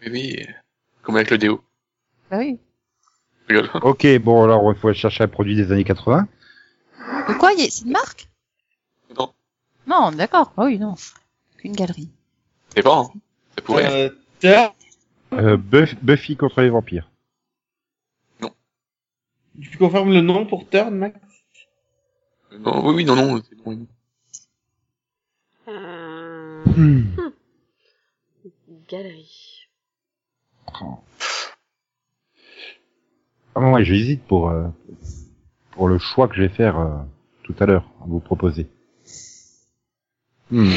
[SPEAKER 5] Mais oui, euh, comme avec le déo.
[SPEAKER 2] Bah oui.
[SPEAKER 5] Rigole.
[SPEAKER 1] Ok, bon, alors, il faut chercher un produit des années 80.
[SPEAKER 2] De quoi il y a- C'est une marque
[SPEAKER 5] Non.
[SPEAKER 2] Non, d'accord. Ah oui, non. Qu'une galerie.
[SPEAKER 5] C'est pas, hein. Ça pourrait.
[SPEAKER 6] Euh, Terre.
[SPEAKER 1] Euh, Buff- Buffy contre les vampires.
[SPEAKER 6] Tu confirmes le nom pour Turn, Max
[SPEAKER 5] Non, oui, oui, non, non. c'est bon.
[SPEAKER 3] Euh,
[SPEAKER 1] Hmm.
[SPEAKER 3] Galerie.
[SPEAKER 1] Ah ouais, j'hésite pour, euh, pour le choix que je vais faire euh, tout à l'heure, à vous proposer. Hmm.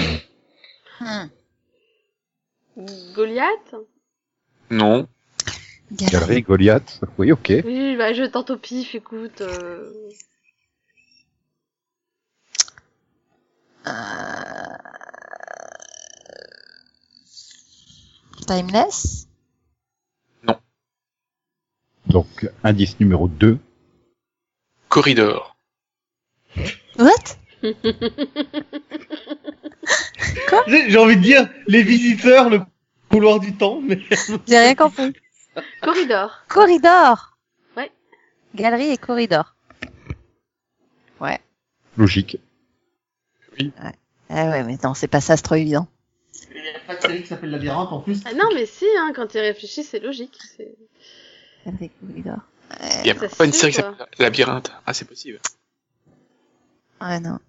[SPEAKER 2] Hmm.
[SPEAKER 3] Goliath
[SPEAKER 5] Non.
[SPEAKER 1] Galerie Goliath. Oui, ok.
[SPEAKER 3] Oui, bah, je tente au pif, écoute. euh.
[SPEAKER 2] Euh, Timeless
[SPEAKER 1] Donc, indice numéro 2.
[SPEAKER 5] Corridor.
[SPEAKER 2] What
[SPEAKER 6] J'ai j'ai envie de dire les visiteurs, le couloir du temps, mais
[SPEAKER 2] J'ai rien compris.
[SPEAKER 3] Corridor.
[SPEAKER 2] Corridor
[SPEAKER 3] Ouais.
[SPEAKER 2] Galerie et corridor.
[SPEAKER 1] Logique.
[SPEAKER 2] Ah ouais, mais non, c'est pas ça, c'est trop évident.
[SPEAKER 6] il n'y a pas de série qui s'appelle Labyrinthe en plus.
[SPEAKER 3] Ah non, mais si, hein, quand il réfléchit, c'est logique. c'est-
[SPEAKER 2] Galerie et corridor.
[SPEAKER 5] Il y a
[SPEAKER 3] Ça se
[SPEAKER 5] pas une
[SPEAKER 3] suit,
[SPEAKER 5] série qui
[SPEAKER 3] quoi.
[SPEAKER 5] s'appelle Labyrinthe. Ah, c'est possible.
[SPEAKER 2] Ouais, Ah non.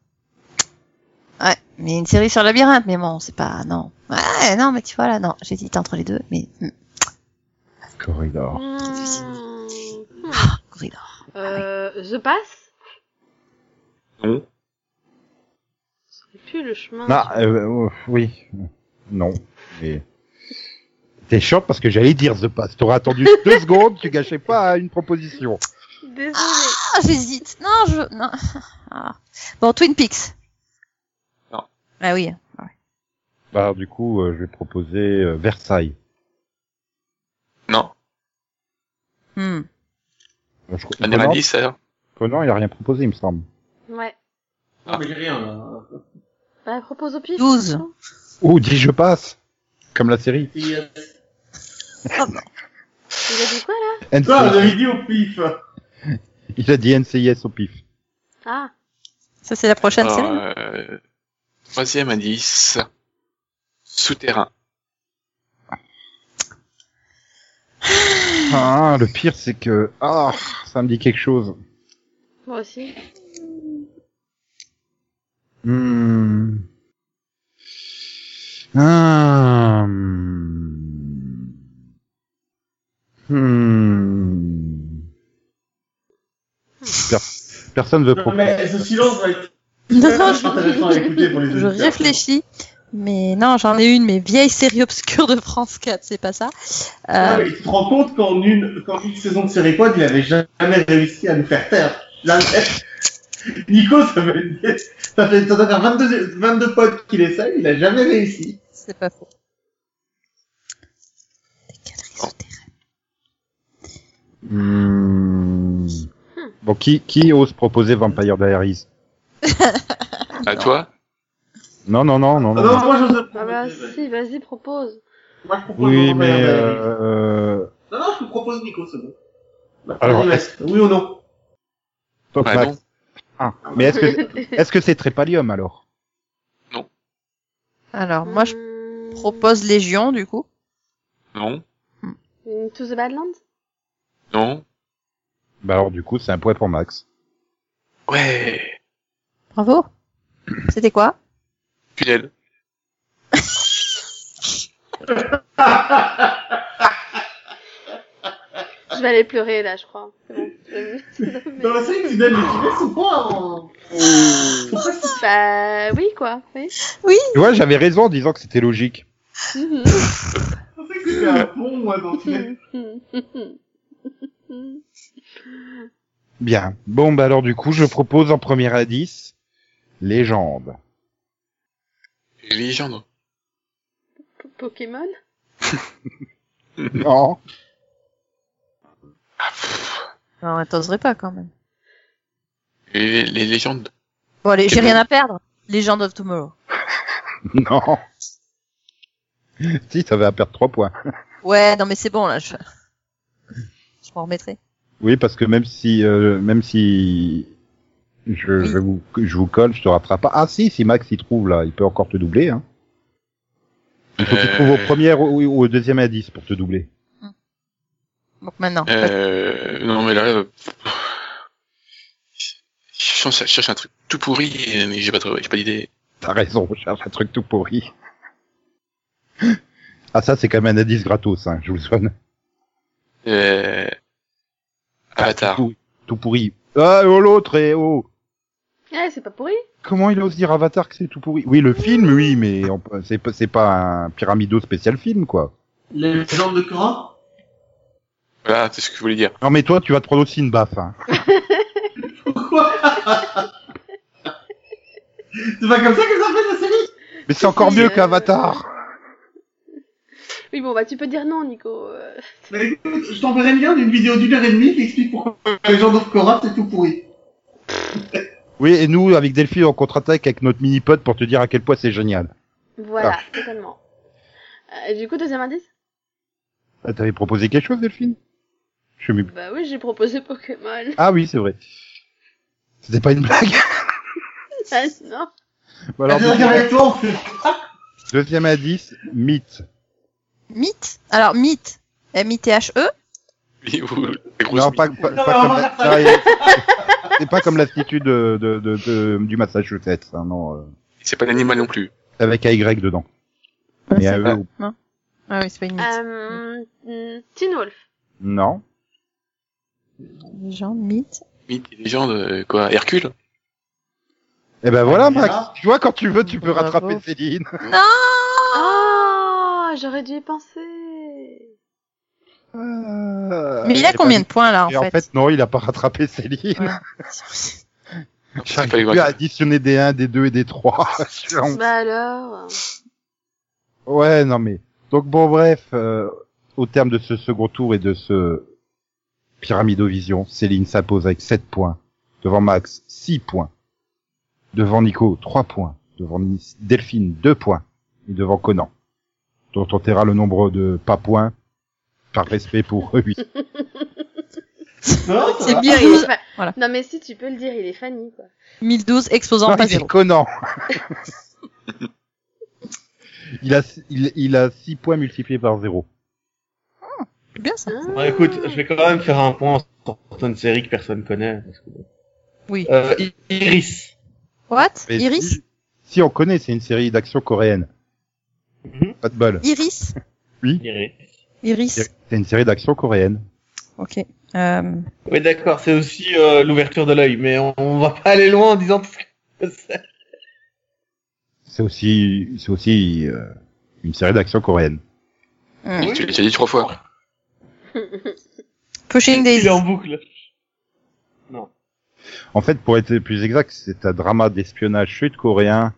[SPEAKER 2] Ouais, mais une série sur le labyrinthe, mais bon, c'est pas, non. Ouais, non, mais tu vois, là, non, j'hésite entre les deux, mais, hmm,
[SPEAKER 1] Corridor.
[SPEAKER 3] Hmm.
[SPEAKER 2] Ah, corridor.
[SPEAKER 3] Euh, The Pass
[SPEAKER 5] Non.
[SPEAKER 3] C'est plus le chemin.
[SPEAKER 1] Non, euh, euh, oui. Non. Mais... T'es chiant parce que j'allais dire The Pass. T'aurais attendu deux secondes, tu gâchais pas une proposition.
[SPEAKER 3] Désolée.
[SPEAKER 2] Ah, j'hésite. Non, je, non. Ah. Bon, Twin Peaks. Ah oui.
[SPEAKER 1] Bah, du coup, euh, je vais proposer euh, Versailles.
[SPEAKER 5] Non.
[SPEAKER 2] Hmm.
[SPEAKER 1] Euh, je- Conan,
[SPEAKER 5] Anomalie, ça.
[SPEAKER 1] Conan, il a rien proposé, il me semble.
[SPEAKER 3] Ouais.
[SPEAKER 5] Ah.
[SPEAKER 6] Non, mais j'ai rien, là.
[SPEAKER 3] Bah, propose au pif.
[SPEAKER 2] 12.
[SPEAKER 1] Ou dis je passe, comme la série.
[SPEAKER 6] euh,
[SPEAKER 3] Il a dit quoi là
[SPEAKER 6] Toi,
[SPEAKER 1] NCIS.
[SPEAKER 6] Ah, j'avais dit au pif.
[SPEAKER 1] Il a dit NCIS au pif.
[SPEAKER 3] Ah,
[SPEAKER 2] Ça, c'est la prochaine série.
[SPEAKER 5] Alors, euh, Troisième indice. Souterrain.
[SPEAKER 1] Ah, le pire, c'est que... Ah, ça me dit quelque chose.
[SPEAKER 3] moi aussi.
[SPEAKER 1] Hmm. Ah, hmm. Hmm. Per- personne veut
[SPEAKER 6] Non,
[SPEAKER 1] proposer.
[SPEAKER 6] mais ce silence va être
[SPEAKER 2] Non, non,
[SPEAKER 6] très intéressant à écouter pour les
[SPEAKER 2] je
[SPEAKER 6] auditeurs.
[SPEAKER 2] réfléchis. Mais non, j'en ai une, mais vieille série obscure de France 4, c'est pas ça.
[SPEAKER 6] Ouais,
[SPEAKER 2] Euh,
[SPEAKER 6] Ah, mais tu te rends compte qu'en une, qu'en une saison de série pod, il avait jamais réussi à nous faire taire. Là, Nico, ça fait, ça fait, ça doit faire 22, 22 potes qu'il essaye, il a jamais réussi.
[SPEAKER 2] c'est pas faux. Des galeries souterraines.
[SPEAKER 1] Hmm. Bon, qui, qui ose proposer Vampire Diaries
[SPEAKER 5] À toi
[SPEAKER 1] Non, non, non, non,
[SPEAKER 6] Ah
[SPEAKER 1] non.
[SPEAKER 6] non, moi, je
[SPEAKER 3] Ah bah si, vas-y, propose.
[SPEAKER 6] Moi, je propose
[SPEAKER 1] Oui,
[SPEAKER 6] Romain
[SPEAKER 1] mais...
[SPEAKER 6] Berger.
[SPEAKER 1] Euh... euh,
[SPEAKER 6] Non, non, je te propose Nico, c'est bon. Bah,
[SPEAKER 1] Alors,
[SPEAKER 6] vas-y, Max. oui ou non?
[SPEAKER 1] Top
[SPEAKER 5] Bah
[SPEAKER 1] Max.
[SPEAKER 5] non.
[SPEAKER 1] Ah, mais est-ce que est-ce que c'est Trépalium alors
[SPEAKER 2] Alors, moi, je
[SPEAKER 3] Hmm,
[SPEAKER 2] propose Légion, du coup.
[SPEAKER 5] Non.
[SPEAKER 3] Mm, To the Badlands
[SPEAKER 5] Non.
[SPEAKER 1] Bah alors du coup c'est un point pour Max.
[SPEAKER 5] Ouais.
[SPEAKER 2] Bravo. C'était quoi
[SPEAKER 5] Tunnel.
[SPEAKER 3] Je vais aller pleurer là, je crois. C'est bon. c'est bon.
[SPEAKER 6] Dans la série, tu donnes les idées, sont pas
[SPEAKER 3] Oh.
[SPEAKER 6] en... sont pas si-
[SPEAKER 3] bah oui, quoi. Oui.
[SPEAKER 1] Tu vois, j'avais raison en disant que c'était logique.
[SPEAKER 3] Mhm.
[SPEAKER 6] Je pensais que c'était un bon, moi, dans le final.
[SPEAKER 1] Bien. Bon, bah alors du coup, je propose en premier indice légende.
[SPEAKER 5] Légende.
[SPEAKER 3] P- Pokémon
[SPEAKER 1] Non.
[SPEAKER 2] Non, t'oserais pas quand même.
[SPEAKER 5] Les, les légendes.
[SPEAKER 2] Bon, allez, j'ai
[SPEAKER 5] Quel
[SPEAKER 2] rien à perdre. Legend of Tomorrow.
[SPEAKER 1] Non. si, ça va perdre trois points.
[SPEAKER 2] Ouais, non, mais c'est bon, là, je, je m'en remettrai.
[SPEAKER 1] Oui, parce que même si, euh, même si je, je vous, je vous colle, je te rattrape pas. Ah si, si Max y trouve là, il peut encore te doubler. Hein. Il faut qu'il trouve au premier ou, ou au deuxième indice pour te doubler.
[SPEAKER 2] Donc maintenant.
[SPEAKER 5] Euh, non, mais là, euh, je cherche, je cherche un truc tout pourri, euh, mais j'ai pas trouvé, j'ai pas d'idée.
[SPEAKER 1] T'as raison, je cherche un truc tout pourri. ah ça, c'est quand même un indice gratos, hein, je vous le soigne.
[SPEAKER 5] Euh, Avatar.
[SPEAKER 1] Tout, tout pourri. Ah, oh l'autre, et oh
[SPEAKER 3] Ouais, c'est pas pourri.
[SPEAKER 1] Comment il ose dire Avatar que c'est tout pourri Oui, le film, oui, mais on peut- c'est pas, c'est pas un pyramido spécial film, quoi.
[SPEAKER 6] Les légendes de Korra?
[SPEAKER 5] Voilà, c'est ce que je voulais dire.
[SPEAKER 1] Non, mais toi, tu vas te prendre aussi une baffe. Hein.
[SPEAKER 6] Pourquoi C'est pas comme ça que ça fait la série
[SPEAKER 1] Mais c'est encore
[SPEAKER 3] Oui,
[SPEAKER 1] mieux
[SPEAKER 3] euh,
[SPEAKER 1] qu'Avatar.
[SPEAKER 3] Oui, bon, bah tu peux dire non, Nico. Euh,
[SPEAKER 6] Mais écoute, je t'enverrai le lien d'une vidéo d'une heure et demie qui explique pourquoi les gens of Korra c'est tout pourri.
[SPEAKER 1] Oui, et nous, avec Delphine, on contre-attaque avec notre mini-pod pour te dire à quel point c'est génial.
[SPEAKER 3] Voilà, totalement. Euh, du coup, deuxième indice
[SPEAKER 1] Ah, T'avais proposé quelque chose, Delphine Je sais même plus.
[SPEAKER 3] Bah oui, j'ai proposé Pokémon.
[SPEAKER 1] Ah oui, c'est vrai. C'était pas une blague.
[SPEAKER 3] Ah, non.
[SPEAKER 1] Bon, alors,
[SPEAKER 6] Rien
[SPEAKER 1] deuxième,
[SPEAKER 6] avec toi, on fait-
[SPEAKER 1] deuxième indice, mythe.
[SPEAKER 2] Mythe Alors, Mythe. M-I-T-H-E.
[SPEAKER 5] Les- ou- les grosses
[SPEAKER 1] Non,
[SPEAKER 5] billes.
[SPEAKER 1] pas, pas,
[SPEAKER 6] Non,
[SPEAKER 1] pas
[SPEAKER 6] mais
[SPEAKER 1] comme
[SPEAKER 6] on va
[SPEAKER 1] la-
[SPEAKER 6] faire
[SPEAKER 1] non, C'est pas comme l'attitude de, de, de, de- du Massachusetts, hein, non. euh,
[SPEAKER 5] C'est pas l'animal non plus.
[SPEAKER 1] avec AY dedans. E.
[SPEAKER 2] Ah,
[SPEAKER 1] Mais à
[SPEAKER 2] c'est
[SPEAKER 1] eux,
[SPEAKER 5] pas-
[SPEAKER 1] ou-
[SPEAKER 2] Ah oui, c'est pas une mythe.
[SPEAKER 3] Euh, mm, Teen Wolf.
[SPEAKER 1] non.
[SPEAKER 2] Legend, mythe.
[SPEAKER 5] Mythe et légende, euh, quoi, Hercule
[SPEAKER 1] Eh ben voilà,
[SPEAKER 6] Ah,
[SPEAKER 1] Max.
[SPEAKER 6] voilà.
[SPEAKER 1] Tu vois, quand tu veux, tu peux
[SPEAKER 2] Bravo.
[SPEAKER 1] rattraper Céline.
[SPEAKER 3] Oh, j'aurais dû y penser.
[SPEAKER 1] Euh,
[SPEAKER 2] mais il a
[SPEAKER 1] eh
[SPEAKER 2] combien
[SPEAKER 1] ben,
[SPEAKER 2] de points, là, en
[SPEAKER 1] et en
[SPEAKER 2] fait,
[SPEAKER 1] fait, non, il a pas rattrapé Céline.
[SPEAKER 2] Ouais.
[SPEAKER 5] En Ça, il fallait
[SPEAKER 1] J'ai
[SPEAKER 5] voir
[SPEAKER 1] plus à
[SPEAKER 5] ça.
[SPEAKER 1] additionner des 1, des 2 et des 3. C'est vraiment-
[SPEAKER 3] Bah
[SPEAKER 2] Ah,
[SPEAKER 3] alors.
[SPEAKER 1] Ouais, non mais. Donc bon, bref, euh, au terme de ce second tour et de ce pyramidovision, Céline s'impose avec 7 points. Devant Max, 6 points. Devant Nico, 3 points. Devant Nice- Delphine, 2 points. Et devant Conan, dont on taira le nombre de pas points, par respect pour lui.
[SPEAKER 6] Non,
[SPEAKER 2] C'est bien,
[SPEAKER 3] Ah, il est
[SPEAKER 2] il
[SPEAKER 3] fa-
[SPEAKER 2] Voilà.
[SPEAKER 3] Non mais si tu peux le dire, il est Fanny quoi.
[SPEAKER 2] 1012 exposant
[SPEAKER 1] Non,
[SPEAKER 2] pas
[SPEAKER 1] il est
[SPEAKER 2] zéro.
[SPEAKER 1] Conan il, a, il, il a 6 points multipliés par 0.
[SPEAKER 2] C'est bien ça.
[SPEAKER 3] Ah.
[SPEAKER 6] Bon, écoute, je vais quand même faire un point sur une série que personne connaît. parce que bon.
[SPEAKER 2] Oui.
[SPEAKER 6] Euh, I- Iris.
[SPEAKER 2] What
[SPEAKER 1] Mais
[SPEAKER 2] Iris
[SPEAKER 1] Si, si, on connaît, c'est une série d'action coréenne.
[SPEAKER 6] Mhm.
[SPEAKER 1] Pas de bol.
[SPEAKER 2] Iris
[SPEAKER 6] Iris.
[SPEAKER 2] Iris.
[SPEAKER 1] C'est une série d'action coréenne.
[SPEAKER 2] Ok. Euh,
[SPEAKER 6] Oui, d'accord, c'est aussi euh, l'ouverture de l'œil, mais on, on va pas aller loin en disant tout ce que c'est.
[SPEAKER 1] C'est aussi, c'est aussi euh, une série d'action coréenne.
[SPEAKER 2] hmm.
[SPEAKER 5] Tu l'as dit trois fois.
[SPEAKER 2] Pushing
[SPEAKER 6] Il
[SPEAKER 2] Daisy.
[SPEAKER 6] est en boucle.
[SPEAKER 1] En fait, pour être plus exact, c'est un drama d'espionnage sud-coréen.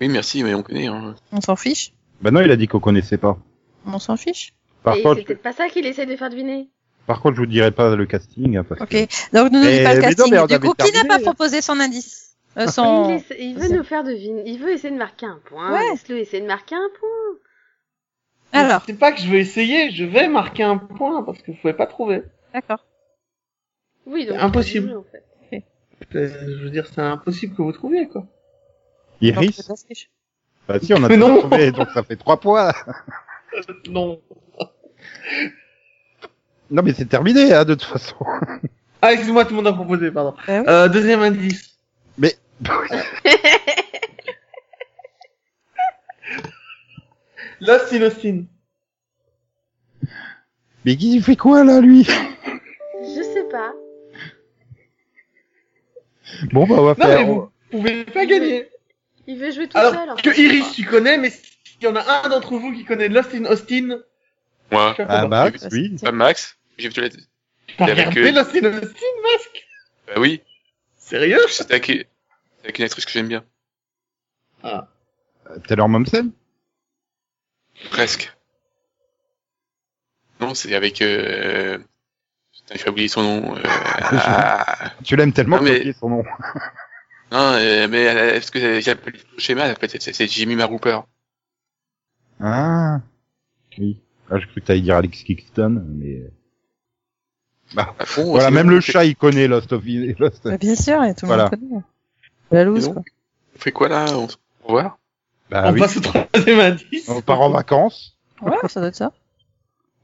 [SPEAKER 5] Oui, merci, mais on connaît. Hein.
[SPEAKER 2] On s'en fiche
[SPEAKER 1] Ben non, il a dit qu'on connaissait pas.
[SPEAKER 2] On s'en fiche
[SPEAKER 1] Par
[SPEAKER 3] Et
[SPEAKER 1] contre,
[SPEAKER 3] c'est peut-être pas ça qu'il essaie de faire deviner.
[SPEAKER 1] par contre, je vous dirai pas le casting. hein, parce
[SPEAKER 2] Ok.
[SPEAKER 1] que-
[SPEAKER 2] Donc ne nous
[SPEAKER 1] Mais-
[SPEAKER 2] dis pas le
[SPEAKER 1] mais non,
[SPEAKER 2] casting.
[SPEAKER 1] mais on
[SPEAKER 2] du
[SPEAKER 1] avait
[SPEAKER 2] coup, qui n'a
[SPEAKER 1] terminé.
[SPEAKER 2] pas proposé son indice Euh,
[SPEAKER 3] Il,
[SPEAKER 2] son...
[SPEAKER 3] essa- il veut nous faire deviner, il veut essayer de marquer un point.
[SPEAKER 2] Ouais.
[SPEAKER 3] Laisse-le essayer de marquer un point.
[SPEAKER 2] Alors,
[SPEAKER 6] C'est pas que je vais essayer, je vais marquer un point parce que vous pouvez pas trouver.
[SPEAKER 2] d'accord.
[SPEAKER 3] Oui, donc
[SPEAKER 6] C'est impossible.
[SPEAKER 3] il veut, en fait.
[SPEAKER 6] Euh, Je veux dire, c'est impossible que vous trouviez, quoi.
[SPEAKER 2] Donc,
[SPEAKER 1] Iris,
[SPEAKER 2] je te fiche.
[SPEAKER 1] bah si, on a
[SPEAKER 6] Mais
[SPEAKER 1] tout
[SPEAKER 6] non.
[SPEAKER 1] trouvé, donc ça fait trois points.
[SPEAKER 6] Non.
[SPEAKER 1] Non, mais c'est terminé, hein, de toute façon.
[SPEAKER 6] Ah, excuse-moi, tout le monde a proposé, pardon.
[SPEAKER 2] Bah oui.
[SPEAKER 1] Ah,
[SPEAKER 6] Euh, deuxième indice. Lost in Austin.
[SPEAKER 1] mais Guy, il fait quoi là, lui
[SPEAKER 3] Je sais pas.
[SPEAKER 1] Bon, bah on va
[SPEAKER 6] Non, mais
[SPEAKER 1] faire.
[SPEAKER 6] vous pouvez pas gagner.
[SPEAKER 3] Il veut jouer tout
[SPEAKER 6] Alors
[SPEAKER 3] seul. en
[SPEAKER 6] que
[SPEAKER 3] fait.
[SPEAKER 6] Iris, tu connais, mais s'il y en a un d'entre vous qui connaît Lost in Austin,
[SPEAKER 5] Moi,
[SPEAKER 6] chapeau.
[SPEAKER 1] Ah, Max, oui.
[SPEAKER 5] pas Max. J'ai vu que tu l'as-
[SPEAKER 6] T'as
[SPEAKER 5] avec
[SPEAKER 6] regardé
[SPEAKER 5] eux.
[SPEAKER 6] Lost in Austin, masque
[SPEAKER 5] Bah oui,
[SPEAKER 6] Sérieux
[SPEAKER 5] c'était avec... c'est avec une actrice que j'aime bien.
[SPEAKER 1] Taylor Momsen
[SPEAKER 5] Presque. Non, c'est avec. Euh... Putain, j'ai oublié son nom. Euh... ah,
[SPEAKER 1] Tu l'aimes tellement
[SPEAKER 5] Non,
[SPEAKER 1] que t'as
[SPEAKER 5] mais-
[SPEAKER 1] oublié son nom.
[SPEAKER 5] Non, euh, mais euh, est-ce que j'appelle le schéma en fait, c'est- C'est Jimmy Marooper.
[SPEAKER 1] Ah. Oui. Ah, je crois que t'allais dire Alex Kingston, mais... euh,
[SPEAKER 5] À fond,
[SPEAKER 6] Oh,
[SPEAKER 1] Voilà,
[SPEAKER 5] sinon,
[SPEAKER 1] même le
[SPEAKER 5] on fait-
[SPEAKER 1] chat, il connaît Lost of... Lost...
[SPEAKER 2] Bah, bien sûr, et tout le
[SPEAKER 1] Voilà.
[SPEAKER 2] monde connaît. La loose,
[SPEAKER 5] Sinon,
[SPEAKER 2] quoi.
[SPEAKER 5] On fait quoi là On se revoit
[SPEAKER 1] Bah
[SPEAKER 6] On
[SPEAKER 1] oui.
[SPEAKER 6] passe au troisième indice.
[SPEAKER 1] On part en vacances.
[SPEAKER 2] Ouais, ça doit être ça.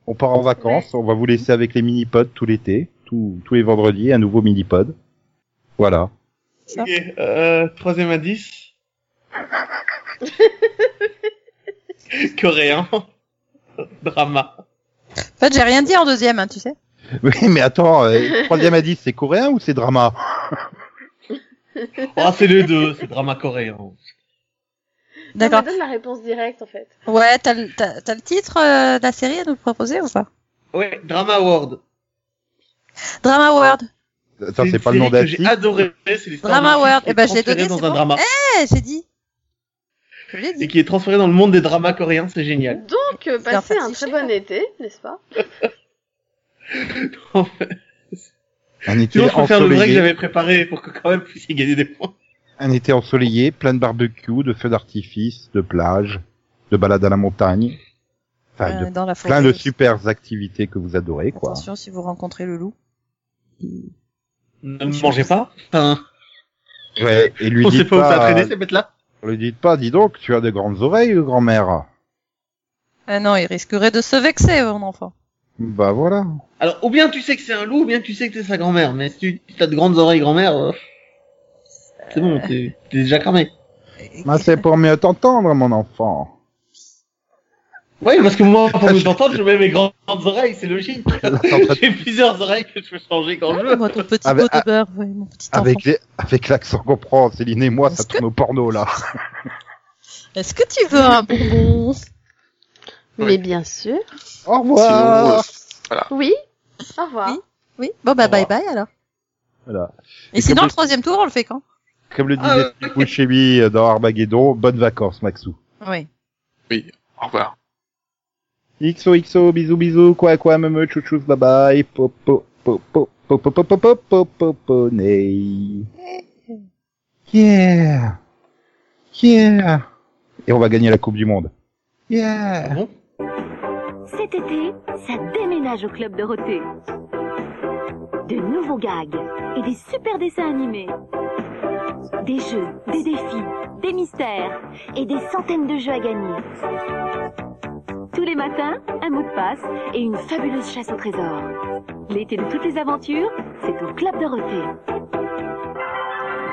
[SPEAKER 1] On part en vacances. On va vous laisser avec les mini-pods tout l'été. Tout... Tous les vendredis, un nouveau mini-pod. Voilà.
[SPEAKER 6] Ok, euh, troisième indice. Coréen. Drama.
[SPEAKER 2] En fait, j'ai rien dit en deuxième, hein, tu sais.
[SPEAKER 1] Oui, mais attends, euh, troisième indice, c'est coréen ou c'est drama
[SPEAKER 6] Ah, c'est les deux, c'est drama coréen.
[SPEAKER 3] Non,
[SPEAKER 2] D'accord.
[SPEAKER 3] mais Donne la réponse directe en fait.
[SPEAKER 2] Ouais, t'as le, t'as- t'as le titre euh, de la série à nous proposer ou pas
[SPEAKER 6] Ouais, Drama World.
[SPEAKER 2] Drama World.
[SPEAKER 1] Attends, c'est
[SPEAKER 6] une
[SPEAKER 1] pas le nom
[SPEAKER 6] série
[SPEAKER 1] d'un
[SPEAKER 6] que J'ai adoré, c'est l'histoire
[SPEAKER 2] Drama
[SPEAKER 6] d'une fille
[SPEAKER 2] World.
[SPEAKER 6] qui
[SPEAKER 2] Eh
[SPEAKER 6] est
[SPEAKER 2] ben, je l'ai
[SPEAKER 6] transférée
[SPEAKER 2] donné,
[SPEAKER 6] dans
[SPEAKER 2] c'est
[SPEAKER 6] un
[SPEAKER 2] bon.
[SPEAKER 6] drama
[SPEAKER 1] Ah.
[SPEAKER 2] Eh, j'ai dit. Je l'ai
[SPEAKER 6] et
[SPEAKER 2] dit.
[SPEAKER 6] qui est transférée dans le monde des dramas coréens, c'est génial.
[SPEAKER 3] Donc euh,
[SPEAKER 2] C'est
[SPEAKER 3] passez
[SPEAKER 2] un
[SPEAKER 3] un très
[SPEAKER 2] fatigué,
[SPEAKER 3] bon été, n'est-ce pas
[SPEAKER 6] En fait,
[SPEAKER 1] Un été
[SPEAKER 6] Sinon, je préfère le vrai que
[SPEAKER 1] ensoleillé,
[SPEAKER 6] j'avais préparé pour que quand même vous puissiez gagner des points.
[SPEAKER 1] un été ensoleillé, plein de barbecues, de feux d'artifice, de plages, de balades à la montagne. Enfin, de
[SPEAKER 2] Euh, dans la forêt.
[SPEAKER 1] plein de super activités que vous adorez, quoi.
[SPEAKER 2] Attention si vous rencontrez le loup.
[SPEAKER 6] Ne me mangez pas. Enfin,
[SPEAKER 1] Ouais, et lui
[SPEAKER 6] on
[SPEAKER 1] dites
[SPEAKER 6] sait pas où ça a
[SPEAKER 1] pas, euh,
[SPEAKER 6] traîné, ces bêtes-là.
[SPEAKER 1] lui dites pas, dis donc, tu as de grandes oreilles, grand-mère.
[SPEAKER 2] Ah non, il risquerait de se vexer, mon enfant.
[SPEAKER 1] Bah voilà.
[SPEAKER 6] Alors, ou bien tu sais que c'est un loup, ou bien tu sais que c'est sa grand-mère. Mais si tu as de grandes oreilles grand-mère, euh, c'est bon, t'es t'es déjà cramé.
[SPEAKER 1] Bah, c'est pour mieux t'entendre, mon enfant.
[SPEAKER 6] Oui, parce que moi, pour nous entendre, je mets mes grandes oreilles, c'est logique. J'ai plusieurs oreilles que je peux changer quand je veux.
[SPEAKER 2] Moi, ton petit
[SPEAKER 1] Avec-
[SPEAKER 2] pot de beurre, ouais, mon petit enfant.
[SPEAKER 1] Avec les- avec l'accent qu'on prend, Céline et moi, ça
[SPEAKER 2] Est-ce que-
[SPEAKER 1] tourne au porno, là.
[SPEAKER 2] Est-ce que tu veux un bonbon
[SPEAKER 5] Oui.
[SPEAKER 3] Mais bien sûr.
[SPEAKER 1] Au
[SPEAKER 5] Sinon,
[SPEAKER 1] revoir.
[SPEAKER 5] euh,
[SPEAKER 3] Oui. Au revoir.
[SPEAKER 2] Oui. Bon, bah, bye bye alors.
[SPEAKER 1] Voilà.
[SPEAKER 2] Et,
[SPEAKER 1] Et
[SPEAKER 2] sinon,
[SPEAKER 1] comme-
[SPEAKER 2] le troisième tour, on le fait quand
[SPEAKER 1] Comme le disait
[SPEAKER 4] Ah, ouais,
[SPEAKER 1] Philippe
[SPEAKER 4] ok.
[SPEAKER 1] Bouchemi, euh, dans Armageddon, bonnes vacances, Maxou.
[SPEAKER 2] Oui.
[SPEAKER 5] Oui, au revoir.
[SPEAKER 1] XOXO, bisous, bisous, quoi, quoi, me me, chouchous, bye bye, popo, popo, popo, popo, popo, popo, ney. Yeah. Yeah. Et on va gagner la Coupe du Monde. Yeah.
[SPEAKER 6] Bon.
[SPEAKER 10] Cet été, ça déménage au Club Dorothée. De nouveaux gags et des super dessins animés. Des jeux, des défis, des mystères et des centaines de jeux à gagner. Tous les matins, un mot de passe et une fabuleuse chasse au trésor. L'été de toutes les aventures, c'est au Club Dorothée.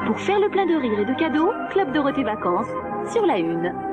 [SPEAKER 10] Pour faire le plein de rire et de cadeaux, Club Dorothée Vacances, sur la une.